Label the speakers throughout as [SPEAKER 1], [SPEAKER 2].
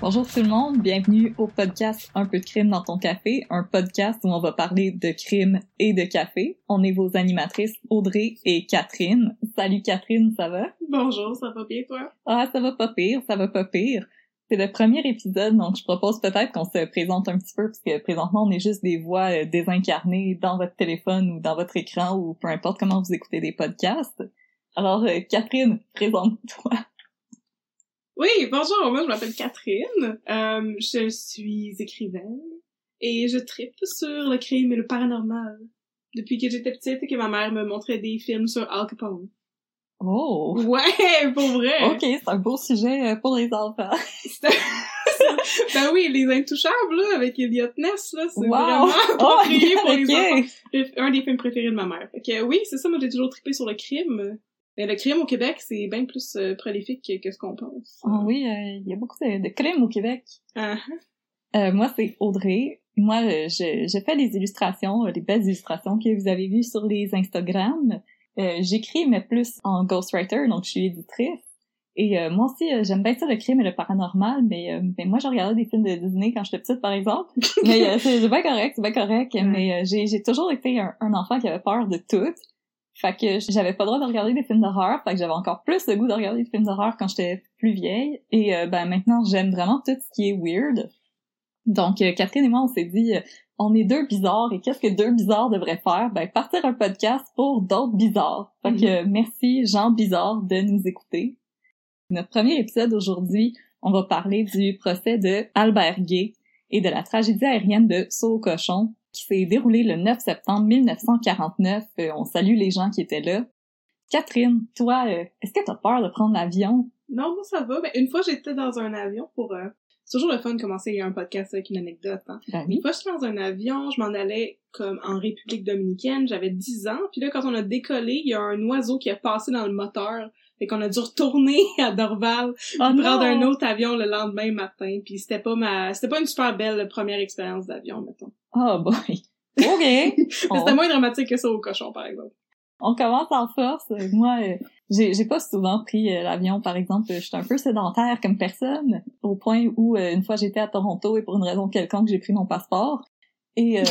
[SPEAKER 1] Bonjour tout le monde, bienvenue au podcast Un peu de crime dans ton café, un podcast où on va parler de crime et de café. On est vos animatrices Audrey et Catherine. Salut Catherine, ça va?
[SPEAKER 2] Bonjour, ça va bien toi?
[SPEAKER 1] Ah, ça va pas pire, ça va pas pire. C'est le premier épisode, donc je propose peut-être qu'on se présente un petit peu, parce que présentement on est juste des voix euh, désincarnées dans votre téléphone ou dans votre écran ou peu importe comment vous écoutez des podcasts. Alors euh, Catherine, présente-toi.
[SPEAKER 2] Oui, bonjour, moi je m'appelle Catherine, Euh, je suis écrivaine et je tripe sur le crime et le paranormal depuis que j'étais petite et que ma mère me montrait des films sur Al Capone.
[SPEAKER 1] Oh!
[SPEAKER 2] Ouais, pour vrai!
[SPEAKER 1] Ok, c'est un beau sujet euh, pour les enfants.
[SPEAKER 2] C'était- ben oui, Les Intouchables, là, avec Elliot Ness, là, c'est vraiment
[SPEAKER 1] Oh,
[SPEAKER 2] approprié pour les enfants.
[SPEAKER 1] ok.
[SPEAKER 2] Le- un des films préférés de ma mère. Fait que, euh, oui, c'est ça, moi j'ai toujours trippé sur le crime. Mais le crime au Québec, c'est bien plus euh, prolifique que, que ce qu'on pense.
[SPEAKER 1] Ah oui, euh, il y a beaucoup de, de crimes au Québec.
[SPEAKER 2] Ah.
[SPEAKER 1] Euh, moi, c'est Audrey. Moi, euh, je, je fais les illustrations, euh, les belles illustrations que vous avez vues sur les Instagram. Euh, J'écris, mais plus en ghostwriter, donc je suis éditrice. Et euh, moi aussi, euh, j'aime bien ça le crime et le paranormal, mais, euh, mais moi, je regardais des films de Disney quand j'étais petite, par exemple. mais euh, c'est c'est bien correct, c'est bien correct. Mais euh, j'ai j'ai toujours été un, un enfant qui avait peur de tout. Fait que j'avais pas le droit de regarder des films d'horreur, fait que j'avais encore plus le goût de regarder des films d'horreur quand j'étais plus vieille. Et euh, ben maintenant, j'aime vraiment tout ce qui est weird. Donc, euh, Catherine et moi, on s'est dit, euh, on est deux bizarres, et qu'est-ce que deux bizarres devraient faire? Ben, partir un podcast pour d'autres bizarres. Fait que
[SPEAKER 2] Mhm.
[SPEAKER 1] euh, merci, Jean Bizarre, de nous écouter. Notre premier épisode aujourd'hui, on va parler du procès de Albert Gay et de la tragédie aérienne de Saut au cochon qui s'est déroulée le 9 septembre 1949. Euh, on salue les gens qui étaient là. Catherine, toi, euh, est-ce que t'as peur de prendre l'avion?
[SPEAKER 2] Non, moi ça va. Mais une fois, j'étais dans un avion pour. euh, C'est toujours le fun de commencer un podcast avec une anecdote. Hein.
[SPEAKER 1] Ben
[SPEAKER 2] Une fois, j'étais dans un avion, je m'en allais comme en République dominicaine, j'avais 10 ans. Puis là, quand on a décollé, il y a un oiseau qui a passé dans le moteur. Fait qu'on a dû retourner à Dorval,
[SPEAKER 1] Oh non!
[SPEAKER 2] prendre un autre avion le lendemain matin. Puis c'était pas ma, c'était pas une super belle première expérience d'avion, mettons.
[SPEAKER 1] Oh boy. OK.
[SPEAKER 2] Mais
[SPEAKER 1] On-
[SPEAKER 2] c'était moins dramatique que ça au cochon, par exemple.
[SPEAKER 1] on commence en force. Euh, Moi, euh, j'ai j'ai pas souvent pris euh, l'avion, par exemple. Je suis un peu sédentaire comme personne, au point où euh, une fois j'étais à Toronto et pour une raison quelconque, j'ai pris mon passeport. Et euh,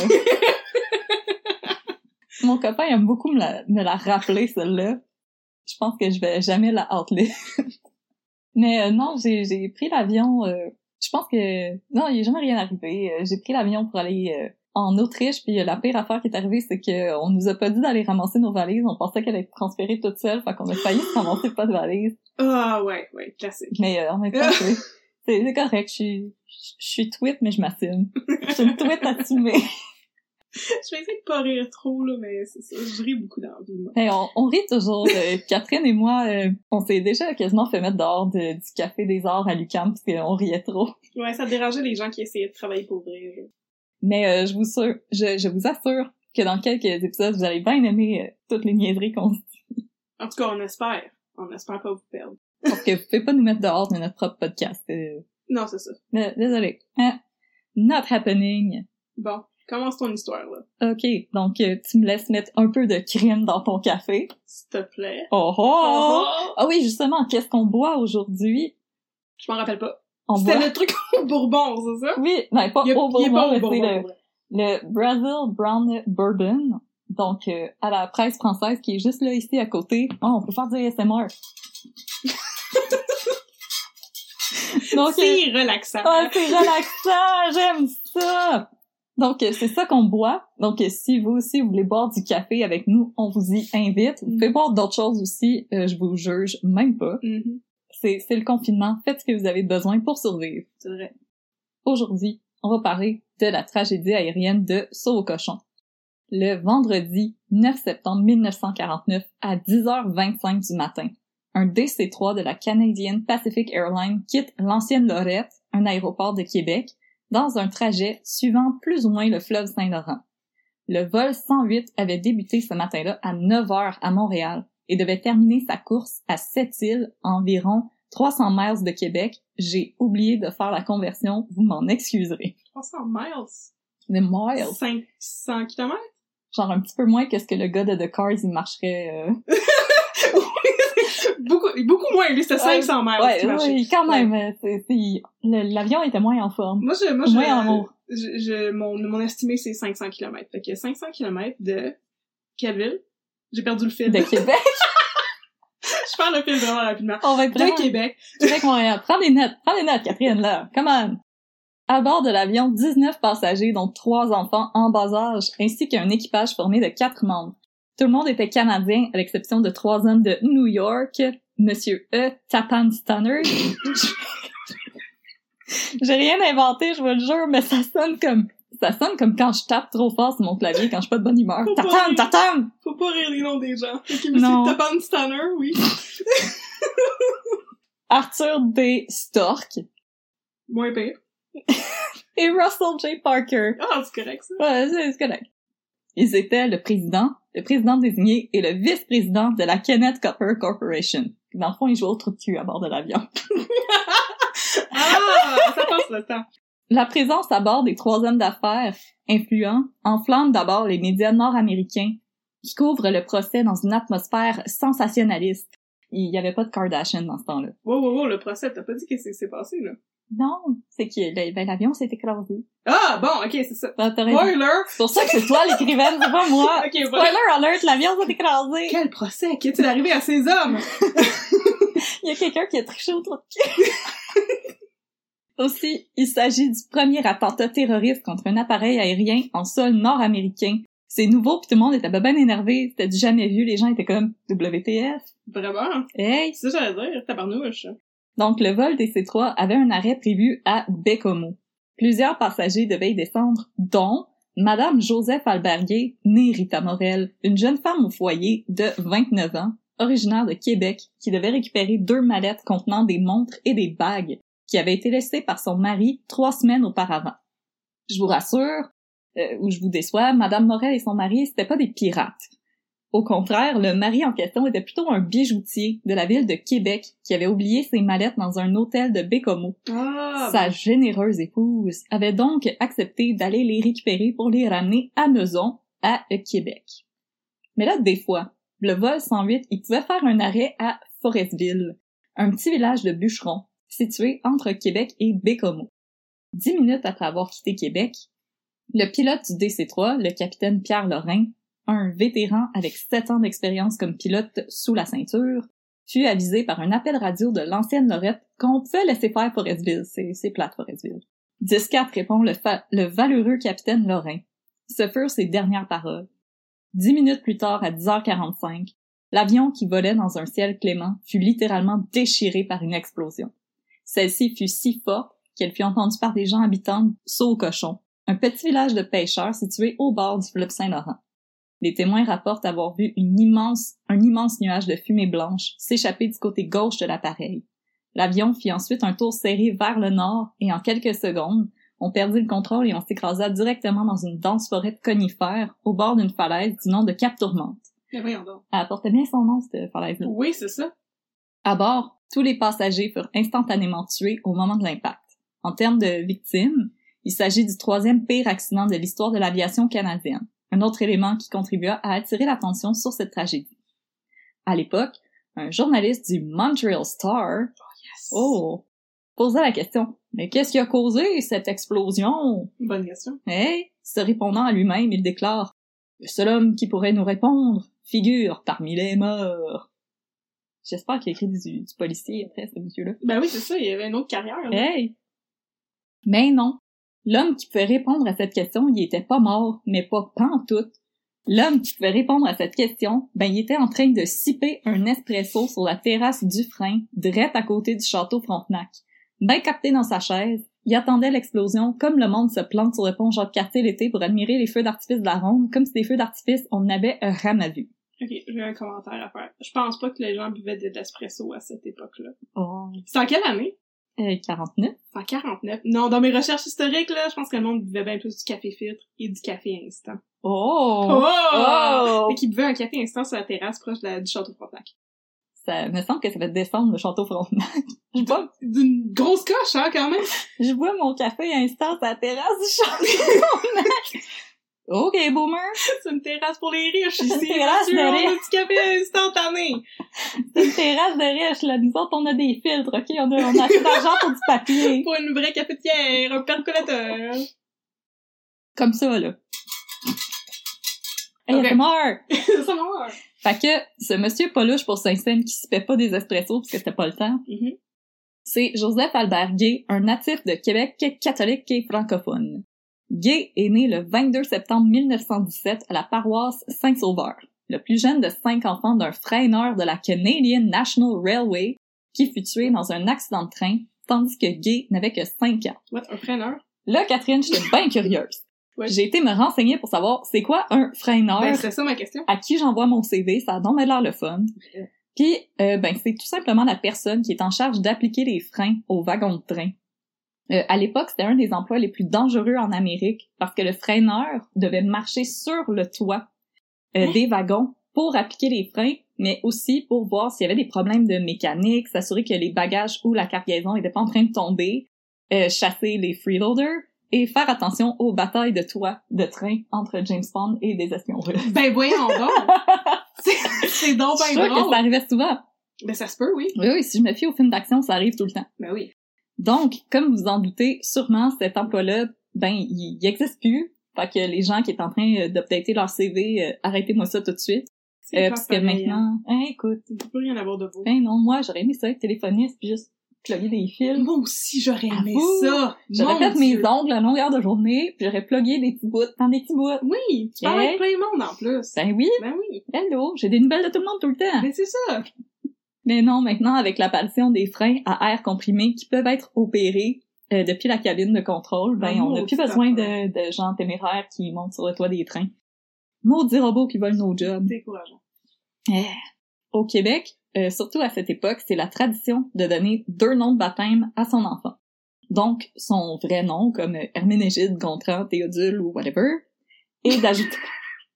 [SPEAKER 1] mon copain aime beaucoup me la, me la rappeler, celle-là. Je pense que je vais jamais la outler. Mais euh, non, j'ai j'ai pris l'avion. euh, je pense que non, il est jamais rien arrivé. Euh, J'ai pris l'avion pour aller euh, en Autriche, puis euh, la pire affaire qui est arrivée, c'est que euh, on nous a pas dit d'aller ramasser nos valises. On pensait qu'elle allait être transférée toute seule, fait qu'on a failli se ramasser pas de valises.
[SPEAKER 2] Ah ouais, ouais, classique.
[SPEAKER 1] Mais euh, en même temps, c'est c'est- c'est correct. Je suis, je je suis tweet, mais je m'assume. Je suis une tweet assumée.
[SPEAKER 2] je vais essayer de pas rire trop, là, mais c'est ça. Je ris beaucoup dans la vie, moi.
[SPEAKER 1] Mais Ben, on, on rit toujours. euh, Catherine et moi, euh, on s'est déjà quasiment fait mettre dehors de- du café des arts à l'UQAM parce qu'on riait trop.
[SPEAKER 2] Ouais, ça dérangeait les gens qui essayaient de travailler pour vrai, là.
[SPEAKER 1] Mais euh, je, vous sûr, je, je vous assure que dans quelques épisodes, vous allez bien aimer euh, toutes les niaiseries qu'on se dit.
[SPEAKER 2] En tout cas, on espère. On espère pas vous perdre.
[SPEAKER 1] Parce que vous pouvez pas nous mettre dehors de notre propre podcast. euh,
[SPEAKER 2] Non, c'est ça.
[SPEAKER 1] mais désolé. Hein? Not happening.
[SPEAKER 2] Bon. Commence ton histoire, là.
[SPEAKER 1] Ok, donc euh, tu me laisses mettre un peu de crème dans ton café.
[SPEAKER 2] S'il te plaît.
[SPEAKER 1] Oh oh! Ah oui, justement, qu'est-ce qu'on boit aujourd'hui?
[SPEAKER 2] Je m'en rappelle pas.
[SPEAKER 1] On boit...
[SPEAKER 2] C'était le truc au bourbon, c'est ça?
[SPEAKER 1] Oui, mais pas
[SPEAKER 2] Il est-
[SPEAKER 1] au
[SPEAKER 2] il
[SPEAKER 1] bourbon,
[SPEAKER 2] est pas
[SPEAKER 1] mais
[SPEAKER 2] au
[SPEAKER 1] c'est
[SPEAKER 2] bourbon.
[SPEAKER 1] le, le Brazil Brown Bourbon. Donc, euh, à la presse française qui est juste là, ici, à côté. Oh, on peut faire du ASMR. Donc, euh,
[SPEAKER 2] C'est relaxant.
[SPEAKER 1] Ah, c'est relaxant, j'aime ça. Donc, euh, c'est ça qu'on boit. Donc, euh, si vous aussi vous voulez boire du café avec nous, on vous y invite. Vous pouvez
[SPEAKER 2] Mm.
[SPEAKER 1] boire d'autres choses aussi, euh, je vous juge même pas.
[SPEAKER 2] Mhm,
[SPEAKER 1] C'est c'est le confinement, faites ce que vous avez besoin pour survivre.
[SPEAKER 2] c'est vrai.
[SPEAKER 1] Aujourd'hui, on va parler de la tragédie aérienne de Sauve au cochon. Le vendredi 9 septembre 1949 à 10h25 du matin, un DC-3 de la Canadian Pacific Airlines quitte l'ancienne Lorette, un aéroport de Québec, dans un trajet suivant plus ou moins le fleuve Saint-Laurent. Le vol 108 avait débuté ce matin-là à 9h à Montréal et devait terminer sa course à Sept-Îles, environ 300 miles de Québec. J'ai oublié de faire la conversion, vous m'en excuserez.
[SPEAKER 2] 300 miles.
[SPEAKER 1] Les miles,
[SPEAKER 2] 500 km?
[SPEAKER 1] genre un petit peu moins que ce que le gars de The Cars, il marcherait... euh,
[SPEAKER 2] beaucoup, beaucoup moins, lui, c'était 500 miles
[SPEAKER 1] Ah, Ouais,
[SPEAKER 2] qui marchait.
[SPEAKER 1] oui, quand même. euh, c'est- c'est- le- L'avion était moins en forme.
[SPEAKER 2] Moi, je, moi, je,
[SPEAKER 1] Moins en amour.
[SPEAKER 2] je, je- mon, mon estimé, c'est 500 km. Fait que 500 km de quelle ville? J'ai perdu le fil.
[SPEAKER 1] De Québec,
[SPEAKER 2] je perds le fil vraiment rapidement.
[SPEAKER 1] on va être vraiment-
[SPEAKER 2] De Québec.
[SPEAKER 1] Québec, Montréal. euh, Prends des notes, prends des notes, Catherine, là. Come on. À bord de l'avion, 19 passagers, dont trois enfants en bas âge, ainsi qu'un équipage formé de quatre membres. Tout le monde était canadien, à l'exception de trois hommes de New York, Monsieur E. Tapan Stanner. J'ai rien inventé, je vous le jure, mais ça sonne comme, ça sonne comme quand je tape trop fort sur mon clavier quand je suis pas de bonne humeur.
[SPEAKER 2] Faut pas
[SPEAKER 1] Tapan,
[SPEAKER 2] rire.
[SPEAKER 1] tapan!
[SPEAKER 2] Faut pas rire les noms des gens. Ok,
[SPEAKER 1] Non.
[SPEAKER 2] monsieur Tapan Stanner, oui.
[SPEAKER 1] Arthur D. Stork
[SPEAKER 2] Moins pire.
[SPEAKER 1] et Russell J. Parker.
[SPEAKER 2] Ah, c'est correct, ça.
[SPEAKER 1] Ouais, c'est c'est correct. Ils étaient le président, le président désigné et le vice-président de la Kenneth Copper Corporation. Dans le fond, ils jouaient au trou de cul à bord de l'avion.
[SPEAKER 2] Ah, ça passe le temps.
[SPEAKER 1] La présence à bord des trois hommes d'affaires influents enflamme d'abord les médias nord-américains qui couvrent le procès dans une atmosphère sensationnaliste. Il n'y avait pas de Kardashian dans ce temps-là.
[SPEAKER 2] Wow, wow, wow, le procès, t'as pas dit qu'est-ce qui s'est passé, là.
[SPEAKER 1] Non, c'est que le- ben, l'avion s'est écrasé.
[SPEAKER 2] Ah, bon, ok, c'est ça.
[SPEAKER 1] Ah, t'as raison.
[SPEAKER 2] Spoiler!
[SPEAKER 1] C'est pour ça que c'est toi l'écrivaine, c'est pas moi.
[SPEAKER 2] Ok, voilà.
[SPEAKER 1] Spoiler alert, l'avion s'est écrasé.
[SPEAKER 2] Quel procès? Qu'est-il arrivé à ces hommes?
[SPEAKER 1] Il y a quelqu'un qui a triché au trou de cul. Aussi, il s'agit du premier attentat terroriste contre un appareil aérien en sol nord-américain. C'est nouveau, puis tout le monde était ben énervé. C'était du jamais vu. Les gens étaient comme « WTF?
[SPEAKER 2] Vraiment?
[SPEAKER 1] Hey!
[SPEAKER 2] C'est ça que j'allais dire, tabarnouche. »
[SPEAKER 1] Donc, le vol des C-3 avait un arrêt prévu à Bécomo. Plusieurs passagers devaient y descendre, dont Madame Joseph Alberguet, née Rita Morel, une jeune femme au foyer de 29 ans, originaire de Québec, qui devait récupérer deux mallettes contenant des montres et des bagues qui avaient été laissées par son mari trois semaines auparavant. Je vous rassure, euh, ou je vous déçois, Madame Morel et son mari, c'était pas des pirates. Au contraire, le mari en question était plutôt un bijoutier de la ville de Québec qui avait oublié ses mallettes dans un hôtel de Bécomo.
[SPEAKER 2] Ah!
[SPEAKER 1] Sa généreuse épouse avait donc accepté d'aller les récupérer pour les ramener à Meuzon, à Québec. Mais là, des fois, le vol 108, il pouvait faire un arrêt à Forestville, un petit village de bûcherons situé entre Québec et Bécomo. Dix minutes après avoir quitté Québec, le pilote du DC-3, le capitaine Pierre Lorrain, un vétéran avec sept ans d'expérience comme pilote sous la ceinture, fut avisé par un appel radio de l'ancienne Lorette qu'on pouvait laisser faire Forestville. C'est, c'est plate, Forestville. 10-4 répond le, fa- le valeureux capitaine Lorrain. Ce furent ses dernières paroles. Dix minutes plus tard, à 10h45, l'avion qui volait dans un ciel clément fut littéralement déchiré par une explosion. Celle-ci fut si forte qu'elle fut entendue par des gens habitant Saut Cochon, un petit village de pêcheurs situé au bord du fleuve Saint-Laurent. Les témoins rapportent avoir vu une immense, un immense nuage de fumée blanche s'échapper du côté gauche de l'appareil. L'avion fit ensuite un tour serré vers le nord et en quelques secondes, on perdit le contrôle et on s'écrasa directement dans une dense forêt de conifères au bord d'une falaise du nom de Cap Tourmente.
[SPEAKER 2] Mais Ben, voyons donc.
[SPEAKER 1] Elle portait bien son nom, cette falaise-là.
[SPEAKER 2] Oui, c'est ça.
[SPEAKER 1] À bord, tous les passagers furent instantanément tués au moment de l'impact. En termes de victimes, Il s'agit du troisième pire accident de l'histoire de l'aviation canadienne, un autre élément qui contribua à attirer l'attention sur cette tragédie. À l'époque, un journaliste du Montreal Star
[SPEAKER 2] Yes.
[SPEAKER 1] oh, posa la question Mais qu'est-ce qui a causé cette explosion?
[SPEAKER 2] Bonne question.
[SPEAKER 1] Eh, se répondant à lui-même, il déclare Le seul homme qui pourrait nous répondre figure parmi les morts. J'espère qu'il a écrit du, du policier après ce monsieur-là.
[SPEAKER 2] Ben oui, c'est ça, il y avait une autre carrière. là.
[SPEAKER 1] Hey! Mais non. L'homme qui pouvait répondre à cette question, il était pas mort, mais pas pantoute. L'homme qui pouvait répondre à cette question, ben, il était en train de siper un espresso sur la terrasse du frein, direct à côté du château Frontenac. Ben capté dans sa chaise, il attendait l'explosion comme le monde se plante sur le pont Jacques-Cartier l'été pour admirer les feux d'artifice de la ronde, comme si des feux d'artifice, on en avait un ram à vue.
[SPEAKER 2] Ok, j'ai un commentaire à faire. Je pense pas que les gens buvaient de l'espresso à cette époque-là.
[SPEAKER 1] Oh.
[SPEAKER 2] C'est en quelle année?
[SPEAKER 1] Euh, 49.
[SPEAKER 2] C'est en 49. Non, dans mes recherches historiques, là, je pense que le monde buvait bien plus du café filtre et du café instant.
[SPEAKER 1] Oh! Oh!
[SPEAKER 2] Et qui buvait un café instant sur la terrasse proche de la- du château Frontenac.
[SPEAKER 1] Ça me semble que ça va descendre le château Frontenac. Je vois
[SPEAKER 2] D'une grosse coche, hein, quand même!
[SPEAKER 1] Je bois mon café instant à la terrasse du château. ok, boomer.
[SPEAKER 2] C'est une terrasse pour les riches
[SPEAKER 1] Une
[SPEAKER 2] ici!
[SPEAKER 1] terrasse
[SPEAKER 2] monsieur,
[SPEAKER 1] de
[SPEAKER 2] on a
[SPEAKER 1] riches.
[SPEAKER 2] du café instantané!
[SPEAKER 1] C'est une terrasse de riche, là. Nous autres, on a des filtres, ok? On a, on a assez d'argent pour du papier.
[SPEAKER 2] Pour une vraie cafetière, un percolateur!
[SPEAKER 1] Comme ça, là. Hey,
[SPEAKER 2] Ok.
[SPEAKER 1] ASMR!
[SPEAKER 2] Ça meurt!
[SPEAKER 1] Fait que ce monsieur Poluche pour Saint-Saëns qui se fait pas des espressos parce que c'était pas le temps,
[SPEAKER 2] Mhm.
[SPEAKER 1] c'est Joseph Albert Gay, un natif de Québec catholique et francophone. Gay est né le 22 septembre 1917 à la paroisse Saint-Sauveur, le plus jeune de cinq enfants d'un freineur de la Canadian National Railway qui fut tué dans un accident de train, tandis que Gay n'avait que cinq ans.
[SPEAKER 2] What, un freineur?
[SPEAKER 1] Là, Catherine, j'étais bien curieuse.
[SPEAKER 2] Ouais.
[SPEAKER 1] J'ai été me renseigner pour savoir c'est quoi un freineur
[SPEAKER 2] Ben, c'est ça ma question.
[SPEAKER 1] à qui j'envoie mon CV, ça a donc bien l'air le fun. Puis, euh, ben, c'est tout simplement la personne qui est en charge d'appliquer les freins aux wagons de train. Euh, à l'époque, c'était un des emplois les plus dangereux en Amérique parce que le freineur devait marcher sur le toit euh, des wagons pour appliquer les freins, mais aussi pour voir s'il y avait des problèmes de mécanique, s'assurer que les bagages ou la cargaison n'étaient pas en train de tomber, euh, chasser les freeloaders et faire attention aux batailles de toit de train entre James Bond et des espions russes.
[SPEAKER 2] Ben voyons donc! C'est- c'est donc
[SPEAKER 1] Je suis
[SPEAKER 2] ben
[SPEAKER 1] sûre que ça
[SPEAKER 2] drôle!
[SPEAKER 1] arrivait souvent.
[SPEAKER 2] Ben ça se peut, oui.
[SPEAKER 1] Oui, oui, si je me fie au film d'action, ça arrive tout le temps.
[SPEAKER 2] Ben oui.
[SPEAKER 1] Donc, comme vous en doutez, sûrement cet emploi-là, ben, il il existe plus. Fait que les gens qui sont en train euh, d'updater leur CV, euh, arrêtez-moi ça tout de suite.
[SPEAKER 2] C'est
[SPEAKER 1] Euh,
[SPEAKER 2] pas
[SPEAKER 1] parce que
[SPEAKER 2] pareil,
[SPEAKER 1] maintenant,
[SPEAKER 2] hein.
[SPEAKER 1] hein, écoute,
[SPEAKER 2] Il peut plus rien avoir de beau.
[SPEAKER 1] ben non, moi, j'aurais aimé ça être téléphoniste puis juste plugger des fils.
[SPEAKER 2] Moi aussi, j'aurais aimé
[SPEAKER 1] Avoue,
[SPEAKER 2] ça.
[SPEAKER 1] Ben, J'aurais
[SPEAKER 2] Mon
[SPEAKER 1] fait mes
[SPEAKER 2] Dieu.
[SPEAKER 1] ongles à longueur de journée puis j'aurais plugué des petits bouts dans des petits bouts.
[SPEAKER 2] Oui, tu parles
[SPEAKER 1] Ok.
[SPEAKER 2] avec plein de monde en plus.
[SPEAKER 1] Ben oui,
[SPEAKER 2] Ben oui.
[SPEAKER 1] hello, j'ai des nouvelles de tout le monde tout le temps.
[SPEAKER 2] Mais c'est ça.
[SPEAKER 1] Mais non, maintenant, avec l'apparition des freins à air comprimé qui peuvent être opérés euh, depuis la cabine de contrôle, ben,
[SPEAKER 2] Ah,
[SPEAKER 1] on n'a plus
[SPEAKER 2] maudite
[SPEAKER 1] besoin de, de gens téméraires qui montent sur le toit des trains. Maudits robots qui volent nos jobs.
[SPEAKER 2] Décourageant.
[SPEAKER 1] Eh. Au Québec, euh, surtout à cette époque, c'est la tradition de donner deux noms de baptême à son enfant. Donc, son vrai nom, comme euh, Herménégide, Gontran, Théodule ou whatever, et d'ajouter,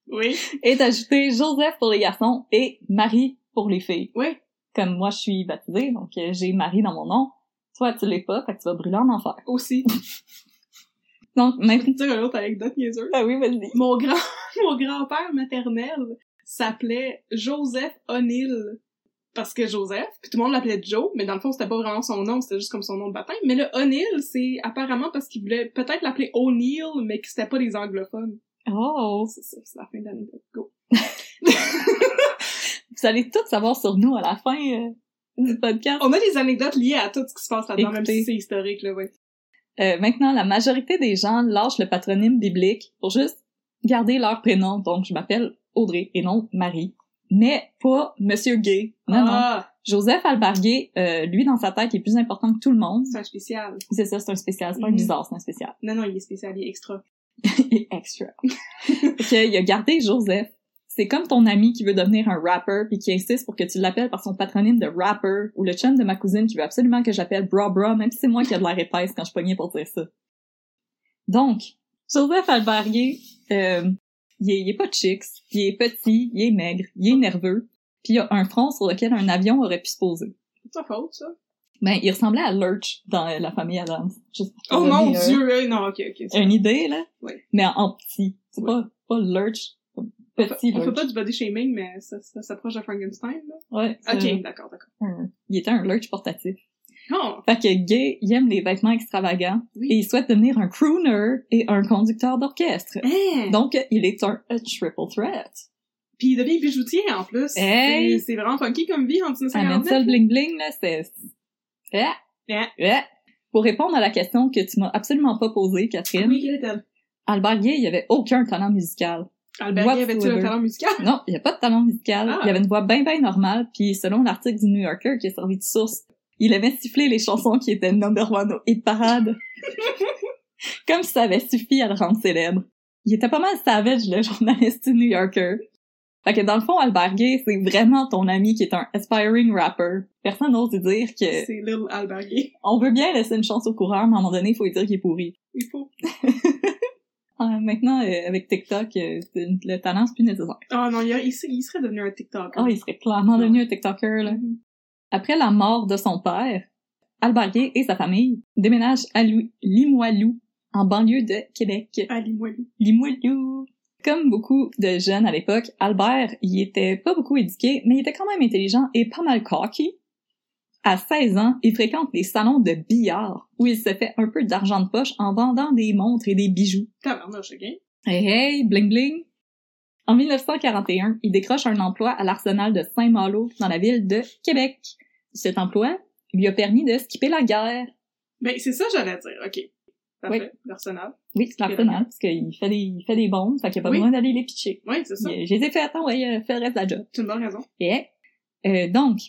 [SPEAKER 2] Oui.
[SPEAKER 1] et d'ajouter Joseph pour les garçons et Marie pour les filles
[SPEAKER 2] Oui.
[SPEAKER 1] comme moi je suis baptisée, donc euh, j'ai Marie dans mon nom. Toi, tu l'es pas, fait que tu vas brûler en enfer.
[SPEAKER 2] Aussi.
[SPEAKER 1] Donc,
[SPEAKER 2] Je vais
[SPEAKER 1] maintenant...
[SPEAKER 2] te dire une autre anecdote niaiseuse.
[SPEAKER 1] Ah oui, vas-y.
[SPEAKER 2] Mon grand, mon grand-père maternel s'appelait Joseph O'Neill. Parce que Joseph, puis tout le monde l'appelait Joe, mais dans le fond, c'était pas vraiment son nom, c'était juste comme son nom de baptême. Mais le O'Neill, c'est apparemment parce qu'il voulait peut-être l'appeler O'Neill, mais que c'était pas des anglophones.
[SPEAKER 1] Oh!
[SPEAKER 2] C'est ça, c'est la fin de l'anecdote. Go.
[SPEAKER 1] Vous allez tout savoir sur nous à la fin euh, du podcast.
[SPEAKER 2] On a des anecdotes liées à tout ce qui se passe là-dedans, même
[SPEAKER 1] Écoutez.
[SPEAKER 2] si c'est historique, là, ouais.
[SPEAKER 1] Euh, maintenant, la majorité des gens lâchent le patronyme biblique pour juste garder leur prénom. Donc, je m'appelle Audrey et non Marie. Mais pas Monsieur Gay. Non, non.
[SPEAKER 2] ah,
[SPEAKER 1] Joseph Albarguet, euh, lui, dans sa tête, il est plus important que tout le monde.
[SPEAKER 2] c'est un spécial.
[SPEAKER 1] C'est ça, c'est un spécial. C'est pas un
[SPEAKER 2] Mhm.
[SPEAKER 1] bizarre, c'est un spécial.
[SPEAKER 2] Non, non, il est spécial, il est extra.
[SPEAKER 1] et extra. Qu'il a gardé Joseph. C'est comme ton ami qui veut devenir un rapper puis qui insiste pour que tu l'appelles par son patronyme de rapper ou le chum de ma cousine qui veut absolument que j'appelle bra bra même si c'est moi qui a de l'air épaisse quand je pognais pour dire ça. Donc, Joseph Albarier, euh, il, est, il est pas chics, il est petit, il est maigre, il est nerveux, puis il a un front sur lequel un avion aurait pu se poser.
[SPEAKER 2] C'est pas faute, ça.
[SPEAKER 1] Ben, il ressemblait à Lurch dans euh, La famille Adams. Juste pour
[SPEAKER 2] Oh
[SPEAKER 1] te
[SPEAKER 2] mon
[SPEAKER 1] donner, euh,
[SPEAKER 2] dieu! euh, non, ok, ok. c'est
[SPEAKER 1] Une idée, là.
[SPEAKER 2] Oui.
[SPEAKER 1] Mais en, en petit. C'est
[SPEAKER 2] Oui.
[SPEAKER 1] pas, pas Lurch.
[SPEAKER 2] On fait-
[SPEAKER 1] Petit
[SPEAKER 2] on fait
[SPEAKER 1] Lurch.
[SPEAKER 2] pas du body shaming, mais ça, ça s'approche de Frankenstein, là.
[SPEAKER 1] Ouais. c'est
[SPEAKER 2] Ok, d'accord, d'accord.
[SPEAKER 1] un- il était un Lurch portatif.
[SPEAKER 2] Non!
[SPEAKER 1] Fait que Gay, il aime les vêtements extravagants
[SPEAKER 2] Oui.
[SPEAKER 1] et il souhaite devenir un crooner et un conducteur d'orchestre.
[SPEAKER 2] Hein.
[SPEAKER 1] Donc, il est un a triple threat.
[SPEAKER 2] Puis il devient bijoutier, en plus.
[SPEAKER 1] Hey.
[SPEAKER 2] C'est- C'est vraiment funky comme vie en
[SPEAKER 1] Hein? Amène ça le
[SPEAKER 2] 1949.
[SPEAKER 1] bling bling, là, c'est... Ah,
[SPEAKER 2] Ah.
[SPEAKER 1] ah. Pour répondre à la question que tu m'as absolument pas posée, Catherine,
[SPEAKER 2] Oui, quelle est-elle?
[SPEAKER 1] Albert Gay, il avait aucun talent musical.
[SPEAKER 2] Albert Gay avait-il un
[SPEAKER 1] Whatsoever.
[SPEAKER 2] talent musical?
[SPEAKER 1] Non, il n'y a pas de talent musical.
[SPEAKER 2] Ah.
[SPEAKER 1] Il avait une voix bien, bien normale. Puis selon l'article du New Yorker qui a servi de source, il aimait siffler les chansons qui étaient number one au hit parade. Comme si ça avait suffi à le rendre célèbre. Il était pas mal savage, le journaliste du New Yorker. Fait que dans le fond, Albert Gay, c'est vraiment ton ami qui est un aspiring rapper. Personne n'ose lui dire que
[SPEAKER 2] C'est Lil Albert Gay.
[SPEAKER 1] on veut bien laisser une chance au coureur, mais à un moment donné, il faut lui dire qu'il est pourri.
[SPEAKER 2] Il faut.
[SPEAKER 1] Ah, maintenant, euh, avec TikTok, euh, c'est- le talent, c'est plus nécessaire.
[SPEAKER 2] Ah non, il, a- il se- il serait devenu un TikTok.
[SPEAKER 1] Ah, il serait clairement devenu un TikToker, là.
[SPEAKER 2] Mhm.
[SPEAKER 1] Après la mort de son père, Albert Gay et sa famille déménagent à Lou- Limoilou, en banlieue de Québec.
[SPEAKER 2] Ali Moilou.
[SPEAKER 1] Limoilou! Comme beaucoup de jeunes à l'époque, Albert, il était pas beaucoup éduqué, mais il était quand même intelligent et pas mal cocky. À 16 ans, il fréquente les salons de billard, où il se fait un peu d'argent de poche en vendant des montres et des bijoux.
[SPEAKER 2] Tabarnouche, ok?
[SPEAKER 1] Hey hey, bling bling! En 1941, il décroche un emploi à l'arsenal de Saint-Malo, dans la ville de Québec. Cet emploi lui a permis de skipper la guerre.
[SPEAKER 2] Ben, c'est ça que j'allais dire, ok. Parfait. L'arsenal.
[SPEAKER 1] Oui, c'est l'arsenal, parce qu'il fait des, il fait des bombes, fait qu'il n'y a pas
[SPEAKER 2] Oui.
[SPEAKER 1] besoin d'aller les pitcher.
[SPEAKER 2] Oui, c'est ça.
[SPEAKER 1] Il- Je les ai fait, attends, ouais, euh, fais le reste de la job.
[SPEAKER 2] C'est une bonne raison.
[SPEAKER 1] Yeah. Euh, donc,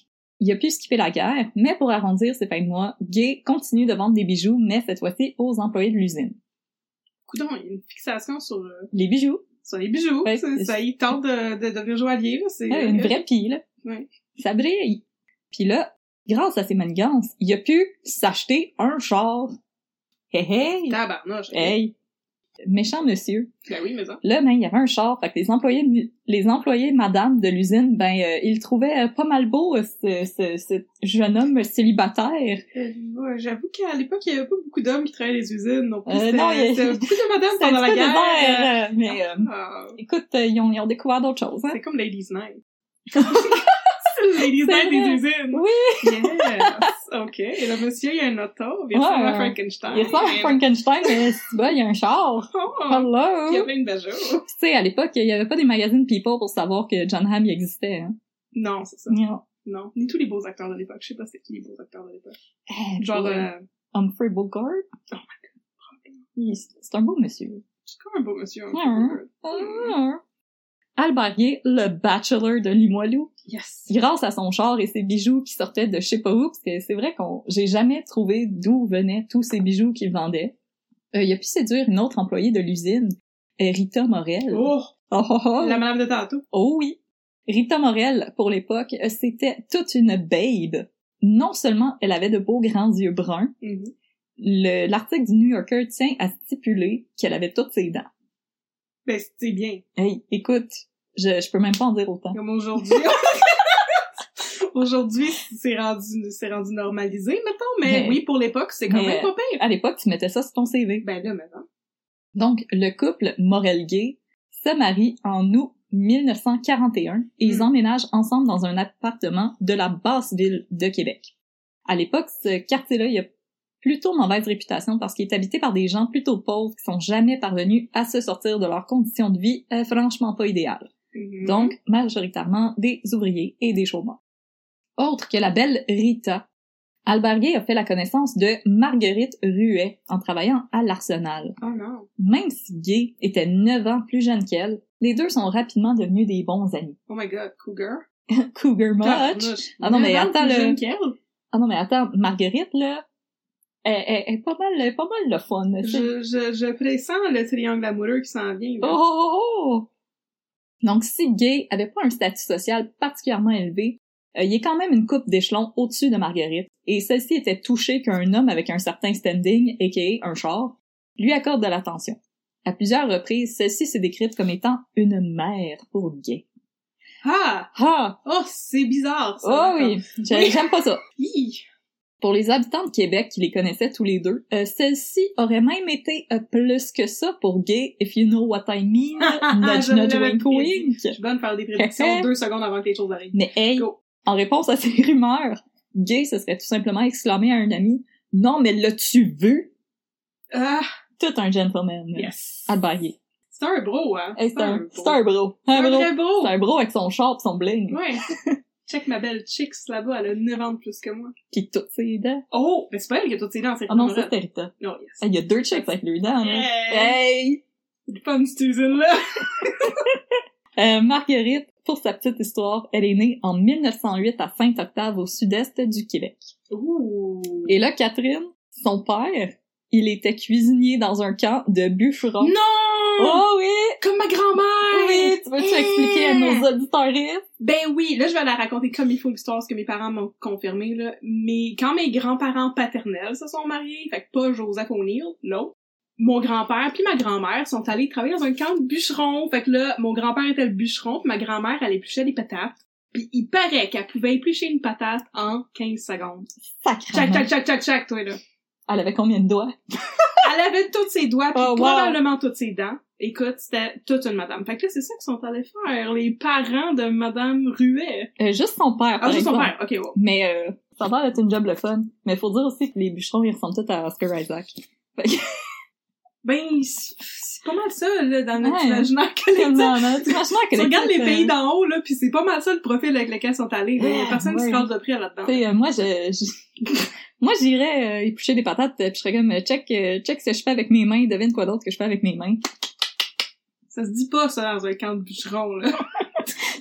[SPEAKER 1] il a pu skipper la guerre, mais pour arrondir ses fins de mois, Gay continue de vendre des bijoux, mais cette fois-ci aux employés de l'usine.
[SPEAKER 2] Coudon, il y a une fixation sur, euh,
[SPEAKER 1] Les bijoux,
[SPEAKER 2] sur les bijoux.
[SPEAKER 1] Ouais,
[SPEAKER 2] ça,
[SPEAKER 1] c'est-
[SPEAKER 2] ça, il tente de, de devenir joaillier, là. C'est,
[SPEAKER 1] Ouais, une vraie pile.
[SPEAKER 2] Ouais.
[SPEAKER 1] Ça brille. Puis là, grâce à ses manigances, il a pu s'acheter un char. Hey, hey!
[SPEAKER 2] euh, Tabarnouche. ok.
[SPEAKER 1] Hey! Méchant monsieur.
[SPEAKER 2] Ben oui, mais ça.
[SPEAKER 1] Là, ben, il y avait un char. Fait que les employés, de l'u- les employés madame de l'usine, ben, euh, ils le trouvaient euh, pas mal beau, euh, ce, ce, ce jeune homme célibataire.
[SPEAKER 2] Euh, ouais, J'avoue qu'à l'époque, il y avait pas beaucoup d'hommes qui travaillaient les usines. Non, plus.
[SPEAKER 1] Euh,
[SPEAKER 2] C'était-
[SPEAKER 1] non, il y a-
[SPEAKER 2] c'était beaucoup de madames
[SPEAKER 1] C'est un
[SPEAKER 2] pendant la
[SPEAKER 1] petit peu
[SPEAKER 2] guerre.
[SPEAKER 1] désert, euh, mais, euh,
[SPEAKER 2] Ah,
[SPEAKER 1] écoute, euh, ils ont, ils ont découvert d'autres choses, hein.
[SPEAKER 2] C'est comme Ladies Night. c'est le Ladies
[SPEAKER 1] C'est
[SPEAKER 2] Night des
[SPEAKER 1] vrai.
[SPEAKER 2] usines.
[SPEAKER 1] Oui!
[SPEAKER 2] Yes! OK. Et le monsieur, il a un auto. Il ressemble
[SPEAKER 1] Ouais.
[SPEAKER 2] à Frankenstein.
[SPEAKER 1] Il ressemble à Frankenstein, mais c'est bon, il y a un char.
[SPEAKER 2] Oh,
[SPEAKER 1] Hello!
[SPEAKER 2] il y a plein de bajots.
[SPEAKER 1] Tu sais, à l'époque, il y avait pas des magazines People pour savoir que John Hamm il existait. Hein.
[SPEAKER 2] Non, c'est ça.
[SPEAKER 1] Non.
[SPEAKER 2] Non. Ni tous les beaux acteurs de l'époque. Je sais pas c'est qui les beaux acteurs de l'époque.
[SPEAKER 1] Eh,
[SPEAKER 2] Genre,
[SPEAKER 1] pour,
[SPEAKER 2] euh,
[SPEAKER 1] Humphrey Bogart.
[SPEAKER 2] Oh my
[SPEAKER 1] Il- C'est un beau monsieur.
[SPEAKER 2] c'est comme un beau monsieur. un peu
[SPEAKER 1] Ouais.
[SPEAKER 2] heureux.
[SPEAKER 1] Ah. Albert Gay, le bachelor de Limoilou,
[SPEAKER 2] Yes!
[SPEAKER 1] grâce à son char et ses bijoux qui sortaient de je sais pas où, parce que c'est vrai qu'on, j'ai jamais trouvé d'où venaient tous ces bijoux qu'il vendait. Euh, il a pu séduire une autre employée de l'usine, euh, Rita Morel.
[SPEAKER 2] Oh!
[SPEAKER 1] Oh, oh, oh.
[SPEAKER 2] La madame de tantôt.
[SPEAKER 1] Oh oui! Rita Morel, pour l'époque, c'était toute une babe. Non seulement elle avait de beaux grands yeux bruns,
[SPEAKER 2] Mhm.
[SPEAKER 1] le- l'article du New Yorker tient à stipuler qu'elle avait toutes ses dents.
[SPEAKER 2] Ben, c'est bien.
[SPEAKER 1] Hey, écoute, je, je peux même pas en dire autant.
[SPEAKER 2] Comme aujourd'hui. aujourd'hui, c'est rendu, c'est rendu normalisé, mettons. Mais
[SPEAKER 1] Mais-
[SPEAKER 2] oui, pour l'époque, c'est quand
[SPEAKER 1] mais-
[SPEAKER 2] même pas pire.
[SPEAKER 1] À l'époque, tu mettais ça sur ton CV.
[SPEAKER 2] Ben là, maintenant.
[SPEAKER 1] Donc, le couple Morel-Gay se marie en août 1941 et ils
[SPEAKER 2] Mm.
[SPEAKER 1] emménagent ensemble dans un appartement de la basse ville de Québec. À l'époque, ce quartier-là, il a plutôt mauvaise réputation parce qu'il est habité par des gens plutôt pauvres qui sont jamais parvenus à se sortir de leurs conditions de vie euh, franchement pas idéales.
[SPEAKER 2] Mhm.
[SPEAKER 1] Donc, majoritairement des ouvriers et des chômeurs. Autre que la belle Rita, Albert Gay a fait la connaissance de Marguerite Ruet en travaillant à l'Arsenal
[SPEAKER 2] Oh non.
[SPEAKER 1] même si Gay était 9 ans plus jeune qu'elle, les deux sont rapidement devenus des bons amis.
[SPEAKER 2] Oh my god, Cougar.
[SPEAKER 1] Cougar much!
[SPEAKER 2] Tabarnouche.
[SPEAKER 1] Ah non, mais
[SPEAKER 2] Neuf ans
[SPEAKER 1] attends,
[SPEAKER 2] plus
[SPEAKER 1] le-
[SPEAKER 2] jeune qu'elle.
[SPEAKER 1] Ah non, mais attends, Marguerite, là, elle, elle- elle est pas mal, elle est pas mal le fun, tu sais.
[SPEAKER 2] Je, je, je pressens le triangle amoureux qui s'en vient.
[SPEAKER 1] Oh,
[SPEAKER 2] là.
[SPEAKER 1] oh, oh, oh! Donc, si Gay avait pas un statut social particulièrement élevé, euh, il est quand même une coupe d'échelon au-dessus de Marguerite, et celle-ci était touchée qu'un homme avec un certain standing, a.k.a. un char, lui accorde de l'attention. À plusieurs reprises, celle-ci s'est décrite comme étant une mère pour Gay.
[SPEAKER 2] Ah!
[SPEAKER 1] Ah!
[SPEAKER 2] Oh, c'est bizarre, ça.
[SPEAKER 1] Oh oui, J'ai-
[SPEAKER 2] Oui.
[SPEAKER 1] j'aime pas ça.
[SPEAKER 2] Hi.
[SPEAKER 1] Pour les habitants de Québec qui les connaissaient tous les deux, euh, celle-ci aurait même été euh, plus que ça pour Gay, if you know what I mean, nudge
[SPEAKER 2] Je
[SPEAKER 1] nudge
[SPEAKER 2] l'avais
[SPEAKER 1] wink
[SPEAKER 2] prédit.
[SPEAKER 1] wink.
[SPEAKER 2] Je suis bonne à faire des prédictions deux secondes avant que les choses arrivent.
[SPEAKER 1] Mais hey,
[SPEAKER 2] Go.
[SPEAKER 1] en réponse à ces rumeurs, Gay se serait tout simplement exclamé à un ami « Non, mais l'as-tu vu?
[SPEAKER 2] Ah, »
[SPEAKER 1] Tout un gentleman.
[SPEAKER 2] yes.
[SPEAKER 1] À bailler.
[SPEAKER 2] C'est un bro, hein?
[SPEAKER 1] Hey, c'est un,
[SPEAKER 2] bro.
[SPEAKER 1] c'est un bro.
[SPEAKER 2] C'est
[SPEAKER 1] Un
[SPEAKER 2] un
[SPEAKER 1] bro.
[SPEAKER 2] vrai bro.
[SPEAKER 1] C'est un bro avec son char pis son bling.
[SPEAKER 2] Ouais. Check ma belle Chicks là-bas, elle a 9 ans de plus que moi.
[SPEAKER 1] Pis toutes ses dents.
[SPEAKER 2] Oh! Mais c'est pas elle qui a toutes ses dents, c'est
[SPEAKER 1] Ah non, ça
[SPEAKER 2] Rita
[SPEAKER 1] c'était Rita.
[SPEAKER 2] Morel. Non, yes.
[SPEAKER 1] Hey, Il y a deux chicks avec lui dents. là.
[SPEAKER 2] Hey!
[SPEAKER 1] Hey!
[SPEAKER 2] C'est le fun, cette usine-là!
[SPEAKER 1] Euh, Marguerite, pour sa petite histoire, elle est née en 1908 à Saint-Octave, au sud-est du Québec.
[SPEAKER 2] Ouh!
[SPEAKER 1] Et là, Catherine, son père, il était cuisinier dans un camp de bûcherons.
[SPEAKER 2] Non!
[SPEAKER 1] Oh oui!
[SPEAKER 2] Comme ma grand-mère!
[SPEAKER 1] Oui! Tu veux-tu
[SPEAKER 2] Eh!
[SPEAKER 1] expliquer à nos auditeurs?
[SPEAKER 2] Ben oui, là je vais la raconter comme il faut l'histoire, ce que mes parents m'ont confirmé là. Mais quand mes grands-parents paternels se sont mariés, fait que pas Joseph O'Neill, l'autre, mon grand-père puis ma grand-mère sont allés travailler dans un camp de bûcherons. Fait que là, mon grand-père était le bûcheron, puis ma grand-mère elle épluchait des patates. Puis il paraît qu'elle pouvait éplucher une patate en 15 secondes. Tchac,
[SPEAKER 1] Sacrément!
[SPEAKER 2] tchac, tchac, tchac, tchac, toi là.
[SPEAKER 1] Elle avait combien de doigts?
[SPEAKER 2] Elle avait toutes ses doigts, puis
[SPEAKER 1] Oh, wow.
[SPEAKER 2] probablement toutes ses dents. Écoute, c'était toute une madame. Fait que là, c'est ça qu'ils sont allés faire, les parents de madame Ruet.
[SPEAKER 1] Euh, juste son père, par
[SPEAKER 2] Ah, juste son
[SPEAKER 1] exemple.
[SPEAKER 2] père, ok, wow.
[SPEAKER 1] Mais euh, ça va être une job le fun. Mais faut dire aussi que les bûcherons, ils ressemblent tous à Oscar Isaac.
[SPEAKER 2] Ben, c'est c'est pas mal ça, là, dans notre
[SPEAKER 1] Ouais.
[SPEAKER 2] imaginaire collectif.
[SPEAKER 1] Tellement, hein? Tu imagines que
[SPEAKER 2] Tu
[SPEAKER 1] les
[SPEAKER 2] regardes les
[SPEAKER 1] types,
[SPEAKER 2] pays
[SPEAKER 1] euh,
[SPEAKER 2] d'en haut, là, pis c'est pas mal ça le profil avec lequel ils sont allés. là. Il y a
[SPEAKER 1] Ah,
[SPEAKER 2] personne qui se
[SPEAKER 1] ouais.
[SPEAKER 2] casse de prix là-dedans.
[SPEAKER 1] Tu sais, euh, moi, je, je- moi, j'irais euh, éplucher des patates, euh, puis je serais comme, euh, check, euh, check ce que je fais avec mes mains, devine quoi d'autre que je fais avec mes mains.
[SPEAKER 2] Ça se dit pas, ça, dans un camp de bûcherons, là.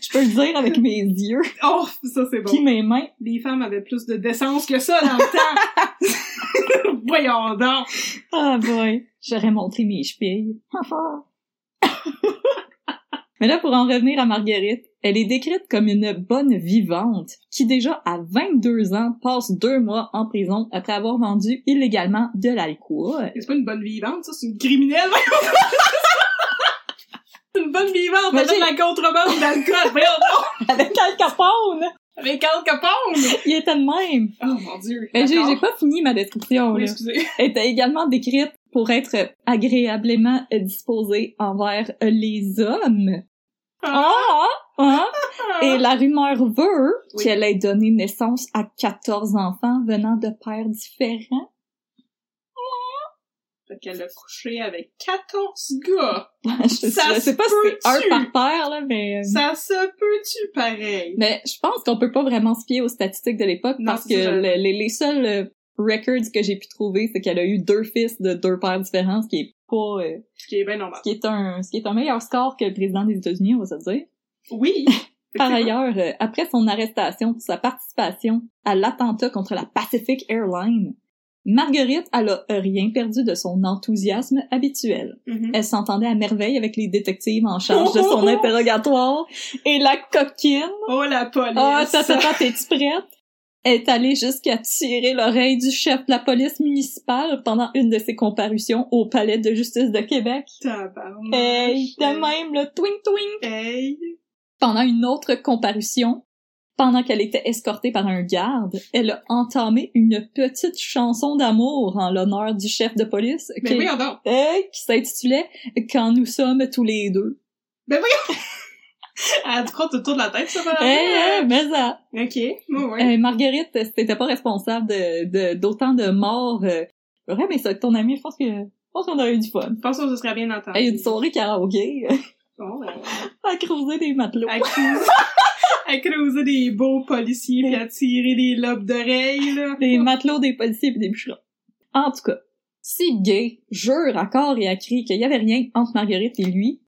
[SPEAKER 1] Je peux le dire avec mes yeux,
[SPEAKER 2] Oh, ça, c'est bon.
[SPEAKER 1] puis mes mains.
[SPEAKER 2] Les femmes avaient plus de décence que ça dans le temps. Voyons donc.
[SPEAKER 1] Ah boy, j'aurais montré mes chevilles. Mais là, pour en revenir à Marguerite, elle est décrite comme une bonne vivante qui déjà à 22 ans passe deux mois en prison après avoir vendu illégalement de l'alcool.
[SPEAKER 2] C'est pas une bonne vivante, ça, c'est une criminelle. Voyons donc. une bonne vivante, elle fait
[SPEAKER 1] Imagine-
[SPEAKER 2] de la contrebande d'alcool. Voyons donc.
[SPEAKER 1] Avec Al Capone!
[SPEAKER 2] Avec Al Capone.
[SPEAKER 1] Il était de même!
[SPEAKER 2] Oh, mon Dieu.
[SPEAKER 1] Mais Ben, J'ai
[SPEAKER 2] D'accord.
[SPEAKER 1] j'ai pas fini ma description,
[SPEAKER 2] Oui,
[SPEAKER 1] là.
[SPEAKER 2] excusez.
[SPEAKER 1] était également décrite pour être agréablement euh, disposée envers euh, les hommes. Ah, ah, ah. Et la rumeur veut
[SPEAKER 2] Oui.
[SPEAKER 1] qu'elle ait donné naissance à 14 enfants venant de pères différents.
[SPEAKER 2] Fait qu'elle a couché avec 14 gars.
[SPEAKER 1] je,
[SPEAKER 2] Ça
[SPEAKER 1] je sais pas
[SPEAKER 2] se
[SPEAKER 1] si c'est un
[SPEAKER 2] peut-tu?
[SPEAKER 1] par père, là, mais... euh,
[SPEAKER 2] Ça se peut-tu pareil?
[SPEAKER 1] Mm-hmm. Mais je pense qu'on peut pas vraiment se fier aux statistiques de l'époque
[SPEAKER 2] Non,
[SPEAKER 1] parce que
[SPEAKER 2] c'est ça, j'avais-
[SPEAKER 1] le- les, les seuls euh, records que j'ai pu trouver, c'est qu'elle a eu deux fils de deux pères différents, ce qui est pas... euh,
[SPEAKER 2] Ce qui est bien normal.
[SPEAKER 1] ce qui est un, ce qui est un meilleur score que le président des États-Unis, on va se dire.
[SPEAKER 2] Oui!
[SPEAKER 1] Par ailleurs, euh, après son arrestation pour sa participation à l'attentat contre la Pacific Airlines, Marguerite, elle a rien perdu de son enthousiasme habituel.
[SPEAKER 2] Mhm.
[SPEAKER 1] Elle s'entendait à merveille avec les détectives en charge de son interrogatoire et la coquine.
[SPEAKER 2] Oh la police!
[SPEAKER 1] Ah, ça, ça, ça, t'es-tu prête? Est allée jusqu'à tirer l'oreille du chef de la police municipale pendant une de ses comparutions au palais de justice de Québec.
[SPEAKER 2] Tabarnak.
[SPEAKER 1] Hey, de même, le twing twing!
[SPEAKER 2] Hey!
[SPEAKER 1] Pendant une autre comparution, pendant qu'elle était escortée par un garde, elle a entamé une petite chanson d'amour en l'honneur du chef de police
[SPEAKER 2] Mais
[SPEAKER 1] qui,
[SPEAKER 2] voyons donc!
[SPEAKER 1] euh, qui s'intitulait Quand nous sommes tous les deux.
[SPEAKER 2] Elle te prend tout autour de la tête, ça va?
[SPEAKER 1] Eh, eh,
[SPEAKER 2] hein.
[SPEAKER 1] mais ça.
[SPEAKER 2] Ok, moi, ouais.
[SPEAKER 1] Euh, Marguerite, euh, c'était pas responsable de de- d'autant de, morts. euh. Ouais, mais ça, ton ami, je pense que je pense qu'on a eu du fun.
[SPEAKER 2] Je pense que ce serait bien entendu.
[SPEAKER 1] Elle a eu une soirée karaoké
[SPEAKER 2] Bon, ouais.
[SPEAKER 1] à creuser des matelots.
[SPEAKER 2] Elle cruise- Elle creusait des beaux policiers puis à tirer des lobes d'oreilles, là.
[SPEAKER 1] des matelots, des policiers pis des bûcherons. En tout cas, si Gay jure à corps et à cri qu'il y avait rien entre Marguerite et lui,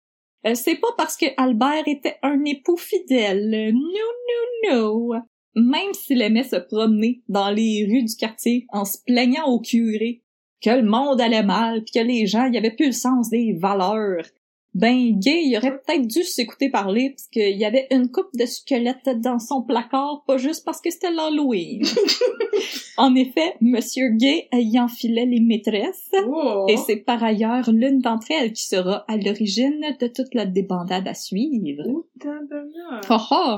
[SPEAKER 1] euh, c'est pas parce que Albert était un époux fidèle. Non, non, non. Même s'il aimait se promener dans les rues du quartier en se plaignant au curé que le monde allait mal pis que les gens y avaient plus le sens des valeurs. Ben, Gay, il aurait peut-être dû s'écouter parler parce qu'il y avait une coupe de squelettes dans son placard, pas juste parce que c'était l'Halloween. En effet, Monsieur Gay y enfilait les maîtresses,
[SPEAKER 2] Oh!
[SPEAKER 1] et c'est par ailleurs l'une d'entre elles qui sera à l'origine de toute la débandade à suivre.
[SPEAKER 2] Oh, tabarnak.
[SPEAKER 1] Oh, oh.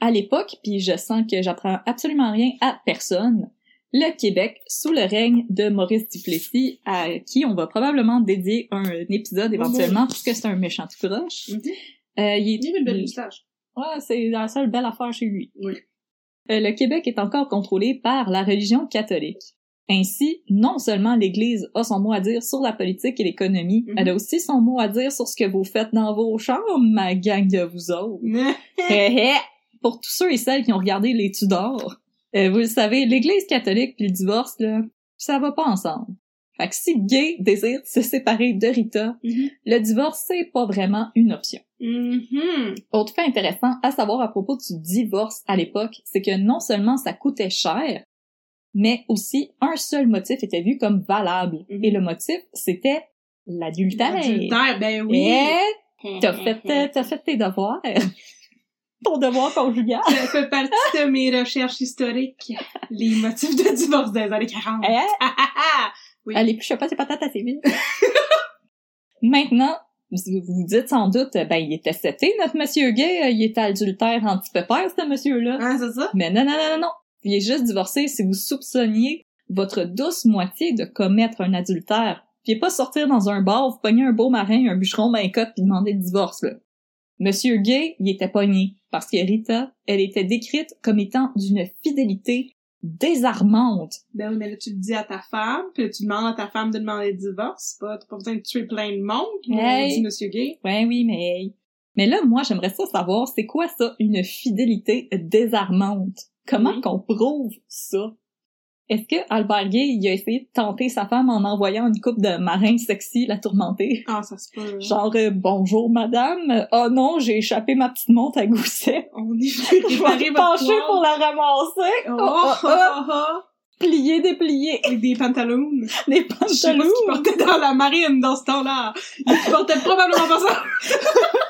[SPEAKER 1] À l'époque, puis je sens que j'apprends absolument rien à personne, le Québec sous le règne de Maurice Duplessis, à qui on va probablement dédier un épisode éventuellement, puisque c'est un méchant tout croche.
[SPEAKER 2] Mhm.
[SPEAKER 1] Euh, il est-
[SPEAKER 2] Il y avait une belle moustache.
[SPEAKER 1] Ouais, Ah, c'est la seule belle affaire chez lui.
[SPEAKER 2] Oui.
[SPEAKER 1] Euh, le Québec est encore contrôlé par la religion catholique. Ainsi, non seulement l'Église a son mot à dire sur la politique et l'économie,
[SPEAKER 2] Mhm.
[SPEAKER 1] elle a aussi son mot à dire sur ce que vous faites dans vos chambres, ma gang de vous autres. Hé, hé. Pour tous ceux et celles qui ont regardé les Tudors, euh, vous le savez, l'Église catholique puis le divorce, là, ça va pas ensemble. Fait que si Gay désire se séparer de Rita,
[SPEAKER 2] Mhm.
[SPEAKER 1] le divorce, c'est pas vraiment une option.
[SPEAKER 2] Mhm.
[SPEAKER 1] Autre fait intéressant à savoir à propos du divorce à l'époque, c'est que non seulement ça coûtait cher, mais aussi un seul motif était vu comme valable.
[SPEAKER 2] Mhm.
[SPEAKER 1] Et le motif, c'était l'adultère.
[SPEAKER 2] Adultère, ben oui.
[SPEAKER 1] Eh, t'as fait, euh, t'as fait tes devoirs. Ton devoir conjugal.
[SPEAKER 2] Ça fait partie de mes recherches historiques. Les motifs de divorce des années 40.
[SPEAKER 1] Eh,
[SPEAKER 2] Ah, ah, ah. Oui.
[SPEAKER 1] Allez, plus je pas ses patates assez vite. Maintenant, vous vous vous dites sans doute, ben, il était seté, notre monsieur gay, euh, il était adultère anti-pépère, ce monsieur-là.
[SPEAKER 2] Hein, c'est ça?
[SPEAKER 1] Mais non, non, non, non, non. Il est juste divorcé si vous soupçonniez votre douce moitié de commettre un adultère. Puis pas sortir dans un bar, vous pognez un beau marin, un bûcheron, ben cote, puis demander le divorce, là. Monsieur Gay, il était pogné, parce que Rita, elle était décrite comme étant d'une fidélité désarmante.
[SPEAKER 2] Ben oui, mais là, tu le dis à ta femme, puis là, tu demandes à ta femme de demander le divorce. Pas, t'as pas besoin de tuer plein de monde, comme
[SPEAKER 1] Hey.
[SPEAKER 2] dit Monsieur Gay.
[SPEAKER 1] Ouais, oui, mais... Mais là, moi, j'aimerais ça savoir, c'est quoi ça, une fidélité désarmante? Comment
[SPEAKER 2] Oui.
[SPEAKER 1] qu'on prouve ça? Est-ce que Albert Gay, il a essayé de tenter sa femme en envoyant une coupe de marins sexy la tourmenter?
[SPEAKER 2] Ah, ça se peut.
[SPEAKER 1] Genre, euh, bonjour madame, oh non, j'ai échappé ma petite montre à gousset.
[SPEAKER 2] On est venu
[SPEAKER 1] Je vais
[SPEAKER 2] réparer
[SPEAKER 1] me
[SPEAKER 2] votre
[SPEAKER 1] pencher pour la ramasser.
[SPEAKER 2] poêle. Oh,
[SPEAKER 1] Oh,
[SPEAKER 2] oh,
[SPEAKER 1] oh,
[SPEAKER 2] oh, oh.
[SPEAKER 1] Plier, déplier,
[SPEAKER 2] Avec des pantalons.
[SPEAKER 1] des
[SPEAKER 2] Je sais pas ce qu'ils
[SPEAKER 1] pantalons.
[SPEAKER 2] portaient dans la marine dans ce temps-là. Ils portaient probablement pas ça.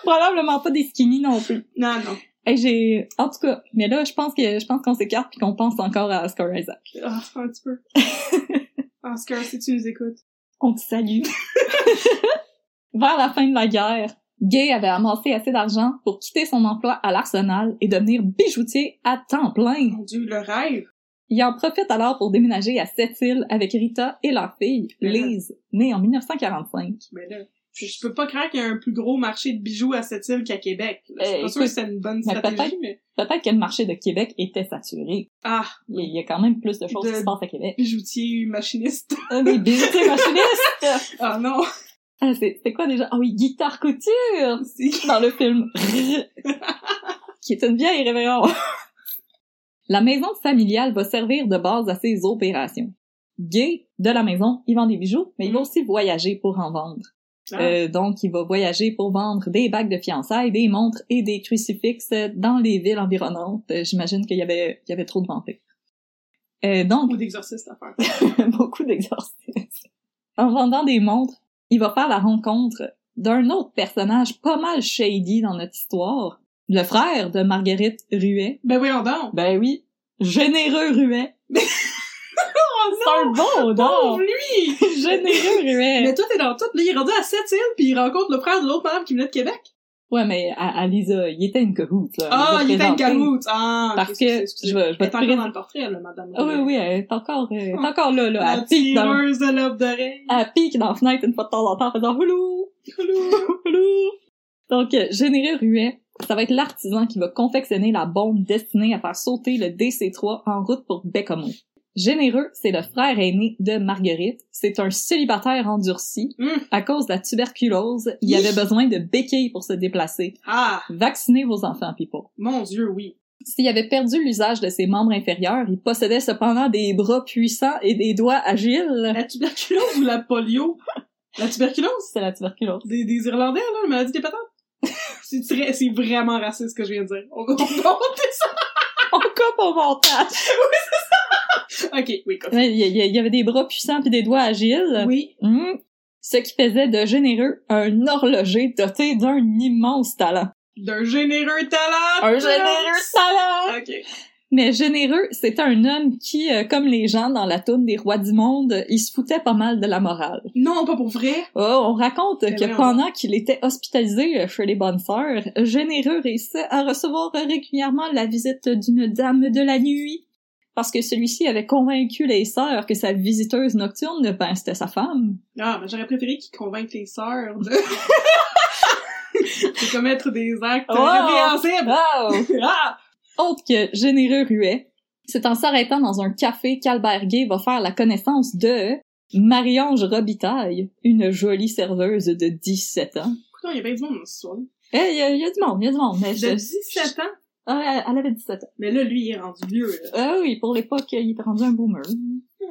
[SPEAKER 1] Probablement pas des skinny non plus.
[SPEAKER 2] Non, non.
[SPEAKER 1] Hey, j'ai en tout cas, mais là je pense que je pense qu'on s'écarte puis qu'on pense encore à Oscar Isaac.
[SPEAKER 2] Ah, un petit peu. Oscar, si tu nous écoutes.
[SPEAKER 1] On te salue. Vers la fin de la guerre, Gay avait amassé assez d'argent pour quitter son emploi à l'arsenal et devenir bijoutier à temps plein.
[SPEAKER 2] Mon dieu, le rêve.
[SPEAKER 1] Il en profite alors pour déménager à Sept-Îles avec Rita et leur fille, Lise, née en 1945.
[SPEAKER 2] Mais là, je, je peux pas croire qu'il y a un plus gros marché de bijoux à cette île qu'à Québec. là. Je
[SPEAKER 1] Eh,
[SPEAKER 2] suis pas
[SPEAKER 1] écoute,
[SPEAKER 2] sûre que c'est une bonne
[SPEAKER 1] mais
[SPEAKER 2] stratégie,
[SPEAKER 1] peut-être-
[SPEAKER 2] mais...
[SPEAKER 1] Peut-être que le marché de Québec était saturé.
[SPEAKER 2] Ah,
[SPEAKER 1] Il y a- il y a quand même plus de choses
[SPEAKER 2] De-
[SPEAKER 1] qui se passent à Québec.
[SPEAKER 2] bijoutier, machiniste.
[SPEAKER 1] Un des bijoutiers machinistes!
[SPEAKER 2] Ah non!
[SPEAKER 1] Ah, c'est c'est quoi déjà? Ah oui, guitare couture! dans le film. qui est une vieille révérend. la maison familiale va servir de base à ses opérations. Gay, de la maison, il vend des bijoux, mais il va aussi voyager pour en vendre.
[SPEAKER 2] Ah.
[SPEAKER 1] Euh, donc, il va voyager pour vendre des bagues de fiançailles, des montres et des crucifixes dans les villes environnantes. Euh, J'imagine qu'il y avait, il y avait trop de vampires. Euh, donc,
[SPEAKER 2] Ou d'exorciste à faire.
[SPEAKER 1] beaucoup d'exorcistes. En vendant des montres, il va faire la rencontre d'un autre personnage pas mal shady dans notre histoire, le frère de Marguerite Ruet.
[SPEAKER 2] Ben voyons donc!
[SPEAKER 1] Ben oui, généreux Ruet. C'est un bon
[SPEAKER 2] Pauvre
[SPEAKER 1] nom!
[SPEAKER 2] lui!
[SPEAKER 1] Ah, généreux
[SPEAKER 2] Mais
[SPEAKER 1] Ruet!
[SPEAKER 2] toi, t'es dans tout. Là, il est rendu à cette île, puis il rencontre le frère de l'autre madame qui venait de Québec.
[SPEAKER 1] Ouais, mais à, à Lisa, il était une cahoot, là.
[SPEAKER 2] Ah,
[SPEAKER 1] On
[SPEAKER 2] il
[SPEAKER 1] les a
[SPEAKER 2] était une
[SPEAKER 1] présentés.
[SPEAKER 2] caroute! Ah!
[SPEAKER 1] Euh, Parce
[SPEAKER 2] excusez,
[SPEAKER 1] que,
[SPEAKER 2] excusez.
[SPEAKER 1] je vais, je
[SPEAKER 2] Elle
[SPEAKER 1] vais
[SPEAKER 2] est
[SPEAKER 1] te
[SPEAKER 2] encore
[SPEAKER 1] présenter.
[SPEAKER 2] dans le portrait, là, madame.
[SPEAKER 1] Ah oui, oui, elle est encore, euh, elle
[SPEAKER 2] Oh,
[SPEAKER 1] est encore là, là.
[SPEAKER 2] La
[SPEAKER 1] Elle pique
[SPEAKER 2] petite
[SPEAKER 1] dans, Ah.
[SPEAKER 2] heureuse de l'aube d'oreille.
[SPEAKER 1] elle pique dans la fenêtre une fois de temps en temps en faisant houlou! Hello! Donc, euh, Généré Ruet, ça va être l'artisan qui va confectionner la bombe destinée à faire sauter le DC-3 en route pour Bécamo. Généreux, c'est le frère aîné de Marguerite. C'est un célibataire endurci.
[SPEAKER 2] Mm.
[SPEAKER 1] À cause de la tuberculose, il
[SPEAKER 2] Hi.
[SPEAKER 1] avait besoin de béquilles pour se déplacer.
[SPEAKER 2] Ah!
[SPEAKER 1] Vaccinez vos enfants, people.
[SPEAKER 2] Mon dieu, oui.
[SPEAKER 1] S'il avait perdu l'usage de ses membres inférieurs, il possédait cependant des bras puissants et des doigts agiles.
[SPEAKER 2] La tuberculose ou la polio? La tuberculose?
[SPEAKER 1] C'est la tuberculose.
[SPEAKER 2] Des, des Irlandais, là, la maladie des patates? C'est très- c'est vraiment raciste ce que je viens de dire. On on compte ça!
[SPEAKER 1] On coupe au montage!
[SPEAKER 2] Ok, oui, comme
[SPEAKER 1] Ouais, Il y, il y avait des bras puissants puis des doigts agiles.
[SPEAKER 2] Oui.
[SPEAKER 1] Hmm. Ce qui faisait de généreux un horloger doté d'un immense talent.
[SPEAKER 2] D'un généreux talent!
[SPEAKER 1] Un généreux talent!
[SPEAKER 2] Ok.
[SPEAKER 1] Mais généreux, c'était un homme qui, euh, comme les gens dans la toune des rois du monde, il se foutait pas mal de la morale.
[SPEAKER 2] Non, pas pour vrai!
[SPEAKER 1] Oh, on raconte
[SPEAKER 2] Mais
[SPEAKER 1] que
[SPEAKER 2] voyons.
[SPEAKER 1] pendant qu'il était hospitalisé euh, chez les bonnes sœurs, généreux réussissait à recevoir euh, régulièrement la visite d'une dame de la nuit. parce que celui-ci avait convaincu les sœurs que sa visiteuse nocturne, ben, c'était sa femme.
[SPEAKER 2] Ah, mais j'aurais préféré qu'il convainque les sœurs de... de commettre des actes
[SPEAKER 1] Oh!
[SPEAKER 2] répréhensibles.
[SPEAKER 1] Wow!
[SPEAKER 2] Ah!
[SPEAKER 1] Autre que généreux ruet, c'est en s'arrêtant dans un café qu'Albert Gay va faire la connaissance de Marie-Ange Robitaille, une jolie serveuse de 17 ans.
[SPEAKER 2] Coudon, il y a bien du monde dans ce soir.
[SPEAKER 1] Eh, il y, a- il y a du monde, il y a du monde. Mais
[SPEAKER 2] De
[SPEAKER 1] je-
[SPEAKER 2] 17 ans.
[SPEAKER 1] Ah, elle- elle avait 17 ans.
[SPEAKER 2] Mais là, lui, il est rendu vieux, là.
[SPEAKER 1] Ah oui, pour l'époque, il était rendu un boomer.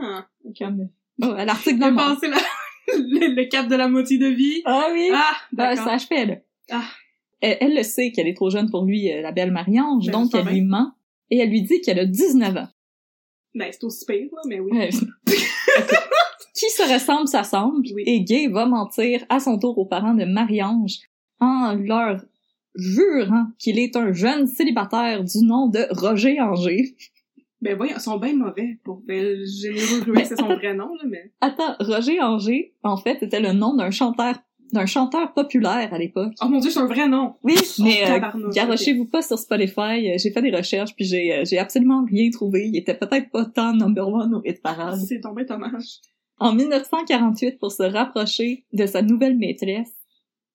[SPEAKER 2] Ah.
[SPEAKER 1] Comme... Oh, à l'article
[SPEAKER 2] Il
[SPEAKER 1] de la
[SPEAKER 2] a
[SPEAKER 1] mort.
[SPEAKER 2] passé la... le, le cap de la moitié de vie.
[SPEAKER 1] Ah oui!
[SPEAKER 2] Ah,
[SPEAKER 1] Ben,
[SPEAKER 2] d'accord.
[SPEAKER 1] ça je fais, là.
[SPEAKER 2] Ah.
[SPEAKER 1] Elle, elle le sait qu'elle est trop jeune pour lui, euh, la belle Marie-Ange,
[SPEAKER 2] Ben,
[SPEAKER 1] donc
[SPEAKER 2] c'est
[SPEAKER 1] elle
[SPEAKER 2] pas
[SPEAKER 1] lui ment. Et elle lui dit qu'elle a 19 ans.
[SPEAKER 2] Ben, c'est aussi pire, là, mais oui.
[SPEAKER 1] Ouais. Ok. Qui se ressemble s'assemble,
[SPEAKER 2] Oui.
[SPEAKER 1] et Gay va mentir à son tour aux parents de Marie-Ange en leur jurant qu'il est un jeune célibataire du nom de Roger Anger.
[SPEAKER 2] Ben, voyons, ils sont bien mauvais pour. Ben, Généreux Ruiz, c'est son vrai nom, là, mais.
[SPEAKER 1] Attends, Roger Anger, en fait, était le nom d'un chanteur d'un chanteur populaire à l'époque.
[SPEAKER 2] Oh mon dieu, c'est un vrai nom!
[SPEAKER 1] Oui, mais euh,
[SPEAKER 2] tabarnouche,
[SPEAKER 1] garochez-vous pas sur Spotify. Euh, J'ai fait des recherches puis j'ai euh, j'ai absolument rien trouvé. Il était peut-être pas tant number one au hit parade.
[SPEAKER 2] C'est tombé dommage.
[SPEAKER 1] En 1948, pour se rapprocher de sa nouvelle maîtresse,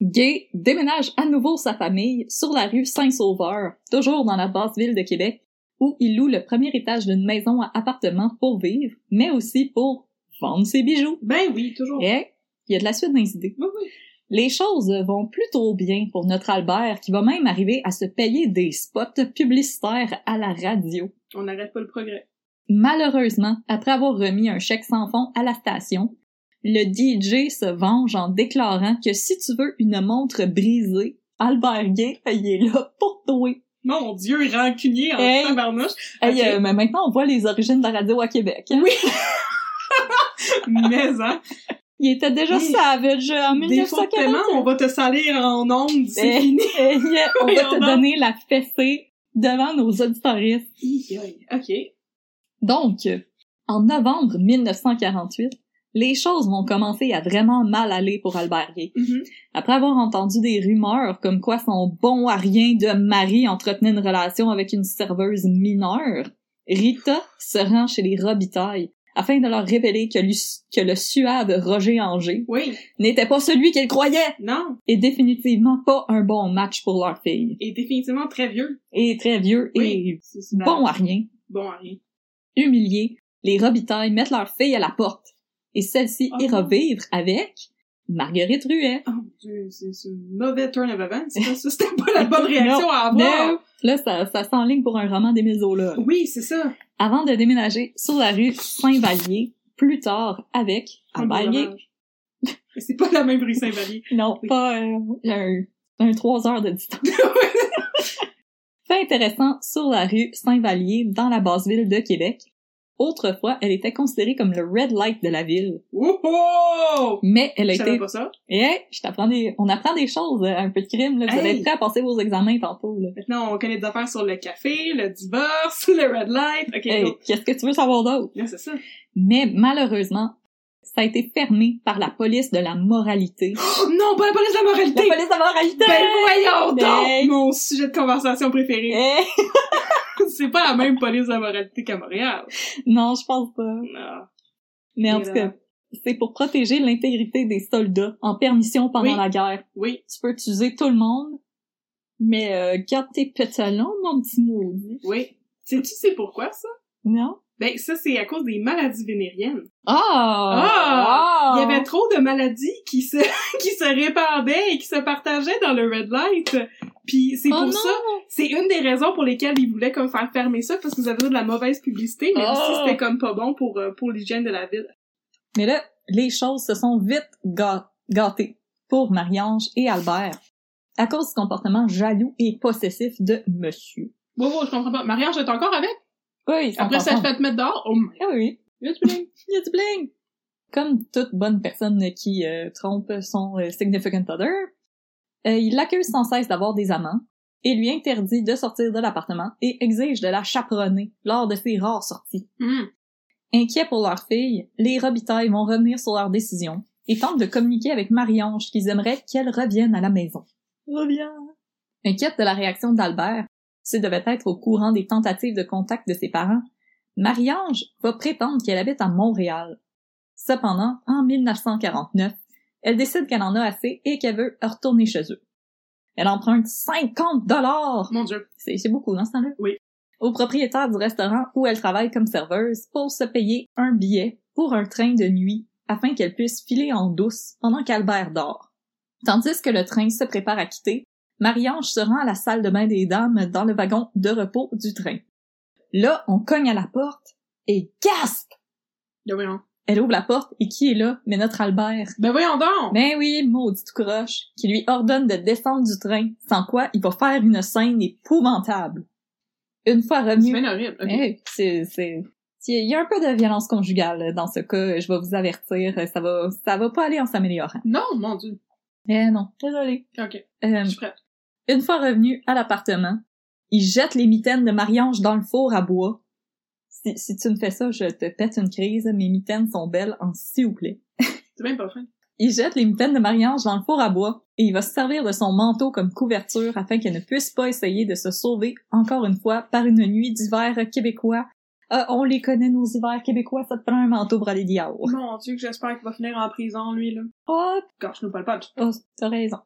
[SPEAKER 1] Gay déménage à nouveau sa famille sur la rue Saint-Sauveur, toujours dans la basse ville de Québec, où il loue le premier étage d'une maison à appartement pour vivre, mais aussi pour vendre ses bijoux.
[SPEAKER 2] Ben oui, toujours.
[SPEAKER 1] Et il y a de la suite dans les idées.
[SPEAKER 2] Oui, oui.
[SPEAKER 1] Les choses vont plutôt bien pour notre Albert qui va même arriver à se payer des spots publicitaires à la radio.
[SPEAKER 2] On n'arrête pas le progrès.
[SPEAKER 1] Malheureusement, après avoir remis un chèque sans fond à la station, le DJ se venge en déclarant que si tu veux une montre brisée, Albert Gay, il est là pour toi.
[SPEAKER 2] Mon dieu, rancunier en
[SPEAKER 1] Hey.
[SPEAKER 2] tabarnouche.
[SPEAKER 1] Hey,
[SPEAKER 2] Ok.
[SPEAKER 1] euh, mais maintenant, on voit les origines de la radio à Québec. hein.
[SPEAKER 2] Mais, hein.
[SPEAKER 1] Il était déjà
[SPEAKER 2] Hey.
[SPEAKER 1] savage euh, en
[SPEAKER 2] Des fois
[SPEAKER 1] 1940.
[SPEAKER 2] de paiement, on va te salir en ondes
[SPEAKER 1] Eh,
[SPEAKER 2] d'ici.
[SPEAKER 1] eh, yeah, on va
[SPEAKER 2] Voyons
[SPEAKER 1] te
[SPEAKER 2] donc.
[SPEAKER 1] donner la fessée devant nos auditoristes.
[SPEAKER 2] Aïe, aïe. Ok.
[SPEAKER 1] Donc, en novembre 1948, les choses vont commencer à vraiment mal aller pour Albert Gay.
[SPEAKER 2] Mhm.
[SPEAKER 1] Après avoir entendu des rumeurs comme quoi son bon à rien de mari entretenait une relation avec une serveuse mineure, Rita se rend chez les Robitaille afin de leur révéler que, lui- que le suave Roger Anger
[SPEAKER 2] Oui.
[SPEAKER 1] n'était pas celui qu'elle croyait
[SPEAKER 2] Non.
[SPEAKER 1] et définitivement pas un bon match pour leur fille.
[SPEAKER 2] Et définitivement très vieux.
[SPEAKER 1] Et très vieux
[SPEAKER 2] Oui. Ben C'est- c'est
[SPEAKER 1] et bon à
[SPEAKER 2] la-
[SPEAKER 1] rien.
[SPEAKER 2] Bon à rien.
[SPEAKER 1] humiliés, les Robitaille mettent leur fille à la porte. Et celle-ci
[SPEAKER 2] Oh.
[SPEAKER 1] ira vivre avec Marguerite Ruet.
[SPEAKER 2] Oh mon dieu, c'est c'est un mauvais turn of events. C'est pas ça, c'était pas la bonne réaction à avoir.
[SPEAKER 1] Non. Là, ça, ça s'enligne pour un roman d'Émile Zola.
[SPEAKER 2] Oui, c'est ça.
[SPEAKER 1] Avant de déménager sur la rue Saint-Vallier, plus tard avec Albert Gay.
[SPEAKER 2] Dommage. C'est pas la même rue Saint-Vallier.
[SPEAKER 1] Non,
[SPEAKER 2] Oui.
[SPEAKER 1] pas euh, un, un trois heures de distance. Fait intéressant, sur la rue Saint-Vallier, dans la basse ville de Québec, autrefois, elle était considérée comme le red light de la ville,
[SPEAKER 2] Oh oh!
[SPEAKER 1] mais elle a
[SPEAKER 2] Je savais
[SPEAKER 1] été
[SPEAKER 2] pas ça.
[SPEAKER 1] Et hey, je t'apprends des... on apprend des choses, euh, un peu de crime, là. Vous
[SPEAKER 2] Hey!
[SPEAKER 1] allez être prêts à passer vos examens tantôt, là.
[SPEAKER 2] Maintenant, on connaît des affaires sur le café, le divorce, le red light. Ok,
[SPEAKER 1] Hey,
[SPEAKER 2] go.
[SPEAKER 1] qu'est-ce que tu veux savoir d'autre?
[SPEAKER 2] Non, c'est ça.
[SPEAKER 1] Mais malheureusement, ça a été fermé par la police de la moralité.
[SPEAKER 2] Oh non, pas la police de la
[SPEAKER 1] la
[SPEAKER 2] moralité!
[SPEAKER 1] police de la moralité!
[SPEAKER 2] Ben voyons donc!
[SPEAKER 1] Hey!
[SPEAKER 2] Mon sujet de conversation préféré.
[SPEAKER 1] Hey!
[SPEAKER 2] C'est pas la même police de la moralité qu'à Montréal.
[SPEAKER 1] Non, je pense pas.
[SPEAKER 2] Ah.
[SPEAKER 1] Mais en
[SPEAKER 2] Et
[SPEAKER 1] tout
[SPEAKER 2] là.
[SPEAKER 1] cas, c'est pour protéger l'intégrité des soldats en permission pendant
[SPEAKER 2] Oui.
[SPEAKER 1] la guerre.
[SPEAKER 2] Oui.
[SPEAKER 1] Tu peux utiliser tout le monde, mais euh, garde tes pétalons, mon petit maudit.
[SPEAKER 2] Oui. Sais-tu c'est pourquoi ça?
[SPEAKER 1] Non?
[SPEAKER 2] Ben, ça, c'est à cause des maladies vénériennes.
[SPEAKER 1] Ah!
[SPEAKER 2] Ah! Il y avait trop de maladies qui se, qui se répandaient et qui se partageaient dans le red light. Puis c'est
[SPEAKER 1] Oh
[SPEAKER 2] pour
[SPEAKER 1] non!
[SPEAKER 2] ça C'est une des raisons pour lesquelles ils voulaient comme faire fermer ça parce que vous avez de la mauvaise publicité, mais
[SPEAKER 1] Oh.
[SPEAKER 2] aussi c'était comme pas bon pour euh, pour l'hygiène de la ville.
[SPEAKER 1] Mais là, les choses se sont vite ga- gâtées pour Marie-Ange et Albert à cause du comportement jaloux et possessif de monsieur.
[SPEAKER 2] Wow, wow, je comprends pas. Mariage est encore avec
[SPEAKER 1] Oui, ils sont
[SPEAKER 2] Après ça,
[SPEAKER 1] ensemble.
[SPEAKER 2] te fait te mettre dehors. Oh my
[SPEAKER 1] Ah oui,
[SPEAKER 2] god, putain.
[SPEAKER 1] il y a du bling! Comme toute bonne personne qui euh, trompe son euh, significant other, euh, il l'accuse sans cesse d'avoir des amants et lui interdit de sortir de l'appartement et exige de la chaperonner lors de ses rares sorties.
[SPEAKER 2] Hmm.
[SPEAKER 1] Inquiets pour leur fille, les Robitaille vont revenir sur leur décision et tentent de communiquer avec Marie-Ange qu'ils aimeraient qu'elle revienne à la maison. Reviens! Inquiète de la réaction d'Albert, s'il devait être au courant des tentatives de contact de ses parents, Marie-Ange va prétendre qu'elle habite à Montréal. Cependant, en 1949, elle décide qu'elle en a assez et qu'elle veut retourner chez eux. Elle emprunte 50 dollars!
[SPEAKER 2] Mon dieu.
[SPEAKER 1] C'est c'est beaucoup dans ce temps-là?
[SPEAKER 2] Oui.
[SPEAKER 1] Au propriétaire du restaurant où elle travaille comme serveuse pour se payer un billet pour un train de nuit afin qu'elle puisse filer en douce pendant qu'Albert dort. Tandis que le train se prépare à quitter, Marie-Ange se rend à la salle de bain des dames dans le wagon de repos du train. Là, on cogne à la porte et gasp!
[SPEAKER 2] Ben voyons.
[SPEAKER 1] Elle ouvre la porte et qui est là? Mais notre Albert.
[SPEAKER 2] Ben voyons donc!
[SPEAKER 1] Ben oui, maudit tout croche, qui lui ordonne de descendre du train, sans quoi il va faire une scène épouvantable. Une fois
[SPEAKER 2] C'est
[SPEAKER 1] revenu...
[SPEAKER 2] bien horrible. ok.
[SPEAKER 1] Eh, c'est, c'est... Il y a un peu de violence conjugale euh, dans ce cas, je vais vous avertir, euh, ça va, ça va pas aller en s'améliorant.
[SPEAKER 2] Non, mon dieu.
[SPEAKER 1] Eh non, désolé.
[SPEAKER 2] Ok,
[SPEAKER 1] Euh,
[SPEAKER 2] je suis prête.
[SPEAKER 1] une fois revenu à l'appartement, il jette les mitaines de Marie-Ange dans le four à bois. Si, si tu me fais ça, je te pète une crise, mes mitaines sont belles en s'il vous plaît.
[SPEAKER 2] C'est même pas fin.
[SPEAKER 1] Il jette les mitaines de Marie-Ange dans le four à bois et il va se servir de son manteau comme couverture afin qu'elle ne puisse pas essayer de se sauver encore une fois par une nuit d'hiver québécois. Ah, on les connaît nos hivers québécois, ça te prend un manteau pour aller dehors.
[SPEAKER 2] Mon dieu, que j'espère qu'il va finir en prison, lui, là.
[SPEAKER 1] Oh,
[SPEAKER 2] Quand je ne parle pas de
[SPEAKER 1] Oh, t'as raison.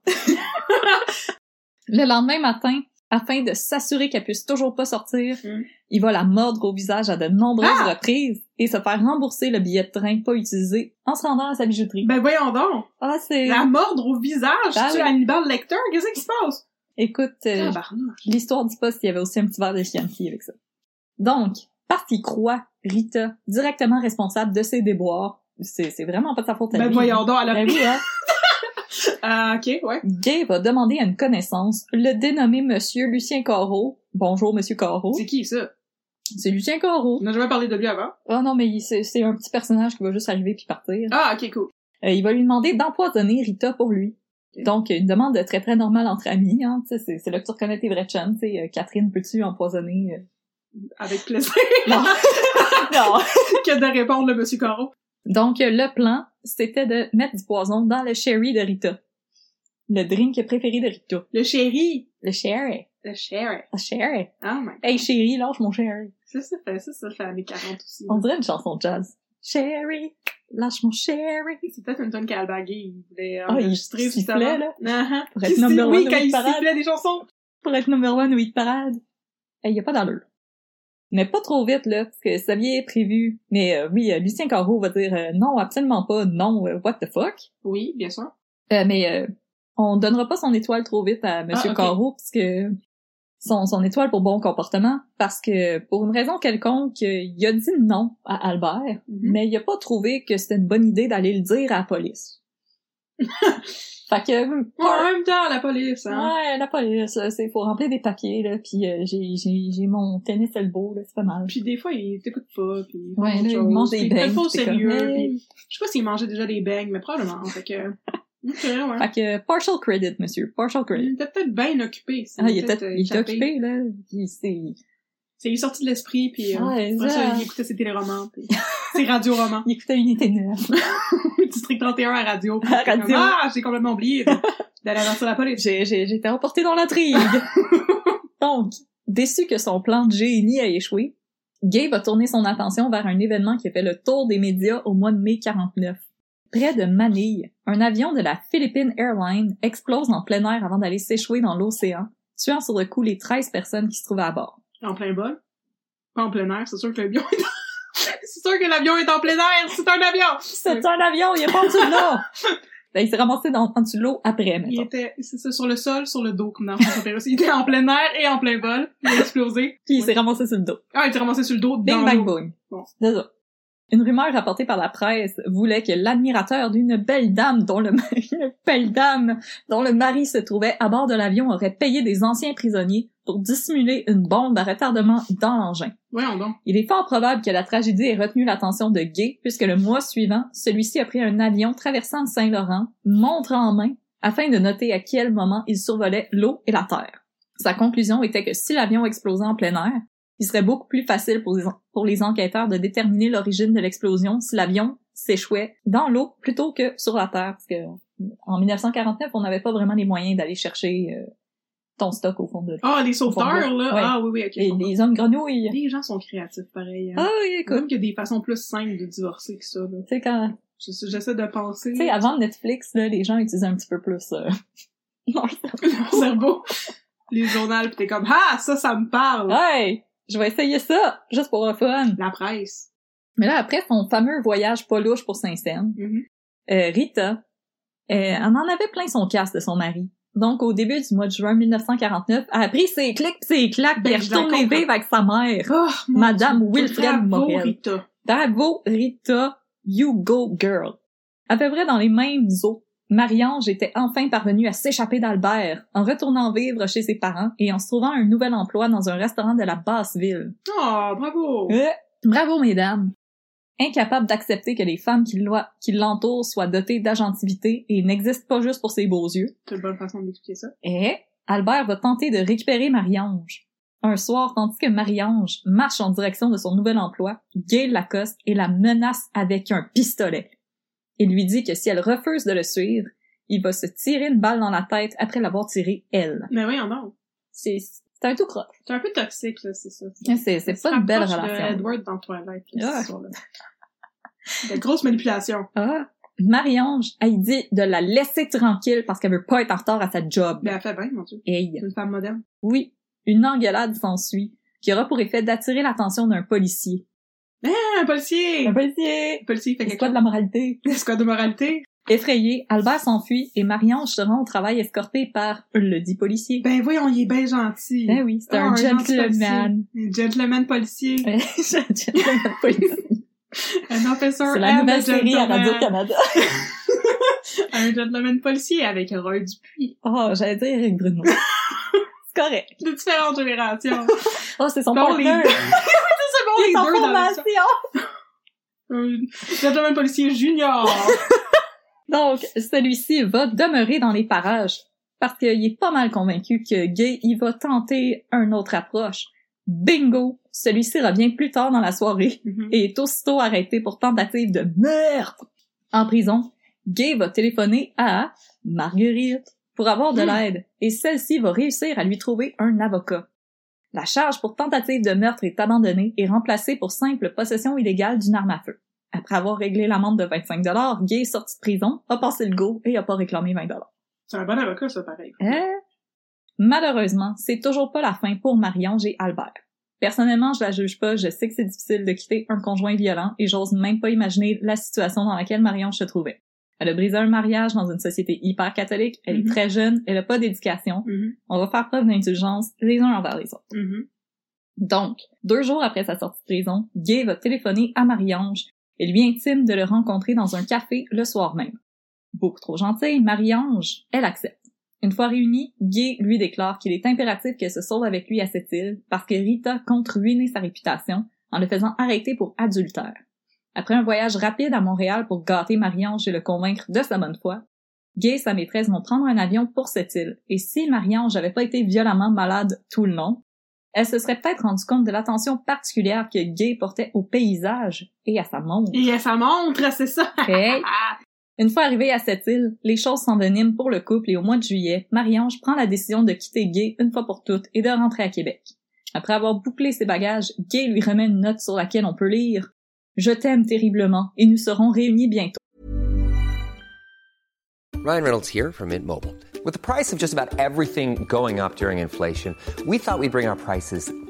[SPEAKER 1] le lendemain matin, afin de s'assurer qu'elle puisse toujours pas sortir,
[SPEAKER 2] Mm.
[SPEAKER 1] il va la mordre au visage à de nombreuses
[SPEAKER 2] Ah!
[SPEAKER 1] reprises et se faire rembourser le billet de train pas utilisé en se rendant à sa bijouterie.
[SPEAKER 2] Ben voyons donc!
[SPEAKER 1] Ah, c'est...
[SPEAKER 2] La mordre au visage,
[SPEAKER 1] Ben oui.
[SPEAKER 2] tu Hannibal Lecter, qu'est-ce qui se passe? Ah,
[SPEAKER 1] Écoute, euh,
[SPEAKER 2] Tabarnouche.
[SPEAKER 1] l'histoire dit pas s'il y avait aussi un petit verre de Chianti avec ça. Donc, parce qu'il croit Rita directement responsable de ses déboires, c'est c'est vraiment pas de sa faute à
[SPEAKER 2] Ben
[SPEAKER 1] lui.
[SPEAKER 2] voyons donc, elle a
[SPEAKER 1] Ben oui, hein.
[SPEAKER 2] Ah, ok, ouais.
[SPEAKER 1] Gay va demander à une connaissance, le dénommé Monsieur Lucien Corot. Bonjour, Monsieur Corot.
[SPEAKER 2] C'est qui, ça?
[SPEAKER 1] C'est Lucien Corot.
[SPEAKER 2] On n'a jamais parlé de lui avant.
[SPEAKER 1] Oh non, mais il- c'est c'est un petit personnage qui va juste arriver puis partir.
[SPEAKER 2] Ah, ok, cool.
[SPEAKER 1] Euh, il va lui demander d'empoisonner Rita pour lui. Donc, une demande très très normale entre amis, hein. Tu sais, c'est- c'est là que tu reconnais tes vrais chums, tu sais. euh, Catherine, peux-tu empoisonner? euh?
[SPEAKER 2] Avec plaisir
[SPEAKER 1] Non. non.
[SPEAKER 2] que de répondre le monsieur Corot.
[SPEAKER 1] Donc, euh, le plan, c'était de mettre du poison dans le sherry de Rita. Le drink préféré de Rita.
[SPEAKER 2] Le chéri.
[SPEAKER 1] Le sherry.
[SPEAKER 2] Le chéri.
[SPEAKER 1] Le sherry.
[SPEAKER 2] Oh my god.
[SPEAKER 1] Hey chérie, lâche mon sherry.
[SPEAKER 2] Ça, ça fait, ça, ça fait années 40 aussi.
[SPEAKER 1] On dirait une chanson de jazz. Sherry, lâche mon Sherry.
[SPEAKER 2] C'est peut-être une tonne qu'Albagué, il voulait
[SPEAKER 1] Ah, il
[SPEAKER 2] enregistrer
[SPEAKER 1] sifflait,
[SPEAKER 2] justement.
[SPEAKER 1] là.
[SPEAKER 2] Ah, ah.
[SPEAKER 1] Pour
[SPEAKER 2] Qui
[SPEAKER 1] être number
[SPEAKER 2] siffle-
[SPEAKER 1] one
[SPEAKER 2] Oui,
[SPEAKER 1] de
[SPEAKER 2] quand
[SPEAKER 1] Hit
[SPEAKER 2] il
[SPEAKER 1] Parade.
[SPEAKER 2] sifflait des chansons.
[SPEAKER 1] Pour être number one au hit parade. Il y a pas d'allure. Mais pas trop vite, là, parce que ça vient prévu. Mais euh, oui, euh, Lucien Carreau va dire euh, non, absolument pas, non, euh, what the fuck.
[SPEAKER 2] Oui, bien sûr.
[SPEAKER 1] Euh, mais euh, on donnera pas son étoile trop vite à Monsieur
[SPEAKER 2] Ah, ok.
[SPEAKER 1] Carreau, parce que son, son étoile pour bon comportement, parce que pour une raison quelconque, euh, il a dit non à Albert,
[SPEAKER 2] Mhm.
[SPEAKER 1] mais il a pas trouvé que c'était une bonne idée d'aller le dire à la police. fait que
[SPEAKER 2] Ouais, en même temps, la police, hein.
[SPEAKER 1] Ouais, la police, là, c'est faut remplir des papiers là, puis euh, j'ai j'ai j'ai mon tennis elbow là, c'est pas mal.
[SPEAKER 2] Puis des fois, il t'écoute pas, puis il
[SPEAKER 1] Ouais,
[SPEAKER 2] mange
[SPEAKER 1] là,
[SPEAKER 2] autre
[SPEAKER 1] il
[SPEAKER 2] chose,
[SPEAKER 1] mange des
[SPEAKER 2] puis il te
[SPEAKER 1] beignes,
[SPEAKER 2] faut au
[SPEAKER 1] puis t'es comme,
[SPEAKER 2] sérieux,
[SPEAKER 1] hey.
[SPEAKER 2] puis je sais pas s'il mangeait déjà des beignes, mais probablement, fait que... Ok, ouais.
[SPEAKER 1] Fait que partial credit monsieur, partial
[SPEAKER 2] Il
[SPEAKER 1] credit.
[SPEAKER 2] était peut-être bien occupé. ça
[SPEAKER 1] Ah, il
[SPEAKER 2] m'a
[SPEAKER 1] était
[SPEAKER 2] euh,
[SPEAKER 1] il était
[SPEAKER 2] échappé.
[SPEAKER 1] occupé là, puis c'est
[SPEAKER 2] Ça lui est sorti de l'esprit, puis euh,
[SPEAKER 1] Ouais,
[SPEAKER 2] après
[SPEAKER 1] ça.
[SPEAKER 2] ça, il écoutait ses téléromans, puis ses radioromans.
[SPEAKER 1] il écoutait Unité 9.
[SPEAKER 2] District 31 à radio. puis
[SPEAKER 1] À
[SPEAKER 2] il était comme,
[SPEAKER 1] radio.
[SPEAKER 2] ah, j'ai complètement oublié de- d'aller annoncer la police.
[SPEAKER 1] J'ai j'ai j'étais emportée dans l'intrigue. Donc, déçu que son plan de génie a échoué, Gay va tourner son attention vers un événement qui a fait le tour des médias au mois de mai 49. Près de Manille, un avion de la Philippine Airlines explose en plein air avant d'aller s'échouer dans l'océan, tuant sur le coup les 13 personnes qui se trouvaient à bord.
[SPEAKER 2] En plein vol. Pas en plein air, c'est sûr que l'avion est en... c'est sûr que l'avion est en plein air, c'est un avion!
[SPEAKER 1] C'est un avion, il est pas en dessous de l'eau! Ben, il s'est ramassé dans, en dessous de l'eau après,
[SPEAKER 2] Il
[SPEAKER 1] mettons.
[SPEAKER 2] était, c'est ça, sur le sol, sur le dos, comme dans François Pérusse. Il était en plein air et en plein vol. Il a explosé.
[SPEAKER 1] Puis il s'est ramassé sur le dos.
[SPEAKER 2] Ah, il était ramassé sur le dos,
[SPEAKER 1] Bing
[SPEAKER 2] dans
[SPEAKER 1] bang
[SPEAKER 2] l'eau.
[SPEAKER 1] boom.
[SPEAKER 2] Bon.
[SPEAKER 1] C'est ça. Une rumeur rapportée par la presse voulait que l'admirateur d'une belle dame dont le mari, une belle dame dont le mari se trouvait à bord de l'avion aurait payé des anciens prisonniers pour dissimuler une bombe à retardement dans l'engin.
[SPEAKER 2] Voyons donc.
[SPEAKER 1] Il est fort probable que la tragédie ait retenu l'attention de Gay puisque le mois suivant, celui-ci a pris un avion traversant le Saint-Laurent, montre en main, afin de noter à quel moment il survolait l'eau et la terre. Sa conclusion était que si l'avion explosait en plein air, il serait beaucoup plus facile pour les, en- pour les enquêteurs de déterminer l'origine de l'explosion si l'avion s'échouait dans l'eau plutôt que sur la terre, parce que en 1949, on n'avait pas vraiment les moyens d'aller chercher euh, ton stock au fond de l'eau.
[SPEAKER 2] Ah, les
[SPEAKER 1] Au
[SPEAKER 2] sauveteurs,
[SPEAKER 1] fond,
[SPEAKER 2] là.
[SPEAKER 1] ouais.
[SPEAKER 2] Ah, oui, oui, ok. je
[SPEAKER 1] Et
[SPEAKER 2] comprends.
[SPEAKER 1] les hommes grenouilles.
[SPEAKER 2] Les gens sont créatifs, pareil.
[SPEAKER 1] Ah
[SPEAKER 2] hein.
[SPEAKER 1] oui, écoute.
[SPEAKER 2] Même qu'il y a des façons plus simples de divorcer que ça, là.
[SPEAKER 1] Tu sais, quand,
[SPEAKER 2] Je- J'essaie de penser.
[SPEAKER 1] tu sais, avant Netflix, là, les gens utilisaient un petit peu plus, euh, leur
[SPEAKER 2] Mon cerveau. Les journaux, pis t'es comme, ah, ça, ça me parle.
[SPEAKER 1] Hey! Je vais essayer ça, juste pour un fun.
[SPEAKER 2] La presse.
[SPEAKER 1] Mais là, après son fameux voyage pas louche pour Saint-Saëns,
[SPEAKER 2] Mhm.
[SPEAKER 1] euh, Rita, euh, elle en avait plein son casque de son mari. Donc, au début du mois de juin 1949, elle a pris ses clics pis ses claques pis
[SPEAKER 2] Ben,
[SPEAKER 1] elle
[SPEAKER 2] je la
[SPEAKER 1] retourne les
[SPEAKER 2] comprends.
[SPEAKER 1] vivre avec sa mère.
[SPEAKER 2] Oh, mon
[SPEAKER 1] Madame
[SPEAKER 2] Dieu.
[SPEAKER 1] Wilfred
[SPEAKER 2] Bravo,
[SPEAKER 1] Morel.
[SPEAKER 2] Rita.
[SPEAKER 1] Bravo, Rita, you go girl. À peu près dans les mêmes eaux, Marie-Ange était enfin parvenue à s'échapper d'Albert en retournant vivre chez ses parents et en se trouvant un nouvel emploi dans un restaurant de la basse ville.
[SPEAKER 2] Oh, bravo.
[SPEAKER 1] Euh, Bravo, mesdames! Incapable d'accepter que les femmes qui l'oi- qui l'entourent soient dotées d'agentivité et n'existent pas juste pour ses beaux yeux,
[SPEAKER 2] C'est une bonne façon d'expliquer ça.
[SPEAKER 1] et Albert va tenter de récupérer Marie-Ange. Un soir, tandis que Marie-Ange marche en direction de son nouvel emploi, Gail Lacoste et la menace avec un pistolet. Il lui dit que si elle refuse de le suivre, il va se tirer une balle dans la tête après l'avoir tirée elle.
[SPEAKER 2] Mais voyons donc.
[SPEAKER 1] C'est c'est un tout croche.
[SPEAKER 2] C'est un peu toxique, là, c'est ça.
[SPEAKER 1] C'est c'est pas une belle relation.
[SPEAKER 2] Edward dans Twilight, là,
[SPEAKER 1] Ah.
[SPEAKER 2] cette histoire-là. De grosses manipulations.
[SPEAKER 1] Ah. Marie-Ange, elle dit de la laisser tranquille parce qu'elle veut pas être en retard à sa job.
[SPEAKER 2] Ben, elle fait bien, mon Dieu.
[SPEAKER 1] Hey.
[SPEAKER 2] C'est une femme moderne.
[SPEAKER 1] Oui, une engueulade s'ensuit, qui aura pour effet d'attirer l'attention d'un policier.
[SPEAKER 2] Ah, un policier!
[SPEAKER 1] Un
[SPEAKER 2] Un
[SPEAKER 1] policier!
[SPEAKER 2] policier fait
[SPEAKER 1] C'est
[SPEAKER 2] quelque
[SPEAKER 1] quoi de
[SPEAKER 2] chose.
[SPEAKER 1] la moralité?
[SPEAKER 2] C'est quoi de moralité?
[SPEAKER 1] Effrayé, Albert s'enfuit et Marie-Ange se rend au travail escortée par le dit policier.
[SPEAKER 2] Ben, voyons, il est bien gentil.
[SPEAKER 1] Ben oui, c'est un
[SPEAKER 2] Oh, gentil
[SPEAKER 1] gentleman.
[SPEAKER 2] policier. Un gentleman policier.
[SPEAKER 1] Un gentleman policier.
[SPEAKER 2] Un officer
[SPEAKER 1] C'est la
[SPEAKER 2] and a
[SPEAKER 1] nouvelle série à
[SPEAKER 2] gentleman.
[SPEAKER 1] Radio-Canada.
[SPEAKER 2] Un gentleman policier avec Roy Dupuis.
[SPEAKER 1] Oh, j'allais dire Eric Bruno. C'est correct.
[SPEAKER 2] De différentes générations.
[SPEAKER 1] Oh, c'est son
[SPEAKER 2] Bon,
[SPEAKER 1] partenaire.
[SPEAKER 2] les- C'est bon,
[SPEAKER 1] Il
[SPEAKER 2] les
[SPEAKER 1] est en
[SPEAKER 2] deux dans la-
[SPEAKER 1] formation.
[SPEAKER 2] Un gentleman policier junior.
[SPEAKER 1] Donc, celui-ci va demeurer dans les parages parce qu'il est pas mal convaincu que Gay il va tenter une autre approche. Bingo! Celui-ci revient plus tard dans la soirée
[SPEAKER 2] Mhm.
[SPEAKER 1] et est aussitôt arrêté pour tentative de meurtre. En prison, Gay va téléphoner à Marguerite pour avoir de
[SPEAKER 2] Hmm.
[SPEAKER 1] l'aide et celle-ci va réussir à lui trouver un avocat. La charge pour tentative de meurtre est abandonnée et remplacée pour simple possession illégale d'une arme à feu. Après avoir réglé l'amende de 25 Gay est sorti de prison, a passé le go et a pas réclamé 20
[SPEAKER 2] C'est un bon avocat, ça, pareil.
[SPEAKER 1] Hein? Malheureusement, c'est toujours pas la fin pour Marie-Ange et Albert. Personnellement, je la juge pas, je sais que c'est difficile de quitter un conjoint violent et j'ose même pas imaginer la situation dans laquelle Marie-Ange se trouvait. Elle a brisé un mariage dans une société hyper catholique, elle
[SPEAKER 2] Mhm.
[SPEAKER 1] est très jeune, elle a pas d'éducation.
[SPEAKER 2] Mhm,
[SPEAKER 1] On va faire preuve d'indulgence les uns envers les autres.
[SPEAKER 2] mhm.
[SPEAKER 1] Donc, deux jours après sa sortie de prison, Gay va téléphoner à Marie-Ange et lui intime de le rencontrer dans un café le soir même. Beaucoup trop gentille, Marie-Ange, elle accepte. Une fois réunis, Gay lui déclare qu'il est impératif qu'elle se sauve avec lui à cette île parce que Rita compte ruiner sa réputation en le faisant arrêter pour adultère. Après un voyage rapide à Montréal pour gâter Marie-Ange et le convaincre de sa bonne foi, Gay et sa maîtresse vont prendre un avion pour cette île, et si Marie-Ange n'avait pas été violemment malade tout le long, elle se serait peut-être rendue compte de l'attention particulière que Gay portait au paysage et à sa montre.
[SPEAKER 2] Et ça montre, c'est ça.
[SPEAKER 1] Hey.
[SPEAKER 2] Ah,
[SPEAKER 1] Une fois arrivée à cette île, les choses s'enveniment pour le couple et au mois de juillet, Marie-Ange prend la décision de quitter Gay une fois pour toutes et de rentrer à Québec. Après avoir bouclé ses bagages, Gay lui remet une note sur laquelle on peut lire « Je t'aime terriblement et nous serons réunis bientôt.
[SPEAKER 3] Ryan Reynolds here from Mint Mobile. With the price of just about everything going up during inflation, we thought we'd bring our prices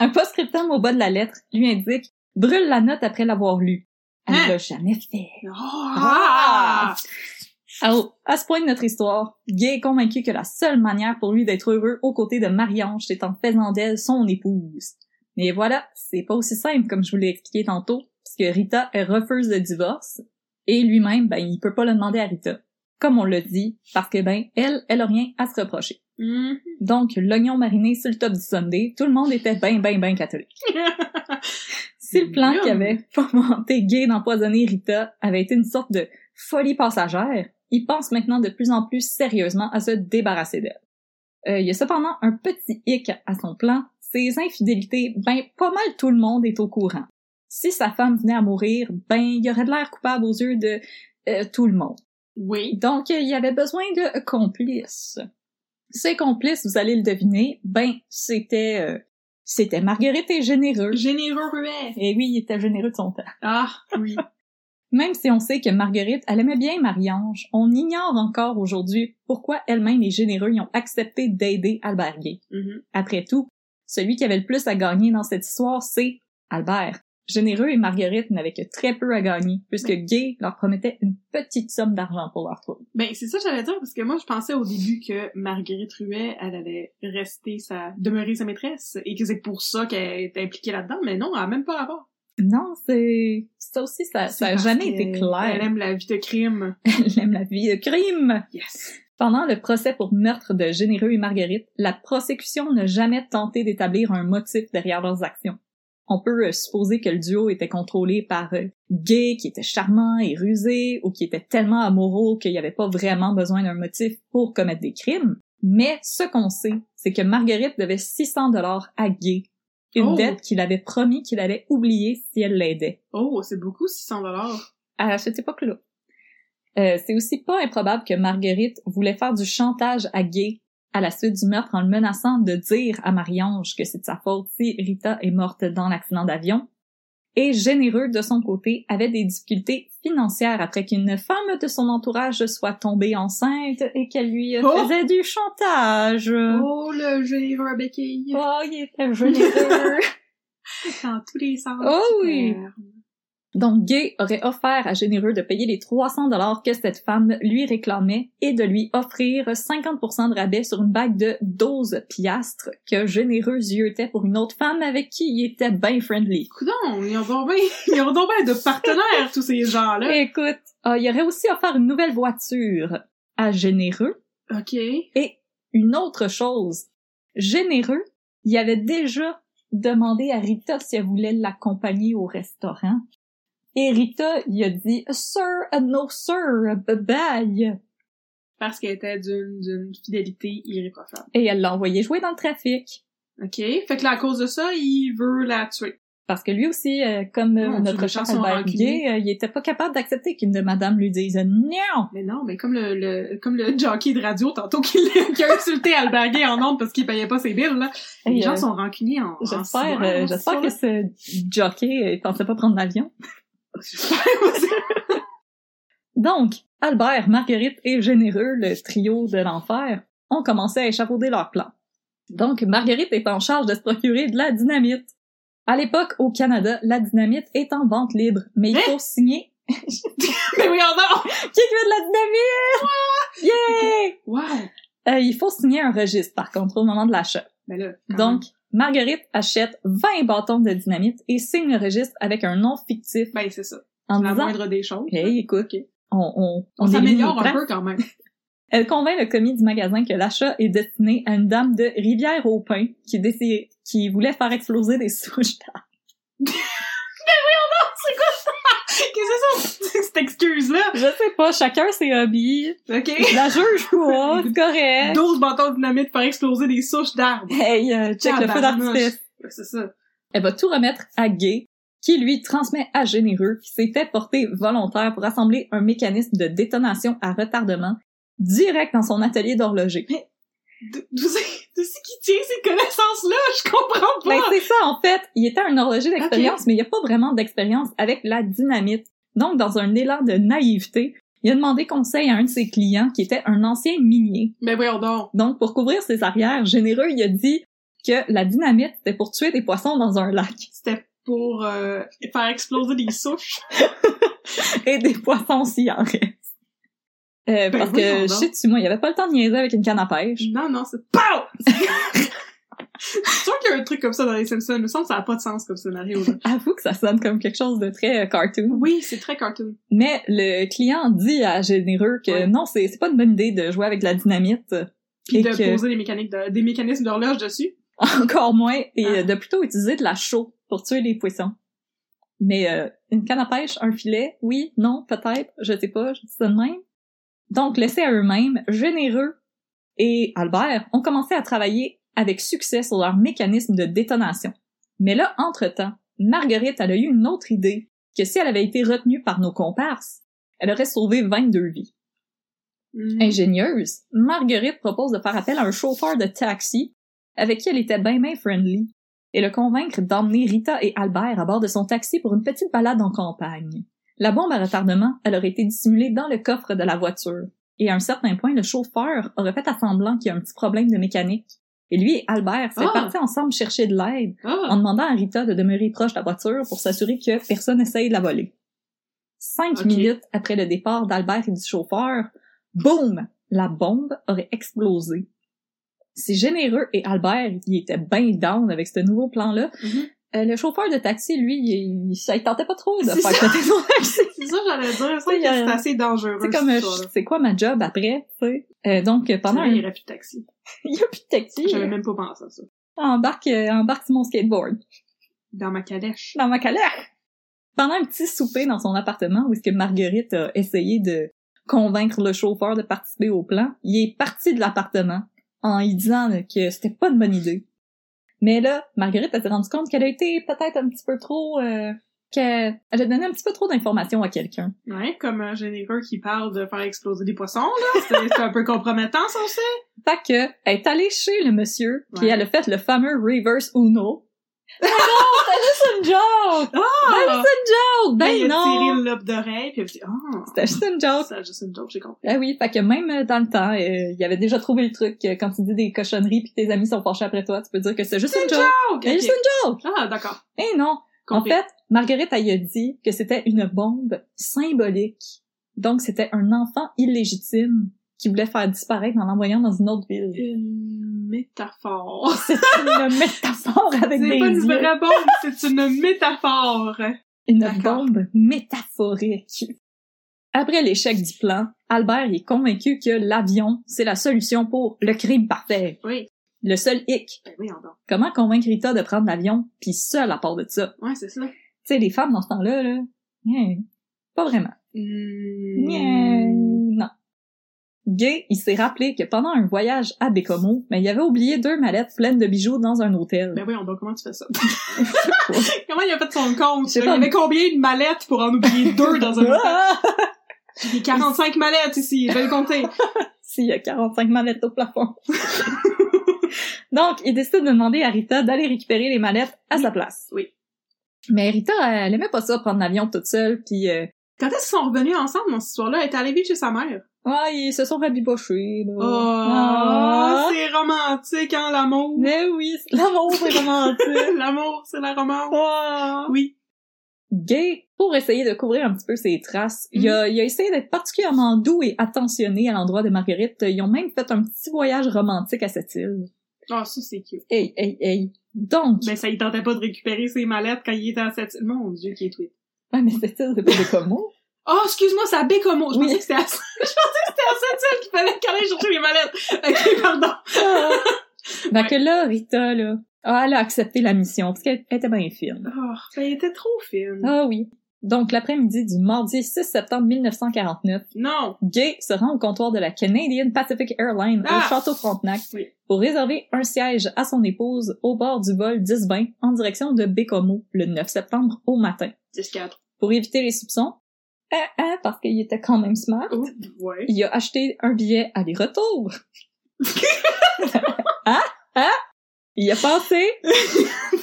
[SPEAKER 1] Un post-scriptum au bas de la lettre lui indique « Brûle la note après l'avoir lue. » Elle
[SPEAKER 2] Hein?
[SPEAKER 1] l'a jamais fait.
[SPEAKER 2] Oh,
[SPEAKER 1] Ah!
[SPEAKER 2] ah.
[SPEAKER 1] Alors, à ce point de notre histoire, Gay est convaincu que la seule manière pour lui d'être heureux aux côtés de Marie-Ange, c'est en faisant d'elle son épouse. Mais voilà, c'est pas aussi simple comme je vous l'ai expliqué tantôt, puisque Rita, elle refuse le divorce, et lui-même, ben, il peut pas le demander à Rita. Comme on l'a dit, parce que ben, elle, elle a rien à se reprocher.
[SPEAKER 2] Mhm.
[SPEAKER 1] Donc, l'oignon mariné sur le top du Sunday, tout le monde était ben, ben, ben catholique. Si le plan
[SPEAKER 2] Yum.
[SPEAKER 1] qui avait fomenté Gay d'empoisonner Rita avait été une sorte de folie passagère, il pense maintenant de plus en plus sérieusement à se débarrasser d'elle. Euh, il y a cependant un petit hic à son plan, ses infidélités, ben pas mal tout le monde est au courant. Si sa femme venait à mourir, ben il y aurait de l'air coupable aux yeux de euh, tout le monde.
[SPEAKER 2] Oui.
[SPEAKER 1] Donc, euh, il y avait besoin de complices. Ces complices, vous allez le deviner, ben c'était euh, c'était Marguerite et Généreux.
[SPEAKER 2] Généreux ruet.
[SPEAKER 1] Et oui, il était généreux de son temps.
[SPEAKER 2] Ah, oui.
[SPEAKER 1] Même si on sait que Marguerite, elle aimait bien Marie-Ange, on ignore encore aujourd'hui pourquoi elle-même et Généreux y ont accepté d'aider Albert Gay.
[SPEAKER 2] Mhm.
[SPEAKER 1] Après tout, celui qui avait le plus à gagner dans cette histoire, c'est Albert. Généreux et Marguerite n'avaient que très peu à gagner, puisque Gay leur promettait une petite somme d'argent pour leur trouble.
[SPEAKER 2] Ben, c'est ça que j'allais dire, parce que moi, je pensais au début que Marguerite Ruet, elle allait rester sa, demeurer sa maîtresse, et que c'est pour ça qu'elle est impliquée là-dedans, mais non, elle a même pas rapport.
[SPEAKER 1] Non, c'est... Ça aussi, ça
[SPEAKER 2] C'est
[SPEAKER 1] ça a
[SPEAKER 2] parce
[SPEAKER 1] jamais été
[SPEAKER 2] que
[SPEAKER 1] clair.
[SPEAKER 2] Elle aime la vie de crime.
[SPEAKER 1] Elle aime la vie de crime!
[SPEAKER 2] Yes.
[SPEAKER 1] Pendant le procès pour meurtre de Généreux et Marguerite, la prosecution n'a jamais tenté d'établir un motif derrière leurs actions. On peut euh, supposer que le duo était contrôlé par euh, Gay, qui était charmant et rusé, ou qui était tellement amoureux qu'il n'y avait pas vraiment besoin d'un motif pour commettre des crimes. Mais ce qu'on sait, c'est que Marguerite devait 600 dollars à Gay, une
[SPEAKER 2] Oh.
[SPEAKER 1] dette qu'il avait promis qu'il allait oublier si elle l'aidait
[SPEAKER 2] Oh, c'est beaucoup, 600 dollars.
[SPEAKER 1] à cette époque-là. Euh, c'est aussi pas improbable que Marguerite voulait faire du chantage à Gay à la suite du meurtre en le menaçant de dire à Marie-Ange que c'est de sa faute si Rita est morte dans l'accident d'avion. Et généreux de son côté avait des difficultés financières après qu'une femme de son entourage soit tombée enceinte et qu'elle lui
[SPEAKER 2] Oh!
[SPEAKER 1] faisait du chantage. Oh,
[SPEAKER 2] Oh, le généreux à béquille.
[SPEAKER 1] il était généreux.
[SPEAKER 2] Dans tous les sens.
[SPEAKER 1] Oh oui.
[SPEAKER 2] Euh,
[SPEAKER 1] Donc Gay aurait offert à Généreux de payer les 300 dollars que cette femme lui réclamait et de lui offrir 50% de rabais sur une bague de 12 piastres que Généreux yeutait pour une autre femme avec qui il était bien friendly.
[SPEAKER 2] Coudon, ils ont donc ben, ils ont donc ben de partenaires, tous ces gens-là.
[SPEAKER 1] Écoute, euh, il aurait aussi offert une nouvelle voiture à Généreux
[SPEAKER 2] OK.
[SPEAKER 1] et une autre chose. Généreux, il avait déjà demandé à Rita si elle voulait l'accompagner au restaurant. Et Rita, il a dit, Sir, euh, no sir, bye bye.
[SPEAKER 2] Parce qu'elle était d'une, d'une fidélité irréprochable.
[SPEAKER 1] Et elle l'a envoyé jouer dans le trafic.
[SPEAKER 2] OK. Fait que là, à cause de ça, il veut la tuer.
[SPEAKER 1] Parce que lui aussi, euh, comme euh,
[SPEAKER 2] Mon Dieu,
[SPEAKER 1] notre
[SPEAKER 2] les
[SPEAKER 1] cher
[SPEAKER 2] gens sont
[SPEAKER 1] Albert
[SPEAKER 2] rancuniers.
[SPEAKER 1] Gay, euh, il était pas capable d'accepter qu'une de madame lui dise « Non!
[SPEAKER 2] Mais non, mais comme le, le comme le jockey de radio tantôt qui, l'a- qui a insulté Albert Gay en ondes parce qu'il payait pas ses billes, là. » Les
[SPEAKER 1] Et,
[SPEAKER 2] gens
[SPEAKER 1] euh,
[SPEAKER 2] sont rancuniers en, en
[SPEAKER 1] J'espère,
[SPEAKER 2] soi,
[SPEAKER 1] euh,
[SPEAKER 2] en
[SPEAKER 1] j'espère
[SPEAKER 2] soi.
[SPEAKER 1] que ce jockey, euh, il pensait pas prendre l'avion.
[SPEAKER 2] J'espère aussi.
[SPEAKER 1] Donc, Albert, Marguerite et Généreux, le trio de l'enfer, ont commencé à échafauder leur plan. Donc, Marguerite est en charge de se procurer de la dynamite. À l'époque, au Canada, la dynamite est en vente libre, mais il
[SPEAKER 2] Hein?
[SPEAKER 1] faut signer
[SPEAKER 2] mais oui, non!
[SPEAKER 1] qui veut de la dynamite! Yeah!
[SPEAKER 2] Ouais!
[SPEAKER 1] Euh, il faut signer un registre, par contre, au moment de l'achat.
[SPEAKER 2] Ben là, quand
[SPEAKER 1] Donc, Marguerite achète 20 bâtons de dynamite et signe le registre avec un nom fictif
[SPEAKER 2] même. Ben, c'est ça.
[SPEAKER 1] en
[SPEAKER 2] La
[SPEAKER 1] disant
[SPEAKER 2] moindre des choses.
[SPEAKER 1] Hey, écoute, on, on, on
[SPEAKER 2] On
[SPEAKER 1] Ben élimine
[SPEAKER 2] s'améliore
[SPEAKER 1] les
[SPEAKER 2] un
[SPEAKER 1] plans.
[SPEAKER 2] peu quand même.
[SPEAKER 1] Elle convainc le commis du magasin que l'achat est destiné à une dame de rivière au pain qui, décidait- qui voulait faire exploser des souches d'arbres.
[SPEAKER 2] Qu'est-ce que c'est ça, cette excuse-là?
[SPEAKER 1] Je sais pas, chacun ses hobbies.
[SPEAKER 2] OK.
[SPEAKER 1] La juge quoi, c'est correct.
[SPEAKER 2] 12 bâtons de dynamite pour exploser des souches d'arbres.
[SPEAKER 1] Hey, euh, check le feu
[SPEAKER 2] Tabarnouche.
[SPEAKER 1] d'artifice.
[SPEAKER 2] Ben, C'est ça.
[SPEAKER 1] Elle va tout remettre à Gay, qui lui transmet à Généreux, qui s'était porté volontaire pour assembler un mécanisme de détonation à retardement direct dans son atelier d'horloger.
[SPEAKER 2] D'où d'où c'est d'où c'est qui tient ces connaissances-là? Je comprends
[SPEAKER 1] Ben,
[SPEAKER 2] pas!
[SPEAKER 1] c'est ça, en fait. Il était un horloger d'expérience, mais il n'y a pas vraiment d'expérience avec la dynamite. Donc, dans un élan de naïveté, il a demandé conseil à un de ses clients qui était un ancien minier.
[SPEAKER 2] Mais Ben voyons donc.
[SPEAKER 1] Donc, pour couvrir ses arrières, Généreux, il a dit que la dynamite était pour tuer des poissons dans un lac.
[SPEAKER 2] C'était pour euh, faire exploser des souches.
[SPEAKER 1] et des poissons s'il en reste. Euh,
[SPEAKER 2] Ben
[SPEAKER 1] parce
[SPEAKER 2] voyons
[SPEAKER 1] que,
[SPEAKER 2] donc.
[SPEAKER 1] sais tu moi, il y avait pas le temps de niaiser avec une canne à pêche.
[SPEAKER 2] Non, non, c'est POW! Je suis sûre qu'il y a un truc comme ça dans les Simpsons. Il me semble que ça n'a pas de sens comme scénario. là.
[SPEAKER 1] Avoue que ça sonne comme quelque chose de très euh, cartoon.
[SPEAKER 2] Oui, c'est très cartoon.
[SPEAKER 1] Mais le client dit à Généreux que
[SPEAKER 2] Ouais.
[SPEAKER 1] non, c'est c'est pas une bonne idée de jouer avec de la dynamite.
[SPEAKER 2] Puis
[SPEAKER 1] Et
[SPEAKER 2] de
[SPEAKER 1] que-
[SPEAKER 2] poser des, mécaniques de- des mécanismes d'horloge dessus.
[SPEAKER 1] Encore moins. Et
[SPEAKER 2] Ah.
[SPEAKER 1] euh, de plutôt utiliser de la chaux pour tuer les poissons. Mais euh, une canne à pêche, un filet, oui, non, peut-être, je sais pas, je dis ça de même. Donc, laissés à eux-mêmes, généreux et Albert ont commencé à travailler avec succès sur leur mécanisme de détonation. Mais là, entre-temps, Marguerite elle a eu une autre idée que si elle avait été retenue par nos comparses, elle aurait sauvé 22 vies.
[SPEAKER 2] Mm.
[SPEAKER 1] Ingénieuse, Marguerite propose de faire appel à un chauffeur de taxi avec qui elle était bien bien friendly et le convaincre d'emmener Rita et Albert à bord de son taxi pour une petite balade en campagne. La bombe à retardement, elle aurait été dissimulée dans le coffre de la voiture. Et à un certain point, le chauffeur aurait fait à semblant qu'il y a un petit problème de mécanique. Et lui et Albert seraient
[SPEAKER 2] Ah!
[SPEAKER 1] partis ensemble chercher de l'aide en
[SPEAKER 2] Ah!
[SPEAKER 1] demandant à Rita de demeurer proche de la voiture pour s'assurer que personne n'essaye de la voler. Cinq
[SPEAKER 2] Ok.
[SPEAKER 1] minutes après le départ d'Albert et du chauffeur, boum! La bombe aurait explosé. C'est généreux et Albert, il était bien down avec ce nouveau plan-là.
[SPEAKER 2] Mhm.
[SPEAKER 1] Euh, le chauffeur de taxi, lui, il, il- ça, il tentait pas trop de
[SPEAKER 2] C'est
[SPEAKER 1] faire
[SPEAKER 2] ça.
[SPEAKER 1] côté son taxi.
[SPEAKER 2] C'est ça, j'allais dire.
[SPEAKER 1] Oui,
[SPEAKER 2] C'est que
[SPEAKER 1] euh,
[SPEAKER 2] c'est assez dangereux.
[SPEAKER 1] C'est comme, euh,
[SPEAKER 2] cette histoire-là.
[SPEAKER 1] c'est quoi ma job après, tu sais? Euh, donc, euh, pendant
[SPEAKER 2] C'est vrai, Il
[SPEAKER 1] un...
[SPEAKER 2] n'y aurait plus de taxi.
[SPEAKER 1] Il y a plus de taxi. euh,
[SPEAKER 2] J'avais même pas pensé à ça.
[SPEAKER 1] Embarque, euh, embarque sur mon skateboard.
[SPEAKER 2] Dans ma calèche.
[SPEAKER 1] dans ma colère. Pendant un petit souper dans son appartement où est-ce que Marguerite a essayé de convaincre le chauffeur de participer au plan, il est parti de l'appartement en lui disant là, que c'était pas une bonne idée. Mais là, Marguerite elle s'est rendue compte qu'elle a été peut-être un petit peu trop... euh, qu'elle elle a donné un petit peu trop d'informations à quelqu'un.
[SPEAKER 2] Ouais, comme un généreux qui parle de faire exploser des poissons, là. C'est c'est un peu compromettant, ça aussi.
[SPEAKER 1] Fait que, elle est allée chez le monsieur, puis
[SPEAKER 2] Ouais.
[SPEAKER 1] elle a fait le fameux reverse Uno. Oh non, c'était juste une joke! Ben, c'est une joke!
[SPEAKER 2] il
[SPEAKER 1] Ben
[SPEAKER 2] a tiré
[SPEAKER 1] non!
[SPEAKER 2] Ah! le lobe d'oreille, puis il a dit « Ah!
[SPEAKER 1] C'était juste une joke!
[SPEAKER 2] C'est juste une joke, j'ai compris.
[SPEAKER 1] Ah oui, fait que même euh, dans le temps, euh, il avait déjà trouvé le truc. euh, Quand tu dis des cochonneries puis tes amis sont penchés après toi, tu peux dire que c'est juste
[SPEAKER 2] C'est
[SPEAKER 1] une
[SPEAKER 2] une
[SPEAKER 1] joke.
[SPEAKER 2] Ah, ok,
[SPEAKER 1] C'est juste
[SPEAKER 2] ok.
[SPEAKER 1] une joke!
[SPEAKER 2] Ah, d'accord.
[SPEAKER 1] Eh non!
[SPEAKER 2] Compris.
[SPEAKER 1] En fait, Marguerite, elle y a dit que c'était une bombe symbolique. Donc, c'était un enfant illégitime qui voulait faire disparaître en l'envoyant dans une autre ville.
[SPEAKER 2] Une métaphore.
[SPEAKER 1] C'est une métaphore avec des
[SPEAKER 2] C'est pas une
[SPEAKER 1] yeux.
[SPEAKER 2] vraie bombe, c'est une métaphore.
[SPEAKER 1] Une
[SPEAKER 2] D'accord.
[SPEAKER 1] bombe métaphorique. Après l'échec du plan, Albert est convaincu que l'avion, c'est la solution pour le crime par terre.
[SPEAKER 2] Oui.
[SPEAKER 1] Le seul hic,
[SPEAKER 2] Ben oui, encore.
[SPEAKER 1] Comment convaincre Rita de prendre l'avion, puis seule à part de ça?
[SPEAKER 2] Ouais, c'est ça.
[SPEAKER 1] Tu sais, les femmes dans ce temps-là, là, hein, pas vraiment.
[SPEAKER 2] Mm.
[SPEAKER 1] Hein, Non. Gay, il s'est rappelé que pendant un voyage à Bécomo, mais il avait oublié deux mallettes pleines de bijoux dans un hôtel.
[SPEAKER 2] Ben oui, on comment tu fais ça?
[SPEAKER 1] quoi.
[SPEAKER 2] comment il a fait son compte?
[SPEAKER 1] Je sais
[SPEAKER 2] là? Il y
[SPEAKER 1] pas.
[SPEAKER 2] avait combien de mallettes pour en oublier deux dans un hôtel?
[SPEAKER 1] Ah!
[SPEAKER 2] J'ai 45 mallettes ici, je vais le compter.
[SPEAKER 1] S'il y a 45 mallettes au plafond. Donc, il décide de demander à Rita d'aller récupérer les mallettes à sa place.
[SPEAKER 2] Oui.
[SPEAKER 1] Mais Rita, elle aimait pas ça, prendre l'avion toute seule, puis euh,
[SPEAKER 2] Quand est-ce qu'ils sont revenus ensemble dans cette histoire-là? Elle est allée vivre chez sa mère.
[SPEAKER 1] ouais, ils se sont rabibochés, là.
[SPEAKER 2] Oh,
[SPEAKER 1] Ah.
[SPEAKER 2] c'est romantique, hein, l'amour? Oh,
[SPEAKER 1] Mais oui, c'est- l'amour, c'est romantique.
[SPEAKER 2] L'amour, c'est la romance.
[SPEAKER 1] Ah.
[SPEAKER 2] Oui.
[SPEAKER 1] Gay, pour essayer de couvrir un petit peu ses traces, il, a, il a essayé d'être particulièrement doux et attentionné à l'endroit de Marguerite. Ils ont même fait un petit voyage romantique à cette île.
[SPEAKER 2] Ah, ça, c'est cute.
[SPEAKER 1] Hey, hey, hey. Donc,
[SPEAKER 2] Mais Ben, ça, il tentait pas de récupérer ses mallettes quand il était à cette... Mon Dieu, qui est tweet.
[SPEAKER 1] Ouais, mais cette île, c'est pas des comos.
[SPEAKER 2] Oh, excuse-moi, c'est à Bécomo. Je
[SPEAKER 1] Oui.
[SPEAKER 2] pensais que c'était à... Je pensais que c'était à cette île qu'il fallait qu'elle aille chercher les mallettes. Ok, pardon.
[SPEAKER 1] fait
[SPEAKER 2] Ah. Ouais.
[SPEAKER 1] que là, Rita, là, ah, elle a accepté la mission, parce qu'elle elle était bien fine.
[SPEAKER 2] Oh, ben, il était trop fine.
[SPEAKER 1] Ah oui. Donc, l'après-midi du mardi 6 septembre 1949,
[SPEAKER 2] Non.
[SPEAKER 1] Gay se rend au comptoir de la Canadian Pacific Airlines
[SPEAKER 2] Ah!
[SPEAKER 1] au Château Frontenac
[SPEAKER 2] Oui.
[SPEAKER 1] pour réserver un siège à son épouse au bord du vol 10-20 en direction de Bécomo le 9 septembre au matin.
[SPEAKER 2] 10-4.
[SPEAKER 1] Pour éviter les soupçons, hein, hein, parce qu'il était quand même smart,
[SPEAKER 2] Oh, ouais.
[SPEAKER 1] il a acheté un billet aller-retour. hein? Hein? Il a pensé.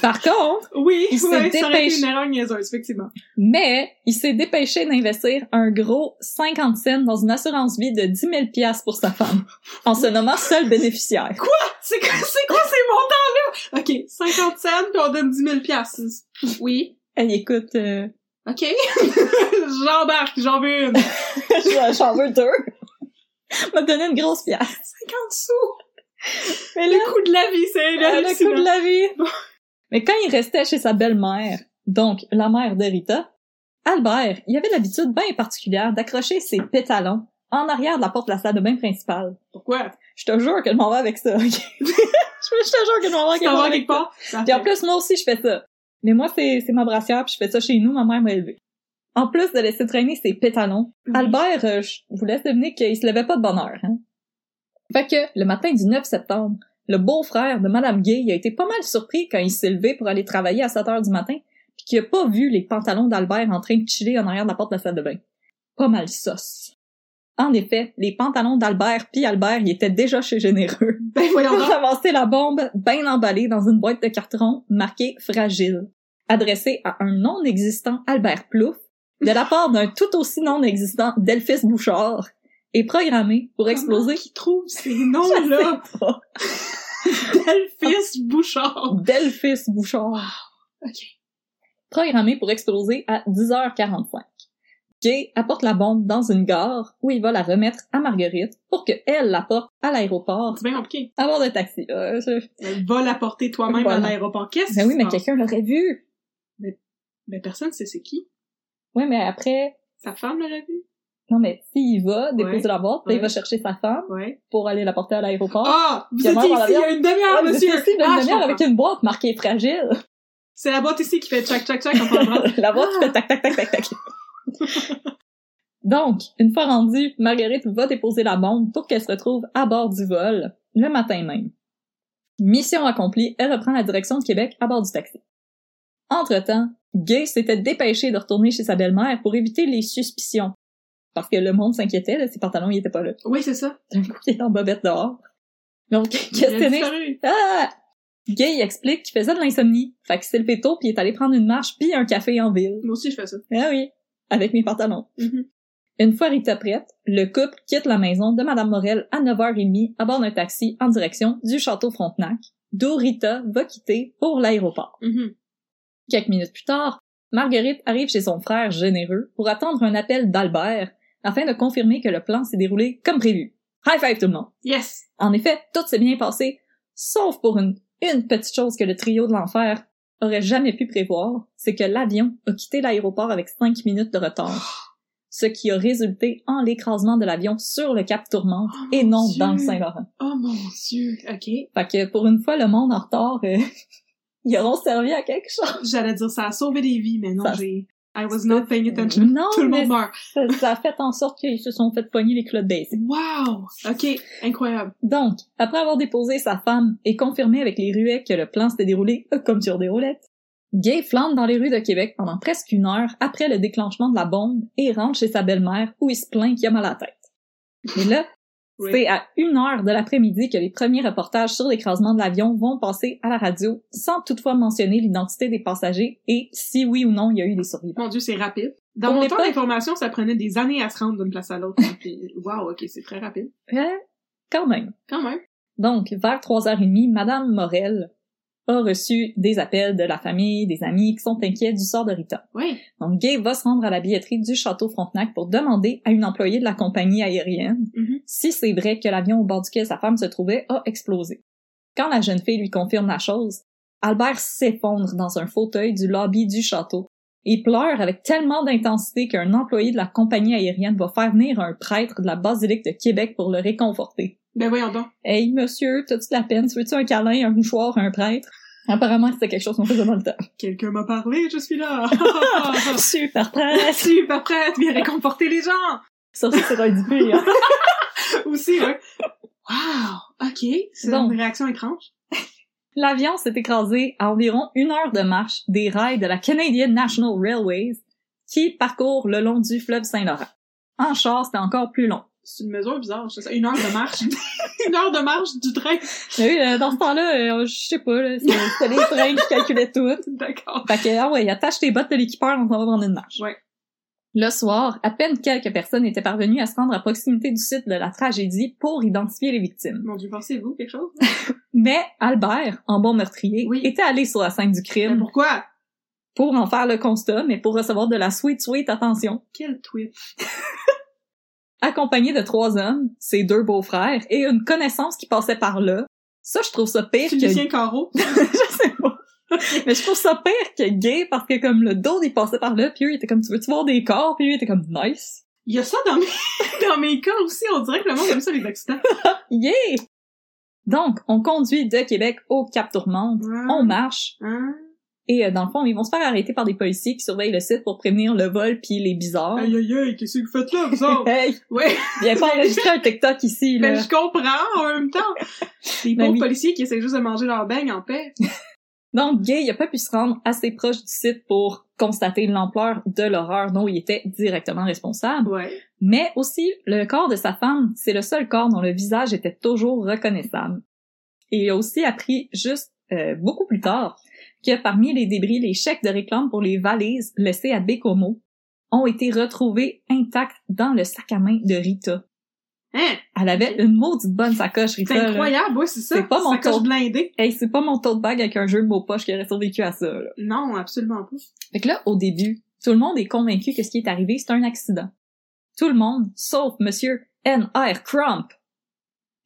[SPEAKER 1] Par contre,
[SPEAKER 2] Oui,
[SPEAKER 1] Il s'est
[SPEAKER 2] ouais, ça aurait été
[SPEAKER 1] dépêché.
[SPEAKER 2] une erreur niaiseuse, effectivement.
[SPEAKER 1] mais il s'est dépêché d'investir un gros 50 cents dans une assurance vie de 10 000 piastres pour sa femme, en se nommant seul bénéficiaire.
[SPEAKER 2] C'est quoi, c'est quoi ces montants-là? Ok, 50 cents, puis on donne 10 000 piastres. Oui.
[SPEAKER 1] Hey, écoute, euh,
[SPEAKER 2] Ok. J'embarque, j'en veux une. 50
[SPEAKER 1] j'en veux deux. M'a donné une grosse pièce.
[SPEAKER 2] sous.
[SPEAKER 1] Mais là,
[SPEAKER 2] Le coût de la vie, c'est
[SPEAKER 1] euh, le coup de
[SPEAKER 2] hallucinant.
[SPEAKER 1] la vie. Mais quand il restait chez sa belle-mère, donc la mère de Rita, Albert, il avait l'habitude bien particulière d'accrocher ses pétalons en arrière de la porte de la salle de bain principale.
[SPEAKER 2] Pourquoi?
[SPEAKER 1] Je te jure que je m'en vais avec ça. ok? je te jure que je m'en vais
[SPEAKER 2] Tu t'en vas
[SPEAKER 1] avec
[SPEAKER 2] quelque
[SPEAKER 1] ça.
[SPEAKER 2] part?
[SPEAKER 1] Puis en plus, moi aussi, je fais ça. Mais moi, c'est c'est ma brassière, puis je fais ça chez nous, ma mère m'a élevée. En plus de laisser traîner ses pétalons,
[SPEAKER 2] Oui.
[SPEAKER 1] Albert, euh, je vous laisse deviner qu'il se levait pas de bonne heure. Hein? Fait que, le matin du 9 septembre, le beau-frère de Madame Gay a été pas mal surpris quand il s'est levé pour aller travailler à 7 heures du matin, puis qu'il a pas vu les pantalons d'Albert en train de chiller en arrière de la porte de la salle de bain. Pas mal sauce. En effet, les pantalons d'Albert puis Albert, ils étaient déjà chez Généreux.
[SPEAKER 2] Ben voyons
[SPEAKER 1] Ils ont
[SPEAKER 2] donc.
[SPEAKER 1] ramassé la bombe bien emballée dans une boîte de carton marquée fragile, adressée à un non existant Albert Plouf, de la part d'un tout aussi non existant Delphis Bouchard, et programmée pour exploser.
[SPEAKER 2] Qui trouve ces noms-là? Delphis Bouchard.
[SPEAKER 1] Delphis Bouchard.
[SPEAKER 2] ok.
[SPEAKER 1] Programmée pour exploser à 10h45. Gay apporte la bombe dans une gare où il va la remettre à Marguerite pour que elle la porte à l'aéroport
[SPEAKER 2] C'est bien compliqué.
[SPEAKER 1] à bord d'un taxi. Euh, je-
[SPEAKER 2] Ben, Va la porter toi-même
[SPEAKER 1] Voilà.
[SPEAKER 2] à l'aéroport. Qu'est-ce
[SPEAKER 1] Ben
[SPEAKER 2] qui
[SPEAKER 1] oui,
[SPEAKER 2] se
[SPEAKER 1] mais
[SPEAKER 2] passe?
[SPEAKER 1] quelqu'un l'aurait vu.
[SPEAKER 2] Ben personne sait c'est qui.
[SPEAKER 1] Oui, mais après,
[SPEAKER 2] Sa femme l'aurait vu?
[SPEAKER 1] Non, mais s'il va déposer
[SPEAKER 2] Ouais.
[SPEAKER 1] la boîte, puis il va
[SPEAKER 2] Ouais.
[SPEAKER 1] chercher sa femme
[SPEAKER 2] Ouais.
[SPEAKER 1] pour aller la porter à l'aéroport.
[SPEAKER 2] Ah! Vous
[SPEAKER 1] Il y a
[SPEAKER 2] étiez
[SPEAKER 1] mort dans
[SPEAKER 2] ici il y a une demi-heure,
[SPEAKER 1] Ah, mais
[SPEAKER 2] monsieur!
[SPEAKER 1] c'est aussi une
[SPEAKER 2] Ah, je
[SPEAKER 1] demi-heure
[SPEAKER 2] comprends.
[SPEAKER 1] avec une boîte marquée fragile.
[SPEAKER 2] C'est la boîte ici qui fait tchac tchac tchac en parlant.
[SPEAKER 1] la boîte
[SPEAKER 2] Ah.
[SPEAKER 1] fait tac, tac, tac, tac, tac. Donc, une fois rendue, Marguerite va déposer la bombe pour qu'elle se retrouve à bord du vol le matin même. Mission accomplie, elle reprend la direction de Québec à bord du taxi. Entre-temps, Gay s'était dépêché de retourner chez sa belle-mère pour éviter les suspicions. Parce que le monde s'inquiétait, là, ses pantalons n'étaient pas là.
[SPEAKER 2] Oui, c'est ça.
[SPEAKER 1] d'un coup, il est en bobette dehors. Donc,
[SPEAKER 2] Il a
[SPEAKER 1] questionné.
[SPEAKER 2] disparu.
[SPEAKER 1] Ah! Gay explique qu'il faisait de l'insomnie. Fait que c'est le tôt puis il est allé prendre une marche puis un café en ville.
[SPEAKER 2] Moi aussi, je fais ça.
[SPEAKER 1] Ah oui. Avec mes pantalons.
[SPEAKER 2] Mhm.
[SPEAKER 1] Une fois Rita prête, le couple quitte la maison de Madame Morel à 9h30 à bord d'un taxi en direction du château Frontenac, d'où Rita va quitter pour l'aéroport.
[SPEAKER 2] Mhm.
[SPEAKER 1] Quelques minutes plus tard, Marguerite arrive chez son frère généreux pour attendre un appel d'Albert afin de confirmer que le plan s'est déroulé comme prévu. High five tout le monde!
[SPEAKER 2] Yes!
[SPEAKER 1] En effet, tout s'est bien passé, sauf pour une, une petite chose que le trio de l'enfer aurait jamais pu prévoir, c'est que l'avion a quitté l'aéroport avec cinq minutes de retard, ce qui a résulté en l'écrasement de l'avion sur le Cap Tourmente
[SPEAKER 2] Oh,
[SPEAKER 1] et
[SPEAKER 2] mon
[SPEAKER 1] non
[SPEAKER 2] Dieu.
[SPEAKER 1] dans le Saint-Laurent.
[SPEAKER 2] Oh mon dieu. Ok.
[SPEAKER 1] Fait que pour une fois, le monde en retard, euh, ils auront servi à quelque chose.
[SPEAKER 2] J'allais dire ça a sauvé des vies, mais non,
[SPEAKER 1] Ça-
[SPEAKER 2] j'ai. I was not paying attention.
[SPEAKER 1] Non,
[SPEAKER 2] Tout le
[SPEAKER 1] mais
[SPEAKER 2] monde meurt.
[SPEAKER 1] ça, ça a fait en sorte qu'ils se sont fait poigner les clous baissés.
[SPEAKER 2] Wow! Ok, incroyable.
[SPEAKER 1] Donc, après avoir déposé sa femme et confirmé avec les ruets que le plan s'était déroulé euh, comme sur des roulettes, Gay flambe dans les rues de Québec pendant presque une heure après le déclenchement de la bombe et rentre chez sa belle-mère où il se plaint qu'il a mal à la tête. Mais là,
[SPEAKER 2] Oui.
[SPEAKER 1] c'est à une heure de l'après-midi que les premiers reportages sur l'écrasement de l'avion vont passer à la radio sans toutefois mentionner l'identité des passagers et si oui ou non il y a eu des survivants.
[SPEAKER 2] Mon dieu, c'est rapide. Dans
[SPEAKER 1] Pour
[SPEAKER 2] mon temps
[SPEAKER 1] l'époque-
[SPEAKER 2] d'information, ça prenait des années à se rendre d'une place à l'autre. hein, Puis, wow, ok, c'est très rapide.
[SPEAKER 1] Euh, quand même.
[SPEAKER 2] Quand même.
[SPEAKER 1] Donc, vers 3h30, Madame Morel a reçu des appels de la famille, des amis qui sont inquiets du sort de Rita.
[SPEAKER 2] Ouais.
[SPEAKER 1] Donc, Gay va se rendre à la billetterie du château Frontenac pour demander à une employée de la compagnie aérienne
[SPEAKER 2] Mhm.
[SPEAKER 1] si c'est vrai que l'avion au bord duquel sa femme se trouvait a explosé. Quand la jeune fille lui confirme la chose, Albert s'effondre dans un fauteuil du lobby du château et pleure avec tellement d'intensité qu'un employé de la compagnie aérienne va faire venir un prêtre de la basilique de Québec pour le réconforter.
[SPEAKER 2] Ben voyons donc.
[SPEAKER 1] Hey, monsieur, t'as-tu de la peine? Tu veux-tu un câlin, un mouchoir, un prêtre? Apparemment, c'était quelque chose qu'on faisait dans le temps.
[SPEAKER 2] Quelqu'un m'a parlé, je suis là. Ah,
[SPEAKER 1] Super prêtre!
[SPEAKER 2] Super prête, viens réconforter les gens.
[SPEAKER 1] Ça aussi, c'est un dupé, hein.
[SPEAKER 2] Aussi, ouais. Wow, ok, c'est
[SPEAKER 1] Bon.
[SPEAKER 2] une réaction étrange.
[SPEAKER 1] L'avion s'est écrasé à environ une heure de marche des rails de la Canadian National Railways qui parcourt le long du fleuve Saint-Laurent. En char, c'était encore plus long.
[SPEAKER 2] C'est une mesure bizarre, c'est ça. Une heure de marche. une heure de marche du train.
[SPEAKER 1] Mais oui, euh, dans ce temps-là, euh, je sais pas, là, c'était c'était les trains qui calculaient tout.
[SPEAKER 2] D'accord.
[SPEAKER 1] Fait que, ah ouais, attache tes bottes de l'équipeur, on s'en va prendre une marche.
[SPEAKER 2] Ouais.
[SPEAKER 1] Le soir, à peine quelques personnes étaient parvenues à se rendre à proximité du site de la tragédie pour identifier les victimes.
[SPEAKER 2] Mon dieu, pensez-vous quelque chose?
[SPEAKER 1] Mais Albert, en bon meurtrier,
[SPEAKER 2] Oui.
[SPEAKER 1] était allé sur la scène du crime
[SPEAKER 2] Mais pourquoi?
[SPEAKER 1] pour en faire le constat, mais pour recevoir de la sweet sweet attention.
[SPEAKER 2] Quel tweet.
[SPEAKER 1] Accompagné de trois hommes, ses deux beaux-frères et une connaissance qui passait par là. Ça, je trouve ça pire
[SPEAKER 2] Tu
[SPEAKER 1] que...
[SPEAKER 2] Lucien Carreau?
[SPEAKER 1] je sais pas. Mais je trouve ça pire que gay parce que comme le dos, il passait par là, puis eux, il était comme, tu veux-tu voir des corps? Puis lui, il était comme, nice.
[SPEAKER 2] Il y a ça dans mes, dans mes cas aussi, on dirait que le monde aime ça les accidents.
[SPEAKER 1] Yeah! Donc, on conduit de Québec au Cap Tourmente,
[SPEAKER 2] Ouais.
[SPEAKER 1] on marche,
[SPEAKER 2] Hein?
[SPEAKER 1] et euh, dans le fond, ils vont se faire arrêter par des policiers qui surveillent le site pour prévenir le vol puis les bizarres.
[SPEAKER 2] Aïe aïe aïe, qu'est-ce que vous faites là, vous autres?
[SPEAKER 1] Hey,
[SPEAKER 2] ouais,
[SPEAKER 1] viens pas enregistrer un TikTok ici,
[SPEAKER 2] mais
[SPEAKER 1] là.
[SPEAKER 2] Ben, je comprends en même temps. Les
[SPEAKER 1] Ben
[SPEAKER 2] pauvres
[SPEAKER 1] oui.
[SPEAKER 2] policiers qui essaient juste de manger leur beigne en paix.
[SPEAKER 1] Donc, Gay, il a pas pu se rendre assez proche du site pour constater l'ampleur de l'horreur dont il était directement responsable.
[SPEAKER 2] Ouais.
[SPEAKER 1] Mais aussi, le corps de sa femme, c'est le seul corps dont le visage était toujours reconnaissable. Et il a aussi appris juste euh, beaucoup plus tard que parmi les débris, les chèques de réclame pour les valises laissées à Bécomo ont été retrouvés intacts dans le sac à main de Rita.
[SPEAKER 2] Hein?
[SPEAKER 1] Elle avait une maudite bonne sacoche,
[SPEAKER 2] C'est
[SPEAKER 1] Rita. là.
[SPEAKER 2] incroyable, ouais, c'est ça.
[SPEAKER 1] C'est pas mon
[SPEAKER 2] sacoche
[SPEAKER 1] tour.
[SPEAKER 2] blindée.
[SPEAKER 1] Hey, c'est pas mon tote bag avec un jeu de mots poche qui aurait survécu à ça, là.
[SPEAKER 2] Non, absolument pas.
[SPEAKER 1] Fait que là, au début, tout le monde est convaincu que ce qui est arrivé, c'est un accident. Tout le monde, sauf Monsieur N.R. Crump.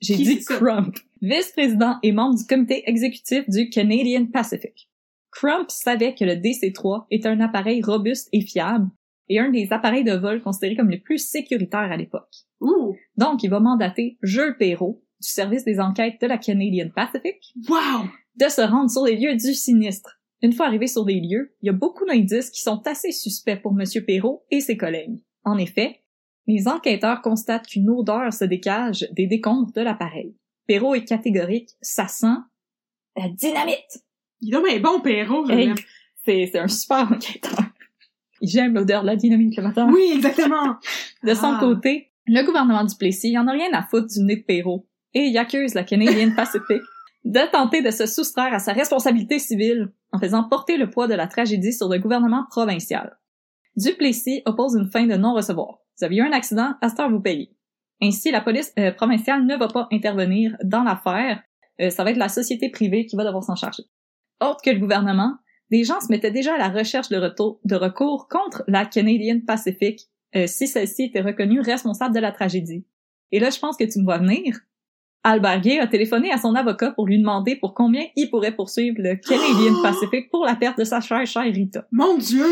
[SPEAKER 1] J'ai
[SPEAKER 2] Qui
[SPEAKER 1] dit
[SPEAKER 2] c'est ça?
[SPEAKER 1] Crump. Vice-président et membre du comité exécutif du Canadian Pacific. Crump savait que le DC-3 était un appareil robuste et fiable et un des appareils de vol considérés comme les plus sécuritaires à l'époque.
[SPEAKER 2] Ouh!
[SPEAKER 1] Donc, il va mandater Jules Perrault, du service des enquêtes de la Canadian Pacific,
[SPEAKER 2] Wow!
[SPEAKER 1] de se rendre sur les lieux du sinistre. Une fois arrivé sur les lieux, il y a beaucoup d'indices qui sont assez suspects pour M. Perrault et ses collègues. En effet, les enquêteurs constatent qu'une odeur se dégage des décombres de l'appareil. Perrault est catégorique, ça sent la dynamite.
[SPEAKER 2] Il donne un bon Perrault, je
[SPEAKER 1] Hey,
[SPEAKER 2] l'aime.
[SPEAKER 1] c'est, c'est un super enquêteur. J'aime l'odeur de la dynamite le matin.
[SPEAKER 2] Oui, exactement!
[SPEAKER 1] De son
[SPEAKER 2] Ah.
[SPEAKER 1] côté, le gouvernement du Plessis il en a rien à foutre du nez de Perrault et il accuse la Canadian Pacific de tenter de se soustraire à sa responsabilité civile en faisant porter le poids de la tragédie sur le gouvernement provincial. Duplessis oppose une fin de non-recevoir. Vous avez eu un accident, à cette heure vous payez. Ainsi, la police euh, provinciale ne va pas intervenir dans l'affaire. Euh, ça va être la société privée qui va devoir s'en charger. Autre que le gouvernement, des gens se mettaient déjà à la recherche de, retour- de recours contre la Canadian Pacific euh, si celle-ci était reconnue responsable de la tragédie. Et là, je pense que tu me vois venir. Albert Gay a téléphoné à son avocat pour lui demander pour combien il pourrait poursuivre le Canadian Pacific pour la perte de sa chère, chère Rita.
[SPEAKER 2] Mon Dieu!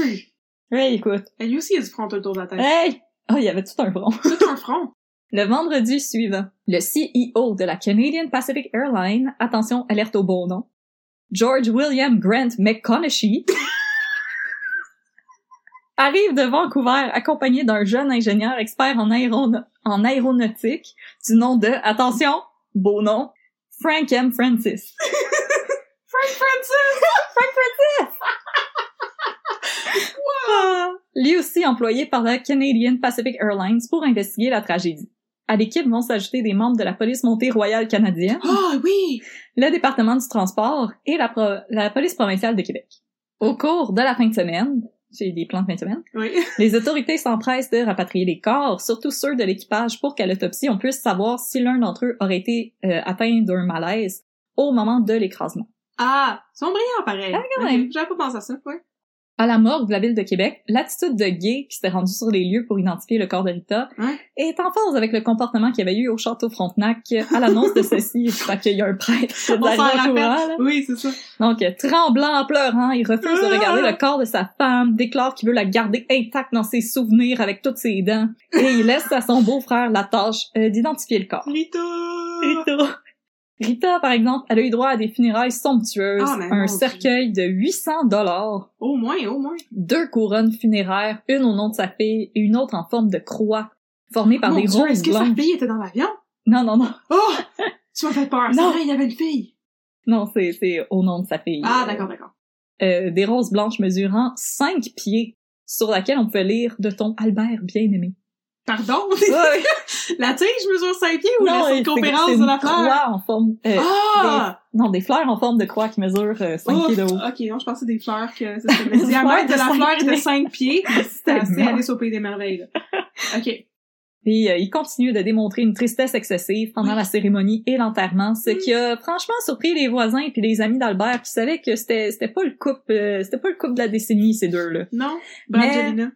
[SPEAKER 1] Hey, écoute.
[SPEAKER 2] Et lui aussi, il a du front autour de la tête.
[SPEAKER 1] Hey! Oh, il y avait tout un front.
[SPEAKER 2] Tout un front!
[SPEAKER 1] Le vendredi suivant, le CEO de la Canadian Pacific Airlines, attention, alerte au bon nom, George William Grant McConaughey, arrive de Vancouver accompagné d'un jeune ingénieur expert en, aérona- en aéronautique du nom de, attention, beau nom, Frank M. Francis.
[SPEAKER 2] Frank Francis!
[SPEAKER 1] Ah! Lui aussi employé par la Canadian Pacific Airlines pour investiguer la tragédie. À l'équipe vont s'ajouter des membres de la police montée royale canadienne,
[SPEAKER 2] Ah oui!
[SPEAKER 1] le département du transport et la, pro- la police provinciale de Québec. Au cours de la fin de semaine, j'ai des plans de fin de semaine,
[SPEAKER 2] Oui.
[SPEAKER 1] les autorités s'empressent de rapatrier les corps, surtout ceux de l'équipage, pour qu'à l'autopsie, on puisse savoir si l'un d'entre eux aurait été euh, atteint d'un malaise au moment de l'écrasement.
[SPEAKER 2] Ah! Ils sont brillants, pareil.
[SPEAKER 1] Ah, quand même.
[SPEAKER 2] Ok, J'avais pas pensé à ça, ouais.
[SPEAKER 1] À la morgue de la ville de Québec, l'attitude de Gay, qui s'est rendu sur les lieux pour identifier le corps de Rita,
[SPEAKER 2] Ouais.
[SPEAKER 1] est en phase avec le comportement qu'il y avait eu au château Frontenac à l'annonce de ceci, parce qu'il y a un prêtre qui est
[SPEAKER 2] On
[SPEAKER 1] arrivé
[SPEAKER 2] s'en
[SPEAKER 1] en courant, là.
[SPEAKER 2] rappelle. Oui, c'est ça.
[SPEAKER 1] Donc, euh, tremblant, en pleurant, il refuse de regarder
[SPEAKER 2] Ah!
[SPEAKER 1] le corps de sa femme, déclare qu'il veut la garder intacte dans ses souvenirs avec toutes ses dents, et il laisse à son beau-frère la tâche euh, d'identifier le corps.
[SPEAKER 2] Rita! Ah!
[SPEAKER 1] Rita. Rita, par exemple, elle a eu droit à des funérailles somptueuses,
[SPEAKER 2] Ah, mais mon
[SPEAKER 1] un
[SPEAKER 2] Dieu.
[SPEAKER 1] cercueil de 800 dollars,
[SPEAKER 2] Au moins, au moins.
[SPEAKER 1] deux couronnes funéraires, une au nom de sa fille et une autre en forme de croix, formée par
[SPEAKER 2] Oh Mon
[SPEAKER 1] des
[SPEAKER 2] Dieu,
[SPEAKER 1] roses
[SPEAKER 2] est-ce que sa
[SPEAKER 1] blanches.
[SPEAKER 2] fille était dans l'avion?
[SPEAKER 1] Non, non, non.
[SPEAKER 2] Oh! Tu m'as fait peur.
[SPEAKER 1] Non.
[SPEAKER 2] Non, il y avait une fille.
[SPEAKER 1] Non, c'est c'est au nom de sa fille.
[SPEAKER 2] Ah, d'accord, d'accord.
[SPEAKER 1] euh, des roses blanches mesurant 5 pieds, sur laquelle on pouvait lire de ton Albert bien-aimé.
[SPEAKER 2] Pardon?
[SPEAKER 1] Ouais.
[SPEAKER 2] la tige mesure 5 pieds ou
[SPEAKER 1] Non,
[SPEAKER 2] la
[SPEAKER 1] c'est- c'est
[SPEAKER 2] circonférence
[SPEAKER 1] une
[SPEAKER 2] de la fleur?
[SPEAKER 1] croix en forme... euh,
[SPEAKER 2] Ah!
[SPEAKER 1] des- non, des fleurs en forme de croix qui mesurent 5
[SPEAKER 2] Ouf!
[SPEAKER 1] pieds de haut.
[SPEAKER 2] Oh, ok, non, je pensais des fleurs que c'est ça. Le
[SPEAKER 1] Une
[SPEAKER 2] diamètre
[SPEAKER 1] fleur de
[SPEAKER 2] de la
[SPEAKER 1] cinq
[SPEAKER 2] fleur était
[SPEAKER 1] pieds.
[SPEAKER 2] 5 pieds. mais C'était assez
[SPEAKER 1] Tellement.
[SPEAKER 2] Alice au Pays des Merveilles. là. Ok.
[SPEAKER 1] Puis euh, il continue de démontrer une tristesse excessive pendant
[SPEAKER 2] Oui.
[SPEAKER 1] la cérémonie et l'enterrement, ce qui a franchement surpris les voisins et les amis d'Albert qui savaient que c'était c'était pas le couple euh, c'était pas le couple de la décennie ces deux-là.
[SPEAKER 2] Non? Brangelina.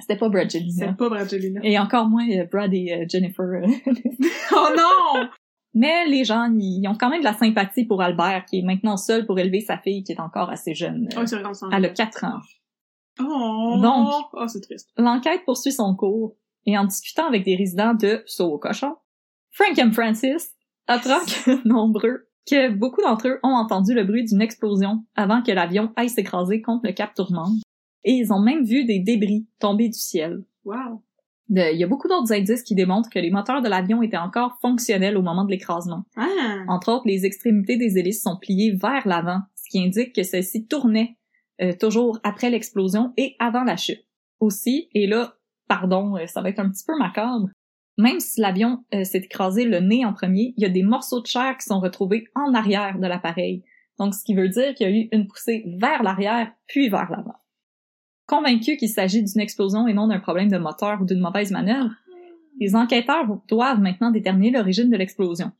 [SPEAKER 1] C'était pas Brad
[SPEAKER 2] C'est
[SPEAKER 1] Jelena.
[SPEAKER 2] pas Brangelina.
[SPEAKER 1] Et encore moins euh, Brad et euh, Jennifer. euh,
[SPEAKER 2] Oh non!
[SPEAKER 1] Mais les gens, ils ont quand même de la sympathie pour Albert, qui est maintenant seul pour élever sa fille, qui est encore assez jeune. euh,
[SPEAKER 2] Oh, c'est vrai, on s'en
[SPEAKER 1] Elle a 4 ans.
[SPEAKER 2] Oh!
[SPEAKER 1] Donc.
[SPEAKER 2] Oh, c'est triste.
[SPEAKER 1] L'enquête poursuit son cours, et en discutant avec des résidents de Saut au cochon, Frank M. Francis apprend que nombreux, que beaucoup d'entre eux ont entendu le bruit d'une explosion avant que l'avion aille s'écraser contre le cap tourmente, et ils ont même vu des débris tomber du ciel.
[SPEAKER 2] Wow.
[SPEAKER 1] De- Il y a beaucoup d'autres indices qui démontrent que les moteurs de l'avion étaient encore fonctionnels au moment de l'écrasement.
[SPEAKER 2] Ah.
[SPEAKER 1] Entre autres, les extrémités des hélices sont pliées vers l'avant, ce qui indique que celles-ci tournaient euh, toujours après l'explosion et avant la chute. Aussi, et là, pardon, euh, ça va être un petit peu macabre, même si l'avion euh, s'est écrasé le nez en premier, il y a des morceaux de chair qui sont retrouvés en arrière de l'appareil. Donc, ce qui veut dire qu'il y a eu une poussée vers l'arrière, puis vers l'avant. Convaincus qu'il s'agit d'une explosion et non d'un problème de moteur ou d'une mauvaise manœuvre, les enquêteurs doivent maintenant déterminer l'origine de l'explosion.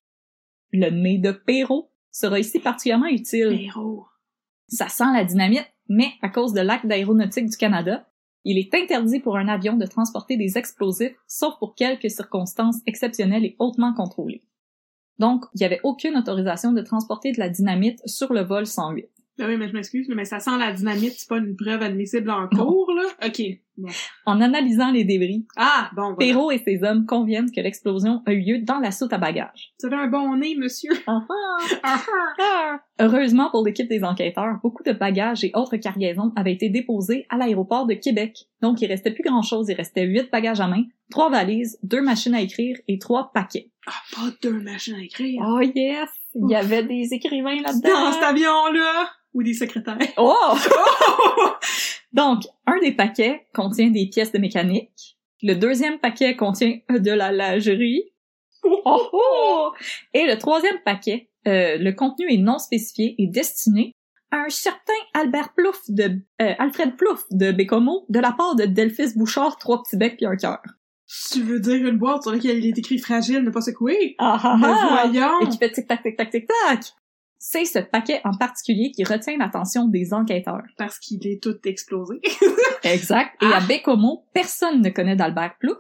[SPEAKER 1] Le nez de Perrault sera ici particulièrement utile.
[SPEAKER 2] Héros.
[SPEAKER 1] Ça sent la dynamite, mais à cause de l'acte d'aéronautique du Canada, il est interdit pour un avion de transporter des explosifs, sauf pour quelques circonstances exceptionnelles et hautement contrôlées. Donc, il n'y avait aucune autorisation de transporter de la dynamite sur le vol 108.
[SPEAKER 2] Ben oui, mais je m'excuse, mais ça sent la dynamite, c'est pas une preuve admissible en cours, là. OK. Bon.
[SPEAKER 1] En analysant les débris,
[SPEAKER 2] Ah, bon, voilà.
[SPEAKER 1] Perrault et ses hommes conviennent que l'explosion a eu lieu dans la soute à bagages.
[SPEAKER 2] Vous avez un bon nez, monsieur. Ah, ah.
[SPEAKER 1] Heureusement pour l'équipe des enquêteurs, beaucoup de bagages et autres cargaisons avaient été déposés à l'aéroport de Québec. Donc, il restait plus grand chose. Il restait huit bagages à main, trois valises, deux machines à écrire et trois paquets.
[SPEAKER 2] ah, pas deux machines à écrire.
[SPEAKER 1] Oh yes! Il y avait des écrivains
[SPEAKER 2] Dans cet
[SPEAKER 1] là-dedans.
[SPEAKER 2] avion-là! Ou des secrétaires.
[SPEAKER 1] Oh! Donc, un des paquets contient des pièces de mécanique. Le deuxième paquet contient de la lingerie. Oh, oh! Et le troisième paquet, euh, le contenu est non spécifié et destiné à un certain Albert Plouf de euh, Alfred Plouf de Bécomo de la part de Delphis Bouchard, trois petits becs puis un cœur.
[SPEAKER 2] Tu veux dire une boîte sur laquelle il est écrit fragile, ne pas secouer?
[SPEAKER 1] Ah ah
[SPEAKER 2] Mais
[SPEAKER 1] ah!
[SPEAKER 2] voyons!
[SPEAKER 1] Et qui fait tic tac tic tac tic tac. C'est ce paquet en particulier qui retient l'attention des enquêteurs.
[SPEAKER 2] Parce qu'il est tout explosé.
[SPEAKER 1] Exact. Et à Bécomo, personne ne connaît d'Albert Plouf.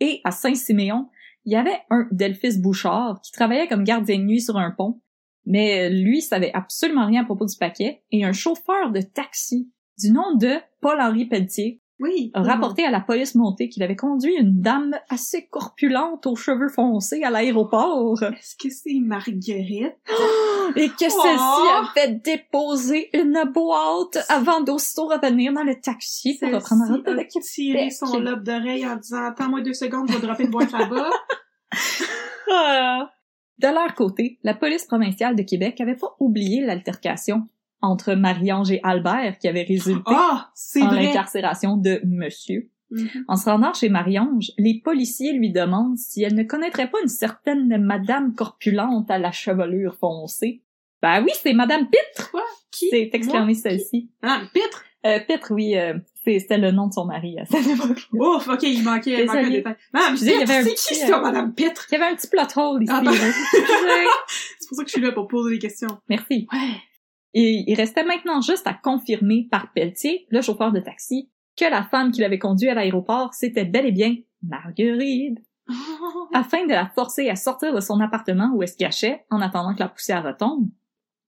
[SPEAKER 1] Et à Saint-Siméon, il y avait un Delphis Bouchard qui travaillait comme gardien de nuit sur un pont, mais lui savait absolument rien à propos du paquet, et un chauffeur de taxi du nom de Paul-Henri Pelletier
[SPEAKER 2] Oui.
[SPEAKER 1] a rapporté à la police montée qu'il avait conduit une dame assez corpulente aux cheveux foncés à l'aéroport
[SPEAKER 2] Est-ce que c'est Marguerite?
[SPEAKER 1] et que
[SPEAKER 2] Oh.
[SPEAKER 1] celle-ci avait déposé une boîte avant d'aussitôt revenir dans le taxi pour reprendre la route de
[SPEAKER 2] Celle-ci a tiré
[SPEAKER 1] Québec.
[SPEAKER 2] son lobe d'oreille en disant Attends-moi deux secondes, je vais dropper une boîte là-bas.
[SPEAKER 1] De leur côté, la police provinciale de Québec avait pas oublié l'altercation entre Marie-Ange et Albert qui avait résulté
[SPEAKER 2] Ah, c'est
[SPEAKER 1] en
[SPEAKER 2] vrai.
[SPEAKER 1] l'incarcération de monsieur.
[SPEAKER 2] Mhm.
[SPEAKER 1] En se rendant chez Marie-Ange, les policiers lui demandent si elle ne connaîtrait pas une certaine madame corpulente à la chevelure foncée. Ben oui, c'est madame Pitre!
[SPEAKER 2] Quoi? Qui?
[SPEAKER 1] C'est
[SPEAKER 2] Moi?
[SPEAKER 1] exclamé celle-ci.
[SPEAKER 2] Ah, Pitre?
[SPEAKER 1] Euh, Pitre, oui, euh, c'est- c'était le nom de son mari à cette époque.
[SPEAKER 2] Ouf, ok, il manquait, il manquait un
[SPEAKER 1] Désolée.
[SPEAKER 2] détail. Madame
[SPEAKER 1] Excusez, il y
[SPEAKER 2] Pitre,
[SPEAKER 1] avait un
[SPEAKER 2] c'est
[SPEAKER 1] petit,
[SPEAKER 2] qui ça,
[SPEAKER 1] euh,
[SPEAKER 2] Madame Pitre?
[SPEAKER 1] Il y avait un petit plot hole ici.
[SPEAKER 2] Ah ben.
[SPEAKER 1] là. Excusez.
[SPEAKER 2] C'est pour ça que je suis là pour poser des questions.
[SPEAKER 1] Merci.
[SPEAKER 2] Ouais.
[SPEAKER 1] Et il restait maintenant juste à confirmer par Pelletier, le chauffeur de taxi, que la femme qui l'avait conduit à l'aéroport, c'était bel et bien Marguerite, afin de la forcer à sortir de son appartement où elle se cachait en attendant que la poussière retombe.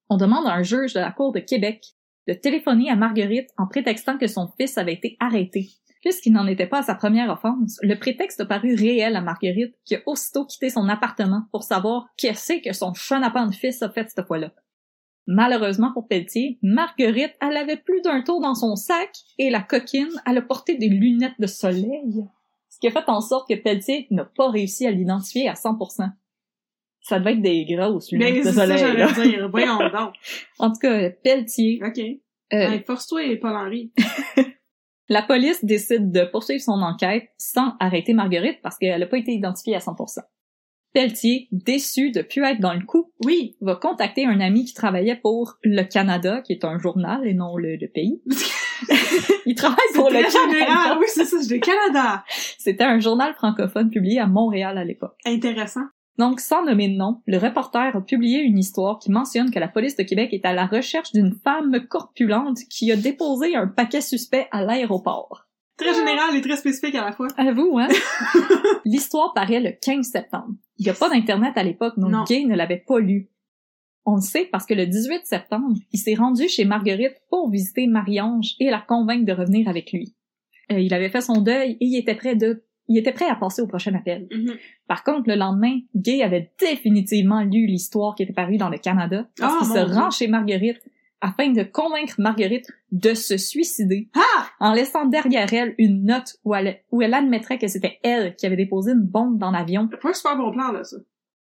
[SPEAKER 1] On demande à un juge de la Cour de Québec de téléphoner à Marguerite en prétextant que son fils avait été arrêté. Puisqu'il n'en était pas à sa première offense, le prétexte a paru réel à Marguerite, qui a aussitôt quitté son appartement pour savoir qu'est-ce que son chenapan de fils a fait cette fois-là. Malheureusement pour Pelletier, Marguerite, elle avait plus d'un tour dans son sac et la coquine, elle a porté des lunettes de soleil. Ce qui a fait en sorte que Pelletier n'a pas réussi à l'identifier à 100%. Ça devait être des grosses lunettes
[SPEAKER 2] Mais
[SPEAKER 1] de
[SPEAKER 2] c'est ça,
[SPEAKER 1] soleil. là.
[SPEAKER 2] j'allais dire. Voyons donc.
[SPEAKER 1] En tout cas, Pelletier,
[SPEAKER 2] Ok.
[SPEAKER 1] euh,
[SPEAKER 2] Hey, Force-toi, Paul-Henri.
[SPEAKER 1] la police décide de poursuivre son enquête sans arrêter Marguerite parce qu'elle n'a pas été identifiée à 100%. Pelletier, déçu de plus être dans le coup,
[SPEAKER 2] Oui.
[SPEAKER 1] va contacter un ami qui travaillait pour Le Canada, qui est un journal et non le, le pays. Il travaille pour
[SPEAKER 2] Très
[SPEAKER 1] Le
[SPEAKER 2] général.
[SPEAKER 1] Canada.
[SPEAKER 2] Oui, c'est ça, c'est le Canada.
[SPEAKER 1] C'était un journal francophone publié à Montréal à l'époque.
[SPEAKER 2] Intéressant.
[SPEAKER 1] Donc, sans nommer de nom, le reporter a publié une histoire qui mentionne que la police de Québec est à la recherche d'une femme corpulente qui a déposé un paquet suspect à l'aéroport.
[SPEAKER 2] Très général et très spécifique à la fois.
[SPEAKER 1] À vous, hein? L'histoire paraît le 15 septembre. Il n'y a pas d'Internet à l'époque, donc
[SPEAKER 2] Non.
[SPEAKER 1] Gay ne l'avait pas lu. On le sait parce que le 18 septembre, il s'est rendu chez Marguerite pour visiter Marie-Ange et la convaincre de revenir avec lui. Euh, il avait fait son deuil et il était prêt de il était prêt à passer au prochain appel.
[SPEAKER 2] Mhm.
[SPEAKER 1] Par contre, le lendemain, Gay avait définitivement lu l'histoire qui était parue dans le Canada parce
[SPEAKER 2] Ah,
[SPEAKER 1] qu'il
[SPEAKER 2] mon
[SPEAKER 1] se
[SPEAKER 2] Dieu.
[SPEAKER 1] rend chez Marguerite afin de convaincre Marguerite de se suicider
[SPEAKER 2] Ah!
[SPEAKER 1] en laissant derrière elle une note où elle, où elle admettrait que c'était elle qui avait déposé une bombe dans l'avion
[SPEAKER 2] C'est pas un super bon plan, là, ça.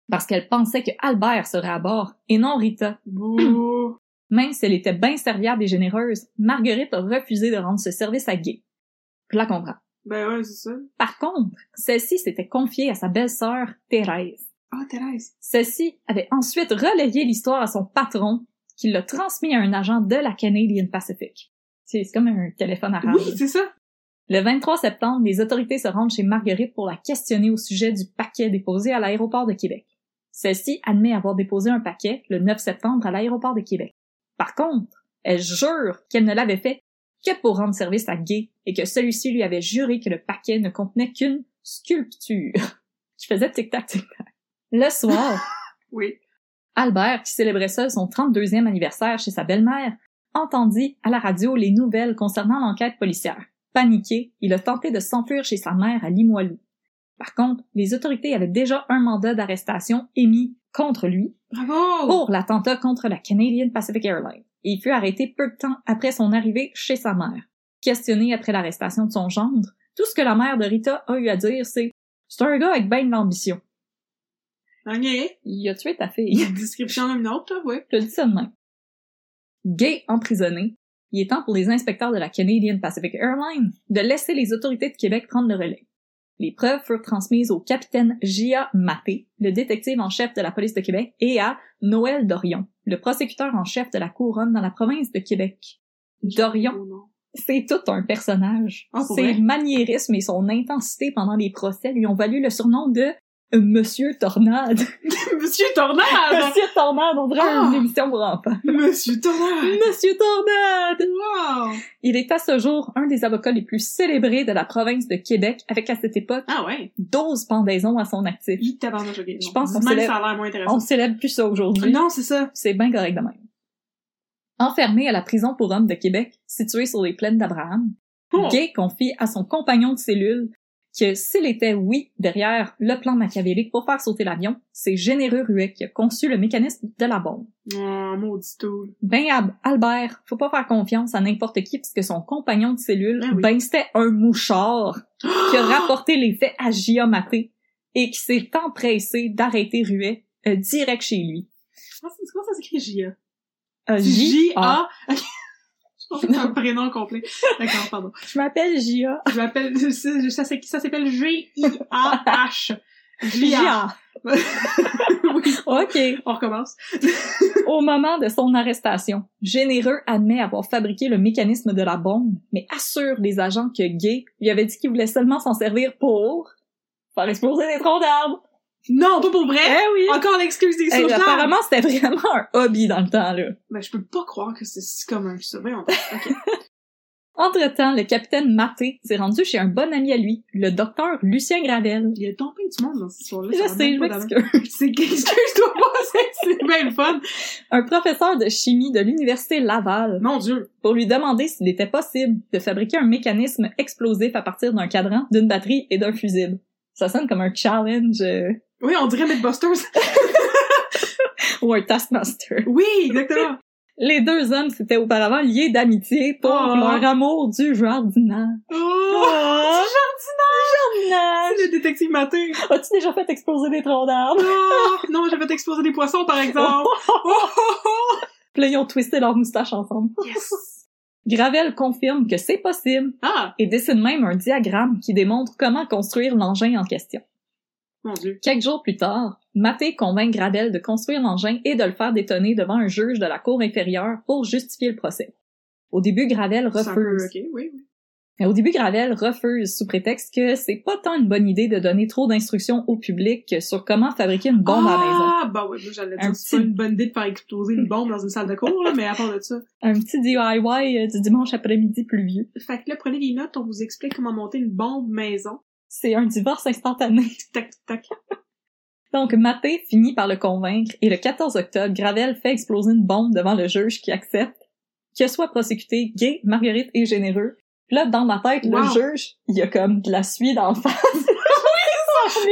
[SPEAKER 1] parce qu'elle pensait que Albert serait à bord et non Rita. Mm.
[SPEAKER 2] Bouh.
[SPEAKER 1] Même si elle était bien serviable et généreuse, Marguerite a refusé de rendre ce service à Gay. Je la comprends.
[SPEAKER 2] ben ouais, c'est ça.
[SPEAKER 1] Par contre, celle-ci s'était confiée à sa belle-sœur Thérèse.
[SPEAKER 2] Ah, Thérèse.
[SPEAKER 1] Celle-ci avait ensuite relayé l'histoire à son patron, qui l'a transmis à un agent de la Canadian Pacific. C'est c'est comme un téléphone arabe.
[SPEAKER 2] Oui, c'est ça.
[SPEAKER 1] Le 23 septembre, les autorités se rendent chez Marguerite pour la questionner au sujet du paquet déposé à l'aéroport de Québec. Celle-ci admet avoir déposé un paquet le 9 septembre à l'aéroport de Québec. Par contre, elle jure qu'elle ne l'avait fait que pour rendre service à Gay et que celui-ci lui avait juré que le paquet ne contenait qu'une sculpture. Je faisais tic-tac, tic-tac. Le soir,
[SPEAKER 2] Oui.
[SPEAKER 1] Albert, qui célébrait seul son 32e anniversaire chez sa belle-mère, entendit à la radio les nouvelles concernant l'enquête policière. Paniqué, il a tenté de s'enfuir chez sa mère à Limoilou. Par contre, les autorités avaient déjà un mandat d'arrestation émis contre lui
[SPEAKER 2] Bravo!
[SPEAKER 1] pour l'attentat contre la Canadian Pacific Airlines. Et il fut arrêté peu de temps après son arrivée chez sa mère. Questionné après l'arrestation de son gendre, tout ce que la mère de Rita a eu à dire, c'est « C'est un gars avec ben de l'ambition.
[SPEAKER 2] Ok.
[SPEAKER 1] Il a tué ta fille. »
[SPEAKER 2] Description dominante, là, ouais.
[SPEAKER 1] Je le dis ça de même. Gay emprisonné, il est temps pour les inspecteurs de la Canadian Pacific Airlines de laisser les autorités de Québec prendre le relais. Les preuves furent transmises au capitaine Gia Mappé, le détective en chef de la police de Québec, et à Noël Dorion, le prosécuteur en chef de la couronne dans la province de Québec. Dorion
[SPEAKER 2] Oh, non.
[SPEAKER 1] c'est tout un personnage.
[SPEAKER 2] Ah, pour
[SPEAKER 1] Ses
[SPEAKER 2] vrai?
[SPEAKER 1] maniérismes et son intensité pendant les procès lui ont valu le surnom de Monsieur Tornade.
[SPEAKER 2] Monsieur Tornade!
[SPEAKER 1] Monsieur Tornade, on dirait
[SPEAKER 2] Ah!
[SPEAKER 1] une émission pour enfants.
[SPEAKER 2] Monsieur Tornade!
[SPEAKER 1] Monsieur Tornade!
[SPEAKER 2] Wow!
[SPEAKER 1] Il est à ce jour un des avocats les plus célébrés de la province de Québec, avec à cette époque
[SPEAKER 2] Ah ouais!
[SPEAKER 1] 12 pendaisons à son actif.
[SPEAKER 2] Il tabarnage, ok.
[SPEAKER 1] Je pense qu'on
[SPEAKER 2] Dis-moi que
[SPEAKER 1] s'élève-
[SPEAKER 2] ça a l'air moins
[SPEAKER 1] On
[SPEAKER 2] intéressant.
[SPEAKER 1] célèbre plus ça aujourd'hui.
[SPEAKER 2] Non, c'est ça.
[SPEAKER 1] C'est bien correct de même. Enfermé à la prison pour hommes de Québec, située sur les plaines d'Abraham,
[SPEAKER 2] Oh.
[SPEAKER 1] Gay confie à son compagnon de cellule que s'il était, oui, derrière le plan machiavélique pour faire sauter l'avion, c'est généreux Ruet qui a conçu le mécanisme de la bombe.
[SPEAKER 2] Oh, maudit tout.
[SPEAKER 1] Ben, Ab- Albert, faut pas faire confiance à n'importe qui puisque son compagnon de cellule,
[SPEAKER 2] Ah oui.
[SPEAKER 1] ben, c'était un mouchard qui a rapporté les faits à Giamaté et qui s'est empressé d'arrêter Ruet euh, direct chez lui.
[SPEAKER 2] Comment ça- comment ça s'écrit E? J.A.?
[SPEAKER 1] Euh, J.A.
[SPEAKER 2] J.A. Ok. Je pense que c'est un prénom complet. D'accord, pardon.
[SPEAKER 1] Je m'appelle Gia.
[SPEAKER 2] Je m'appelle, je sais- je- ça s'écrit- ça s'appelle G-I-A-H. J.A. Oui.
[SPEAKER 1] OK.
[SPEAKER 2] On recommence.
[SPEAKER 1] Au moment de son arrestation, Généreux admet avoir fabriqué le mécanisme de la bombe, mais assure les agents que Gay lui avait dit qu'il voulait seulement s'en servir pour faire exploser des troncs d'arbres.
[SPEAKER 2] Non, pas pour vrai!
[SPEAKER 1] Eh oui!
[SPEAKER 2] Encore l'excuse des
[SPEAKER 1] Hey,
[SPEAKER 2] sauveteurs.
[SPEAKER 1] Eh, apparemment, c'était vraiment un hobby dans le temps, là.
[SPEAKER 2] Ben, je peux pas croire que c'est si commun que ça. Voyons. Ok.
[SPEAKER 1] Entre-temps, le capitaine Maté s'est rendu chez un bon ami à lui, le docteur Lucien Gravel.
[SPEAKER 2] Il y a tant plein du monde dans cette histoire-là.
[SPEAKER 1] Je
[SPEAKER 2] ça va
[SPEAKER 1] sais, je
[SPEAKER 2] même pas dans-
[SPEAKER 1] m'excuse.
[SPEAKER 2] C'est excuse-toi pas, c'est- c'est bien le fun.
[SPEAKER 1] Un professeur de chimie de l'Université Laval
[SPEAKER 2] Mon Dieu.
[SPEAKER 1] pour lui demander s'il était possible de fabriquer un mécanisme explosif à partir d'un cadran, d'une batterie et d'un fusible. Ça sonne comme un challenge euh,
[SPEAKER 2] Oui, on dirait Mythbusters.
[SPEAKER 1] ou un taskmaster.
[SPEAKER 2] Oui, exactement.
[SPEAKER 1] Les deux hommes s'étaient auparavant liés d'amitié pour
[SPEAKER 2] Oh.
[SPEAKER 1] leur amour du jardinage.
[SPEAKER 2] Oh!
[SPEAKER 1] Jardinage!
[SPEAKER 2] Le détective matin.
[SPEAKER 1] As-tu déjà fait exploser des troncs d'arbres?
[SPEAKER 2] Oh, non, j'avais explosé des poissons, par exemple. Oh, oh, oh.
[SPEAKER 1] Puis là, ils ont twisté leurs moustaches ensemble.
[SPEAKER 2] Yes.
[SPEAKER 1] Gravel confirme que c'est possible
[SPEAKER 2] Ah,
[SPEAKER 1] et dessine même un diagramme qui démontre comment construire l'engin en question.
[SPEAKER 2] mon Dieu.
[SPEAKER 1] Quelques jours plus tard, Maté convainc Gravel de construire l'engin et de le faire détonner devant un juge de la cour inférieure pour justifier le procès. Au début, Gravel
[SPEAKER 2] C'est un peu-
[SPEAKER 1] refuse.
[SPEAKER 2] Ok, oui, oui.
[SPEAKER 1] Mais Au début, Gravel refuse sous prétexte que c'est pas tant une bonne idée de donner trop d'instructions au public sur comment fabriquer une bombe à la maison.
[SPEAKER 2] Ah, bah oui, moi, j'allais
[SPEAKER 1] Un
[SPEAKER 2] dire, c'est pas
[SPEAKER 1] petit-
[SPEAKER 2] une bonne idée de faire exploser une bombe dans une salle de cours, là, mais à part de ça.
[SPEAKER 1] Un petit DIY euh, du dimanche après-midi pluvieux.
[SPEAKER 2] Fait que là, prenez des notes, on vous explique comment monter une bombe maison.
[SPEAKER 1] C'est un divorce instantané.
[SPEAKER 2] Tic-tac, tic-tac.
[SPEAKER 1] Donc, Maté finit par le convaincre et le 14 octobre, Gravel fait exploser une bombe devant le juge qui accepte que soit prosécuté gay, Marguerite et généreux. Puis là, dans ma tête, le
[SPEAKER 2] Wow.
[SPEAKER 1] juge, il y a comme de la suie dans le face.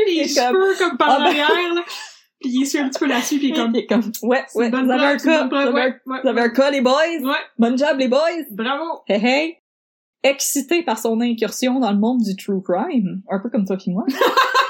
[SPEAKER 2] les cheveux comme par
[SPEAKER 1] Ah ben.
[SPEAKER 2] l'arrière, là. Puis il essuie un petit peu là-dessus, puis il est comme...
[SPEAKER 1] Il est comme, ouais,
[SPEAKER 2] C'est
[SPEAKER 1] ouais,
[SPEAKER 2] une bonne
[SPEAKER 1] vous avez
[SPEAKER 2] blague,
[SPEAKER 1] un
[SPEAKER 2] c'est une
[SPEAKER 1] cas,
[SPEAKER 2] bonne
[SPEAKER 1] vous
[SPEAKER 2] blague,
[SPEAKER 1] avez un-
[SPEAKER 2] ouais, ouais,
[SPEAKER 1] vous avez un cas, les boys.
[SPEAKER 2] Ouais,
[SPEAKER 1] Bonne job, les boys.
[SPEAKER 2] bravo!
[SPEAKER 1] Hey, hey. Excité par son incursion dans le monde du true crime, un peu comme toi pis moi,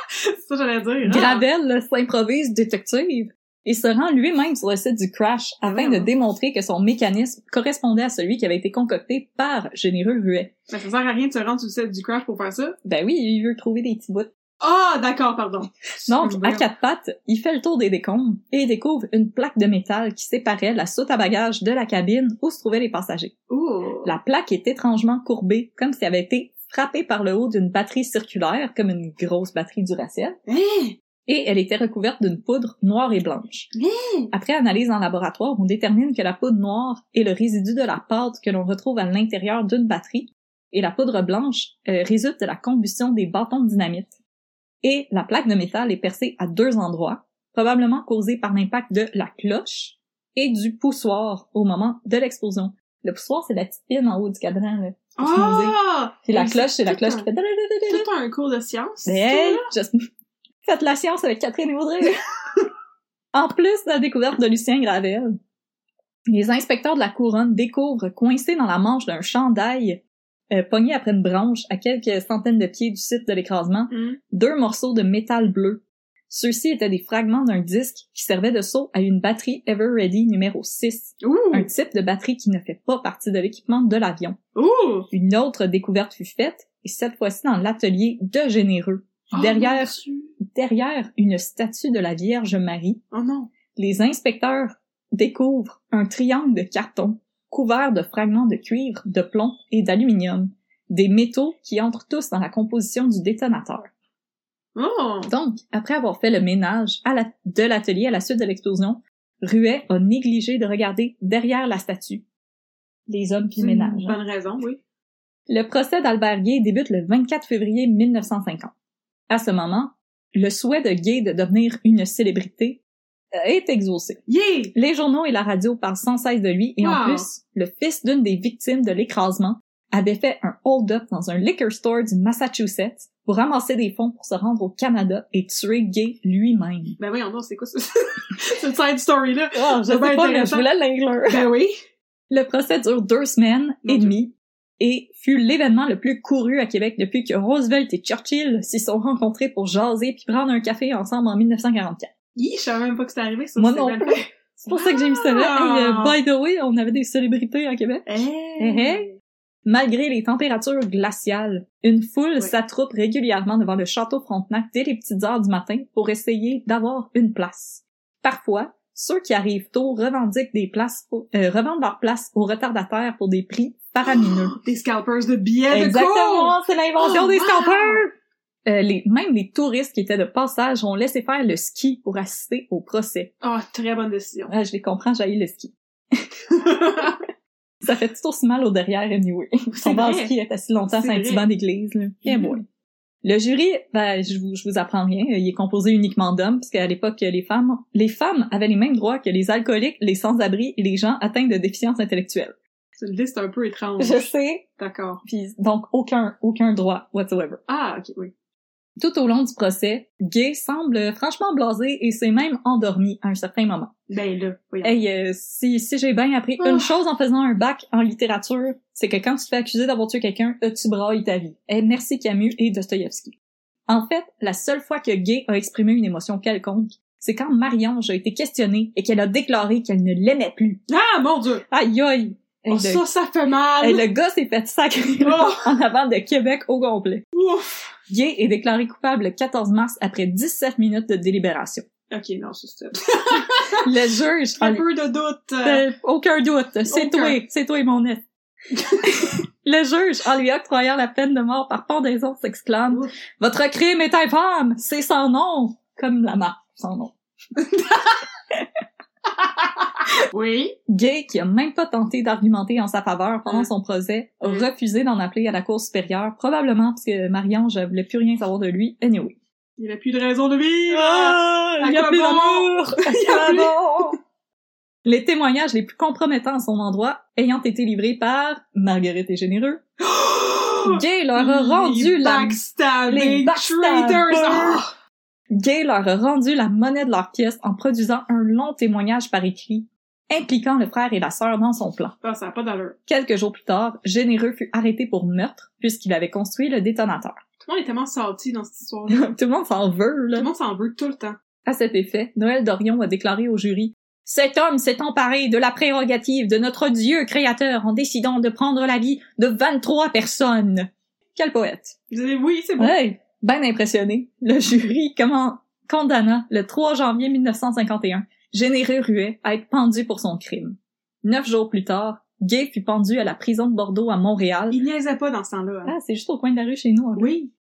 [SPEAKER 2] C'est ça que j'allais dire. Ah.
[SPEAKER 1] Gravel là, s'improvise détective et se rend lui-même sur le site du crash afin
[SPEAKER 2] Vraiment.
[SPEAKER 1] de démontrer que son mécanisme correspondait à celui qui avait été concocté par Généreux Ruet.
[SPEAKER 2] Mais ça sert à rien de se rendre sur le site du crash pour faire ça.
[SPEAKER 1] Ben oui, il veut trouver des petits bouts.
[SPEAKER 2] Ah, d'accord, pardon.
[SPEAKER 1] Donc, à
[SPEAKER 2] Voyons.
[SPEAKER 1] quatre pattes, il fait le tour des décombres et découvre une plaque de métal qui séparait la soute à bagages de la cabine où se trouvaient les passagers.
[SPEAKER 2] Ouh.
[SPEAKER 1] La plaque est étrangement courbée, comme si elle avait été frappée par le haut d'une batterie circulaire, comme une grosse batterie Duracell,
[SPEAKER 2] Hein?
[SPEAKER 1] et elle était recouverte d'une poudre noire et blanche.
[SPEAKER 2] Hein?
[SPEAKER 1] Après analyse en laboratoire, on détermine que la poudre noire est le résidu de la pâte que l'on retrouve à l'intérieur d'une batterie, et la poudre blanche euh, résulte de la combustion des bâtons de dynamite. Et la plaque de métal est percée à deux endroits, probablement causée par l'impact de la cloche et du poussoir au moment de l'explosion. Le poussoir, c'est la petite pine en haut du cadran, là. pour se muser.
[SPEAKER 2] Ah!
[SPEAKER 1] Puis la
[SPEAKER 2] Mais
[SPEAKER 1] cloche, c'est la
[SPEAKER 2] tout
[SPEAKER 1] cloche
[SPEAKER 2] un-
[SPEAKER 1] qui fait... dadadadadada.
[SPEAKER 2] Tout un cours de science.
[SPEAKER 1] Mais hey, just- faites la science avec Catherine et Audrey. en plus de la découverte de Lucien Gravel, les inspecteurs de la couronne découvrent coincé dans la manche d'un chandail euh, pogné après une branche à quelques centaines de pieds du site de l'écrasement,
[SPEAKER 2] Hmm.
[SPEAKER 1] deux morceaux de métal bleu. Ceux-ci étaient des fragments d'un disque qui servait de seau à une batterie Ever Ready numéro 6,
[SPEAKER 2] Ouh!
[SPEAKER 1] un type de batterie qui ne fait pas partie de l'équipement de l'avion.
[SPEAKER 2] Ouh!
[SPEAKER 1] Une autre découverte fut faite, et cette fois-ci dans l'atelier de Généreux. Derrière
[SPEAKER 2] Oh, mon Dieu.
[SPEAKER 1] derrière une statue de la Vierge Marie,
[SPEAKER 2] Oh non.
[SPEAKER 1] les inspecteurs découvrent un triangle de carton couvert de fragments de cuivre, de plomb et d'aluminium, des métaux qui entrent tous dans la composition du détonateur.
[SPEAKER 2] Oh!
[SPEAKER 1] Donc, après avoir fait le ménage à la- de l'atelier à la suite de l'explosion, Ruet a négligé de regarder derrière la statue. Les hommes qui
[SPEAKER 2] C'est une
[SPEAKER 1] ménagent. hein.
[SPEAKER 2] Bonne raison, oui.
[SPEAKER 1] Le procès d'Albert Gay débute le 24 février 1950. À ce moment, le souhait de Gay de devenir une célébrité euh, est exaucé.
[SPEAKER 2] Yeah!
[SPEAKER 1] Les journaux et la radio parlent sans cesse de lui et en
[SPEAKER 2] Wow.
[SPEAKER 1] plus, le fils d'une des victimes de l'écrasement avait fait un hold-up dans un liquor store du Massachusetts pour ramasser des fonds pour se rendre au Canada et tuer Gay lui-même.
[SPEAKER 2] Ben voyons donc, c'est quoi ça? Cette side story-là?
[SPEAKER 1] Oh, je
[SPEAKER 2] C'est bien
[SPEAKER 1] sais pas, mais je
[SPEAKER 2] intéressant.
[SPEAKER 1] voulais l'inclure.
[SPEAKER 2] Ben oui!
[SPEAKER 1] Le procès dure deux semaines
[SPEAKER 2] Mon
[SPEAKER 1] et
[SPEAKER 2] Dieu.
[SPEAKER 1] demie et fut l'événement le plus couru à Québec depuis que Roosevelt et Churchill s'y sont rencontrés pour jaser puis prendre un café ensemble en 1944.
[SPEAKER 2] Hi, je savais même pas que c'était arrivé, ça.
[SPEAKER 1] Moi
[SPEAKER 2] c'est
[SPEAKER 1] non
[SPEAKER 2] belle.
[SPEAKER 1] plus. C'est pour ça que j'ai mis ça là. Hey, euh,
[SPEAKER 2] Ah!
[SPEAKER 1] by the way, on avait des célébrités à Québec. Eh,
[SPEAKER 2] Hey!
[SPEAKER 1] hey. Malgré les températures glaciales, une foule
[SPEAKER 2] Ouais.
[SPEAKER 1] s'attroupe régulièrement devant le château Frontenac dès les petites heures du matin pour essayer d'avoir une place. Parfois, ceux qui arrivent tôt revendiquent des places, au- euh, revendent leurs places aux retardataires pour des prix faramineux.
[SPEAKER 2] Des scalpers de billets de cours!
[SPEAKER 1] eh. Exactement, c'est l'invention
[SPEAKER 2] Eh, Oh,
[SPEAKER 1] des
[SPEAKER 2] wow!
[SPEAKER 1] scampeurs! Euh, les, même les touristes qui étaient de passage ont laissé faire le ski pour assister au procès.
[SPEAKER 2] Ah, très bonne décision.
[SPEAKER 1] Ah, je les comprends, j'ai le ski. Ça fait tout aussi mal au derrière, anyway. Son bas
[SPEAKER 2] vrai.
[SPEAKER 1] ski est assis longtemps sur
[SPEAKER 2] C'est
[SPEAKER 1] un petit
[SPEAKER 2] vrai.
[SPEAKER 1] banc d'église, là. Eh
[SPEAKER 2] Mhm.
[SPEAKER 1] boy. Le jury, ben, je vous, je vous apprends rien. Il est composé uniquement d'hommes, parce qu'à l'époque, les femmes, les femmes avaient les mêmes droits que les alcooliques, les sans-abri et les gens atteints de déficience intellectuelle.
[SPEAKER 2] c'est une liste un peu étrange.
[SPEAKER 1] Je sais.
[SPEAKER 2] D'accord.
[SPEAKER 1] Puis, donc, aucun, aucun droit, whatsoever.
[SPEAKER 2] Ah, ok, oui.
[SPEAKER 1] Tout au long du procès, Gay semble franchement blasé et s'est même endormi à un certain moment.
[SPEAKER 2] Ben là, voyons.
[SPEAKER 1] Hey, euh, si, si j'ai bien appris
[SPEAKER 2] Oh.
[SPEAKER 1] une chose en faisant un bac en littérature, c'est que quand tu te fais accuser d'avoir tué quelqu'un, euh, tu brailles ta vie. Eh, merci Camus et Dostoïevski. En fait, la seule fois que Gay a exprimé une émotion quelconque, c'est quand Marie-Ange a été questionnée et qu'elle a déclaré qu'elle ne l'aimait plus.
[SPEAKER 2] Ah, mon dieu!
[SPEAKER 1] Aïe aïe! Hey,
[SPEAKER 2] Oh,
[SPEAKER 1] le-
[SPEAKER 2] ça, ça fait mal!
[SPEAKER 1] hey, le gars s'est fait sacrer
[SPEAKER 2] Oh.
[SPEAKER 1] en avant de Québec au complet.
[SPEAKER 2] Ouf!
[SPEAKER 1] Gay est déclaré coupable le 14 mars après 17 minutes de délibération.
[SPEAKER 2] Ok, non, ça, c'était
[SPEAKER 1] Le juge...
[SPEAKER 2] un peu de doute. euh,
[SPEAKER 1] Euh, aucun doute. C'est
[SPEAKER 2] Aucun.
[SPEAKER 1] toi. C'est toi, mon nez. Le juge, en lui octroyant la peine de mort par pendaison, s'exclame
[SPEAKER 2] Ouf.
[SPEAKER 1] « Votre crime est infâme! C'est sans nom! » Comme la marque, sans nom.
[SPEAKER 2] Oui.
[SPEAKER 1] Gay, qui a même pas tenté d'argumenter en sa faveur pendant
[SPEAKER 2] Hein.
[SPEAKER 1] son procès, a
[SPEAKER 2] Hein.
[SPEAKER 1] refusé d'en appeler à la Cour supérieure, probablement parce que Marie-Ange voulait plus rien savoir de lui. Anyway.
[SPEAKER 2] Il n'y a plus de raison de vivre!
[SPEAKER 1] Ah, il y a
[SPEAKER 2] quoi
[SPEAKER 1] plus
[SPEAKER 2] bon?
[SPEAKER 1] d'amour!
[SPEAKER 2] Il y a plus-
[SPEAKER 1] Les témoignages les plus compromettants à son endroit ayant été livrés par Marguerite et Généreux, Gay leur a rendu
[SPEAKER 2] les
[SPEAKER 1] la... les
[SPEAKER 2] backstabbing
[SPEAKER 1] backstabbers.
[SPEAKER 2] traitors. Ah!
[SPEAKER 1] Gay leur a rendu la monnaie de leur pièce en produisant un long témoignage par écrit, impliquant le frère et la sœur dans son plan.
[SPEAKER 2] Ah, ça n'a pas d'allure.
[SPEAKER 1] Quelques jours plus tard, Généreux fut arrêté pour meurtre, puisqu'il avait construit le détonateur.
[SPEAKER 2] Tout le monde est tellement sorti dans cette histoire-là.
[SPEAKER 1] Tout le monde s'en veut,
[SPEAKER 2] Tout
[SPEAKER 1] là.
[SPEAKER 2] le monde s'en veut tout le temps.
[SPEAKER 1] À cet effet, Noël Dorion a déclaré au jury Cet homme s'est emparé de la prérogative de notre Dieu créateur en décidant de prendre la vie de 23 personnes. Quel poète.
[SPEAKER 2] Vous avez- oui, c'est bon.
[SPEAKER 1] Ouais, ben impressionné. Le jury comment condamna le 3 janvier 1951 Généreux Ruet à être pendu pour son crime. Neuf jours plus tard, Gay fut pendu à la prison de Bordeaux à Montréal.
[SPEAKER 2] Il niaisait pas dans ce temps-là. hein.
[SPEAKER 1] Ah, c'est juste au coin de la rue chez nous. en fait.
[SPEAKER 2] Oui.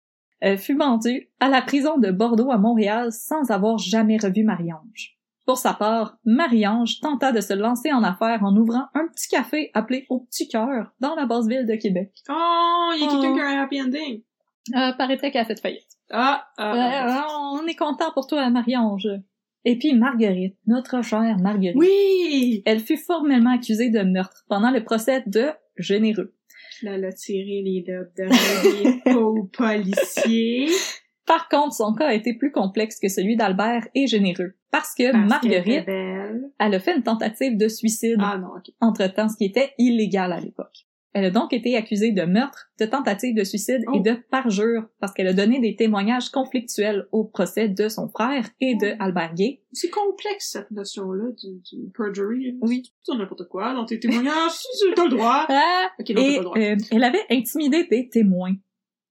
[SPEAKER 1] Elle euh, fut vendue à la prison de Bordeaux à Montréal sans avoir jamais revu Marie-Ange. Pour sa part, Marie-Ange tenta de se lancer en affaires en ouvrant un petit café appelé Au Petit Cœur dans la basse ville de Québec.
[SPEAKER 2] Oh, il y a quelqu'un
[SPEAKER 1] Oh.
[SPEAKER 2] qui a un happy ending.
[SPEAKER 1] Euh, paraît-il qu'elle a fait faillite.
[SPEAKER 2] Ah, ah,
[SPEAKER 1] Ouais,
[SPEAKER 2] ah.
[SPEAKER 1] ouais, Euh, on est content pour toi, Marie-Ange. Et puis Marguerite, notre chère Marguerite.
[SPEAKER 2] Oui!
[SPEAKER 1] Elle fut formellement accusée de meurtre pendant le procès de Généreux.
[SPEAKER 2] Là, elle a tiré les lobes de aux policiers.
[SPEAKER 1] Par contre, son cas a été plus complexe que celui d'Albert et Généreux, parce que
[SPEAKER 2] parce qu'elle était
[SPEAKER 1] Marguerite,
[SPEAKER 2] belle.
[SPEAKER 1] elle a fait une tentative de suicide
[SPEAKER 2] Ah non, ok.
[SPEAKER 1] entre-temps, ce qui était illégal à l'époque. Elle a donc été accusée de meurtre, de tentative de suicide
[SPEAKER 2] Oh.
[SPEAKER 1] et de parjure, parce qu'elle a donné des témoignages conflictuels au procès de son frère et de
[SPEAKER 2] Oh.
[SPEAKER 1] Albert Gay.
[SPEAKER 2] C'est complexe, cette notion-là du, du perjury. là.
[SPEAKER 1] Oui.
[SPEAKER 2] Tu dis n'importe quoi dans tes témoignages, si tu as le droit.
[SPEAKER 1] Ah!
[SPEAKER 2] Ok, non, t'as
[SPEAKER 1] Et
[SPEAKER 2] pas le droit.
[SPEAKER 1] euh, elle avait intimidé des témoins.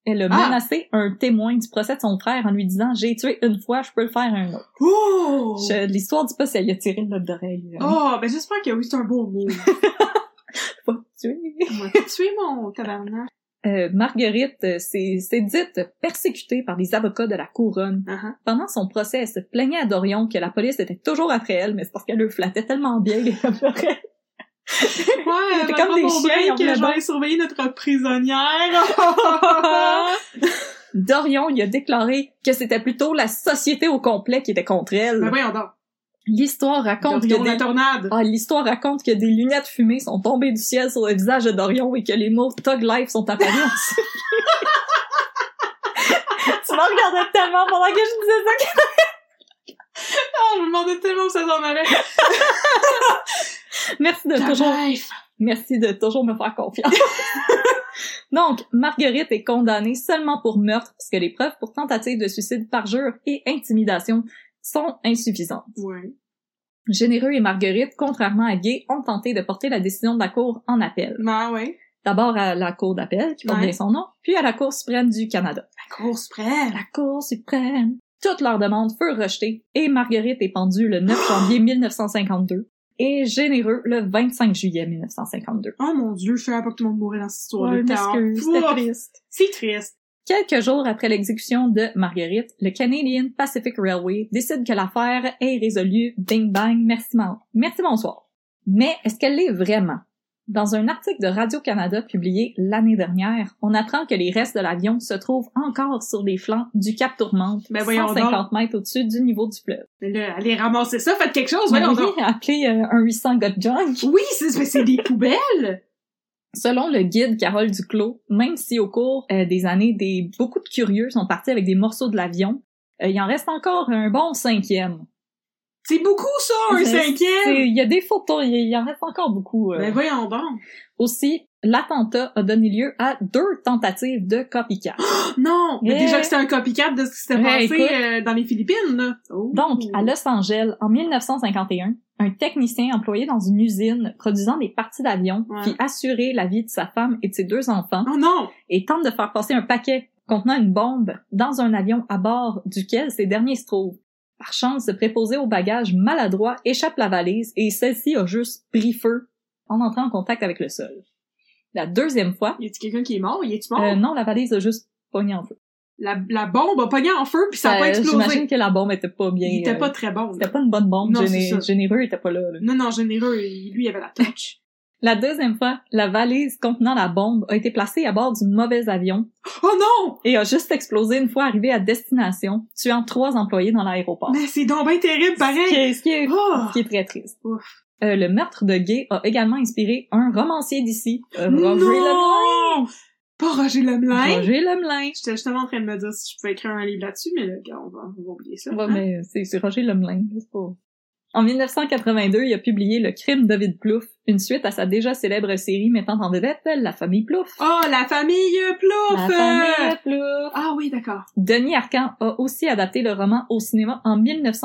[SPEAKER 1] Elle a
[SPEAKER 2] Ah!
[SPEAKER 1] menacé un témoin du procès de son frère en lui disant « J'ai tué une fois, je peux le faire un autre
[SPEAKER 2] Oh!
[SPEAKER 1] Je- L'histoire dit pas si elle lui a tiré une note d'oreille. euh,
[SPEAKER 2] Oh, ben j'espère que oui, c'est un beau mot.
[SPEAKER 1] pas tué.
[SPEAKER 2] Moi, tu es mon tabarnak.
[SPEAKER 1] Euh, Marguerite euh, s'est s'est dite persécutée par les avocats de la couronne.
[SPEAKER 2] Ah, ah.
[SPEAKER 1] Pendant son procès, elle se plaignait à Dorion que la police était toujours après elle, mais c'est parce qu'elle le flattait tellement bien les avocats.
[SPEAKER 2] Ouais,
[SPEAKER 1] C'était
[SPEAKER 2] euh,
[SPEAKER 1] comme des
[SPEAKER 2] mon
[SPEAKER 1] chiens,
[SPEAKER 2] break,
[SPEAKER 1] ils ont
[SPEAKER 2] je
[SPEAKER 1] le
[SPEAKER 2] vais
[SPEAKER 1] bon.
[SPEAKER 2] aller surveiller notre prisonnière.
[SPEAKER 1] Dorion lui a déclaré que c'était plutôt la société au complet qui était contre
[SPEAKER 2] ben
[SPEAKER 1] elle.
[SPEAKER 2] voyons donc.
[SPEAKER 1] L'histoire raconte
[SPEAKER 2] Dorion,
[SPEAKER 1] que
[SPEAKER 2] la
[SPEAKER 1] des...
[SPEAKER 2] tornade.
[SPEAKER 1] Ah, l'histoire raconte que des lunettes fumées sont tombées du ciel sur le visage de Dorion et que les mots Tug Life sont apparus en dessous. Tu me regardais tellement pendant que je disais ça que-
[SPEAKER 2] Oh, je me demandais tellement où ça s'en allait.
[SPEAKER 1] Merci de toujours
[SPEAKER 2] Life.
[SPEAKER 1] Merci de toujours me faire confiance. Donc, Marguerite est condamnée seulement pour meurtre puisque les preuves pour tentative de suicide par jure et intimidation sont insuffisantes.
[SPEAKER 2] Ouais.
[SPEAKER 1] Généreux et Marguerite, contrairement à Gay, ont tenté de porter la décision de la Cour en appel.
[SPEAKER 2] Ben ouais.
[SPEAKER 1] D'abord à la Cour d'appel, qui porte
[SPEAKER 2] Ouais.
[SPEAKER 1] bien son nom, puis à la Cour suprême du Canada.
[SPEAKER 2] La grosse prête.
[SPEAKER 1] La Cour suprême! Toutes leurs demandes furent rejetées et Marguerite est pendue le 9 janvier 1952 et Généreux le 25 juillet 1952.
[SPEAKER 2] Oh mon dieu, je savais pas que tout le monde mourait dans cette histoire-là.
[SPEAKER 1] Ouais, m'excuse, c'était
[SPEAKER 2] Pouah,
[SPEAKER 1] triste.
[SPEAKER 2] C'est triste.
[SPEAKER 1] Quelques jours après l'exécution de Marguerite, le Canadian Pacific Railway décide que l'affaire est résolue. Bing bang, merci, ma- merci bonsoir. Mais est-ce qu'elle l'est vraiment? Dans un article de Radio-Canada publié l'année dernière, on apprend que les restes de l'avion se trouvent encore sur les flancs du Cap Tourmente,
[SPEAKER 2] Ben voyons
[SPEAKER 1] 150 mètres au-dessus du niveau du fleuve.
[SPEAKER 2] Mais là, allez ramasser ça, faites quelque chose,
[SPEAKER 1] On
[SPEAKER 2] voyons donc.
[SPEAKER 1] oui, appelé euh, un 800 Got Junk.
[SPEAKER 2] Oui, c'est, mais c'est des poubelles.
[SPEAKER 1] Selon le guide Carole Duclos, même si au cours euh, des années, des beaucoup de curieux sont partis avec des morceaux de l'avion, euh, il en reste encore un bon cinquième.
[SPEAKER 2] C'est beaucoup ça, un
[SPEAKER 1] C'est- C'est-
[SPEAKER 2] cinquième.
[SPEAKER 1] Il y a des photos, il il en reste encore beaucoup. euh.
[SPEAKER 2] Ben voyons donc.
[SPEAKER 1] Aussi, l'attentat a donné lieu à deux tentatives de copycat.
[SPEAKER 2] Non, mais
[SPEAKER 1] Yeah.
[SPEAKER 2] déjà que c'était un copycat de ce qui s'était
[SPEAKER 1] Ouais,
[SPEAKER 2] passé
[SPEAKER 1] écoute.
[SPEAKER 2] euh, dans les Philippines, là. Oh.
[SPEAKER 1] Donc, à Los Angeles, en 1951, un technicien employé dans une usine produisant des parties d'avion
[SPEAKER 2] Ouais.
[SPEAKER 1] qui assurait la vie de sa femme et de ses deux enfants
[SPEAKER 2] Oh non!
[SPEAKER 1] et tente de faire passer un paquet contenant une bombe dans un avion à bord duquel ces derniers se trouvent. Par chance, le préposé au bagage maladroit échappe la valise et celle-ci a juste pris feu en entrant en contact avec le sol. La deuxième fois,
[SPEAKER 2] Y a-tu quelqu'un qui est mort? Y a-tu mort?
[SPEAKER 1] euh, non, la valise a juste pogné en feu.
[SPEAKER 2] La, la bombe a pogné en feu puis ça a
[SPEAKER 1] Euh,
[SPEAKER 2] pas explosé.
[SPEAKER 1] J'imagine que la bombe était pas bien.
[SPEAKER 2] Il était
[SPEAKER 1] euh,
[SPEAKER 2] pas très bon. là.
[SPEAKER 1] c'était pas une bonne bombe.
[SPEAKER 2] Non,
[SPEAKER 1] Géné-
[SPEAKER 2] c'est ça.
[SPEAKER 1] Généreux était pas là. là.
[SPEAKER 2] Non, non, généreux, il- lui, il avait la touch.
[SPEAKER 1] La deuxième fois, la valise contenant la bombe a été placée à bord du mauvais avion
[SPEAKER 2] oh non!
[SPEAKER 1] et a juste explosé une fois arrivé à destination, tuant trois employés dans l'aéroport.
[SPEAKER 2] Mais c'est donc bien terrible,
[SPEAKER 1] Ce qui
[SPEAKER 2] pareil!
[SPEAKER 1] est, ce qui est-
[SPEAKER 2] Oh!
[SPEAKER 1] ce qui est très triste.
[SPEAKER 2] Ouf.
[SPEAKER 1] Euh, le meurtre de Gay a également inspiré un romancier d'ici, euh, Rory Levine,
[SPEAKER 2] Non! Pas Roger Lemelin.
[SPEAKER 1] Roger Lemelin.
[SPEAKER 2] J'étais justement en train de me dire si je pouvais écrire un livre là-dessus, mais là, gars, on va, on va oublier ça.
[SPEAKER 1] Ouais, mais c'est c'est Roger Lemelin, juste pour... En 1982, il a publié Le crime d'Ovid Plouffe, une suite à sa déjà célèbre série mettant en vedette La famille Plouffe.
[SPEAKER 2] Oh, la famille Plouf!
[SPEAKER 1] La famille Plouffe.
[SPEAKER 2] Ah oui, d'accord.
[SPEAKER 1] Denis Arcan a aussi adapté le roman au cinéma en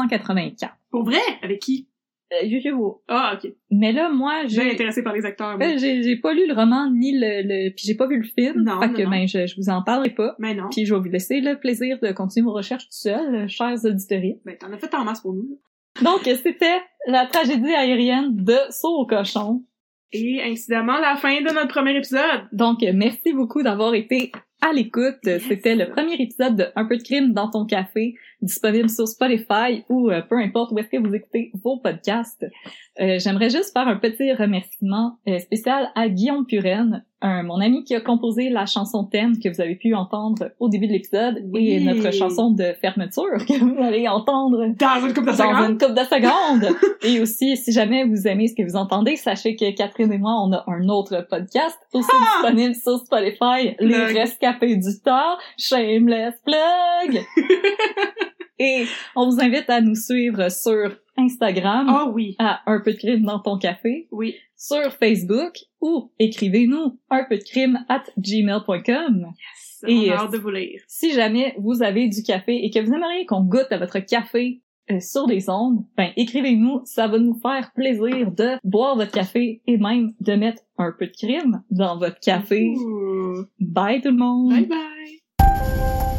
[SPEAKER 1] 1984.
[SPEAKER 2] Pour vrai? Avec qui?
[SPEAKER 1] Euh, yo-yo.
[SPEAKER 2] Ah, ok.
[SPEAKER 1] Mais là, moi,
[SPEAKER 2] J'ai
[SPEAKER 1] j'ai...
[SPEAKER 2] intéressé par les acteurs, moi.
[SPEAKER 1] Ben, j'ai j'ai pas lu le roman ni le, le puis j'ai pas vu le film,
[SPEAKER 2] Non,
[SPEAKER 1] fait
[SPEAKER 2] non,
[SPEAKER 1] que
[SPEAKER 2] non.
[SPEAKER 1] ben je, je vous en parlerai pas.
[SPEAKER 2] Mais non.
[SPEAKER 1] Puis je vais vous laisser le plaisir de continuer vos recherches tout seul, euh, chers auditeurs.
[SPEAKER 2] Ben, t'en as fait en masse pour nous.
[SPEAKER 1] Donc c'était la tragédie aérienne de Saut au cochon.
[SPEAKER 2] Et incidemment, la fin de notre premier épisode.
[SPEAKER 1] Donc euh, merci beaucoup d'avoir été à l'écoute. Euh, C'était le premier épisode de Un peu de crime dans ton café, disponible sur Spotify ou euh, peu importe où est-ce que vous écoutez vos podcasts. Euh, J'aimerais juste faire un petit remerciement euh, spécial à Guillaume Puren, un- mon ami qui a composé la chanson thème que vous avez pu entendre au début de l'épisode et
[SPEAKER 2] Oui.
[SPEAKER 1] notre chanson de fermeture que vous allez entendre
[SPEAKER 2] Dans une coupe de
[SPEAKER 1] dans une
[SPEAKER 2] secondes.
[SPEAKER 1] couple de secondes. et aussi, si jamais vous aimez ce que vous entendez, sachez que Catherine et moi, on a un autre podcast aussi disponible sur Spotify,
[SPEAKER 2] Ah! Plug.
[SPEAKER 1] Les Rescapés du Tort, Shameless Plug. et on vous invite à nous suivre sur Instagram,
[SPEAKER 2] Ah oui.
[SPEAKER 1] à Un peu de crime dans ton café,
[SPEAKER 2] Oui.
[SPEAKER 1] sur Facebook ou écrivez-nous un peu de crime at gmail.com.
[SPEAKER 2] Yes.
[SPEAKER 1] Et, euh,
[SPEAKER 2] on a hâte de vous lire.
[SPEAKER 1] Si jamais vous avez du café et que vous aimeriez qu'on goûte à votre café euh, sur des ondes, ben écrivez-nous, ça va nous faire plaisir de boire votre café et même de mettre un peu de crème dans votre café.
[SPEAKER 2] Ouh.
[SPEAKER 1] Bye tout le monde.
[SPEAKER 2] Bye bye.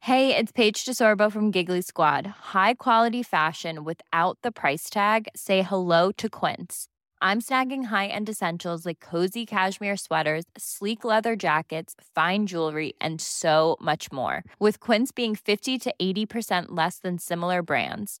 [SPEAKER 4] Hey, it's Paige DeSorbo from Giggly Squad. High quality fashion without the price tag. Say hello to Quince. I'm snagging high-end essentials like cozy cashmere sweaters, sleek leather jackets, fine jewelry, and so much more. With Quince being 50 to 80% less than similar brands.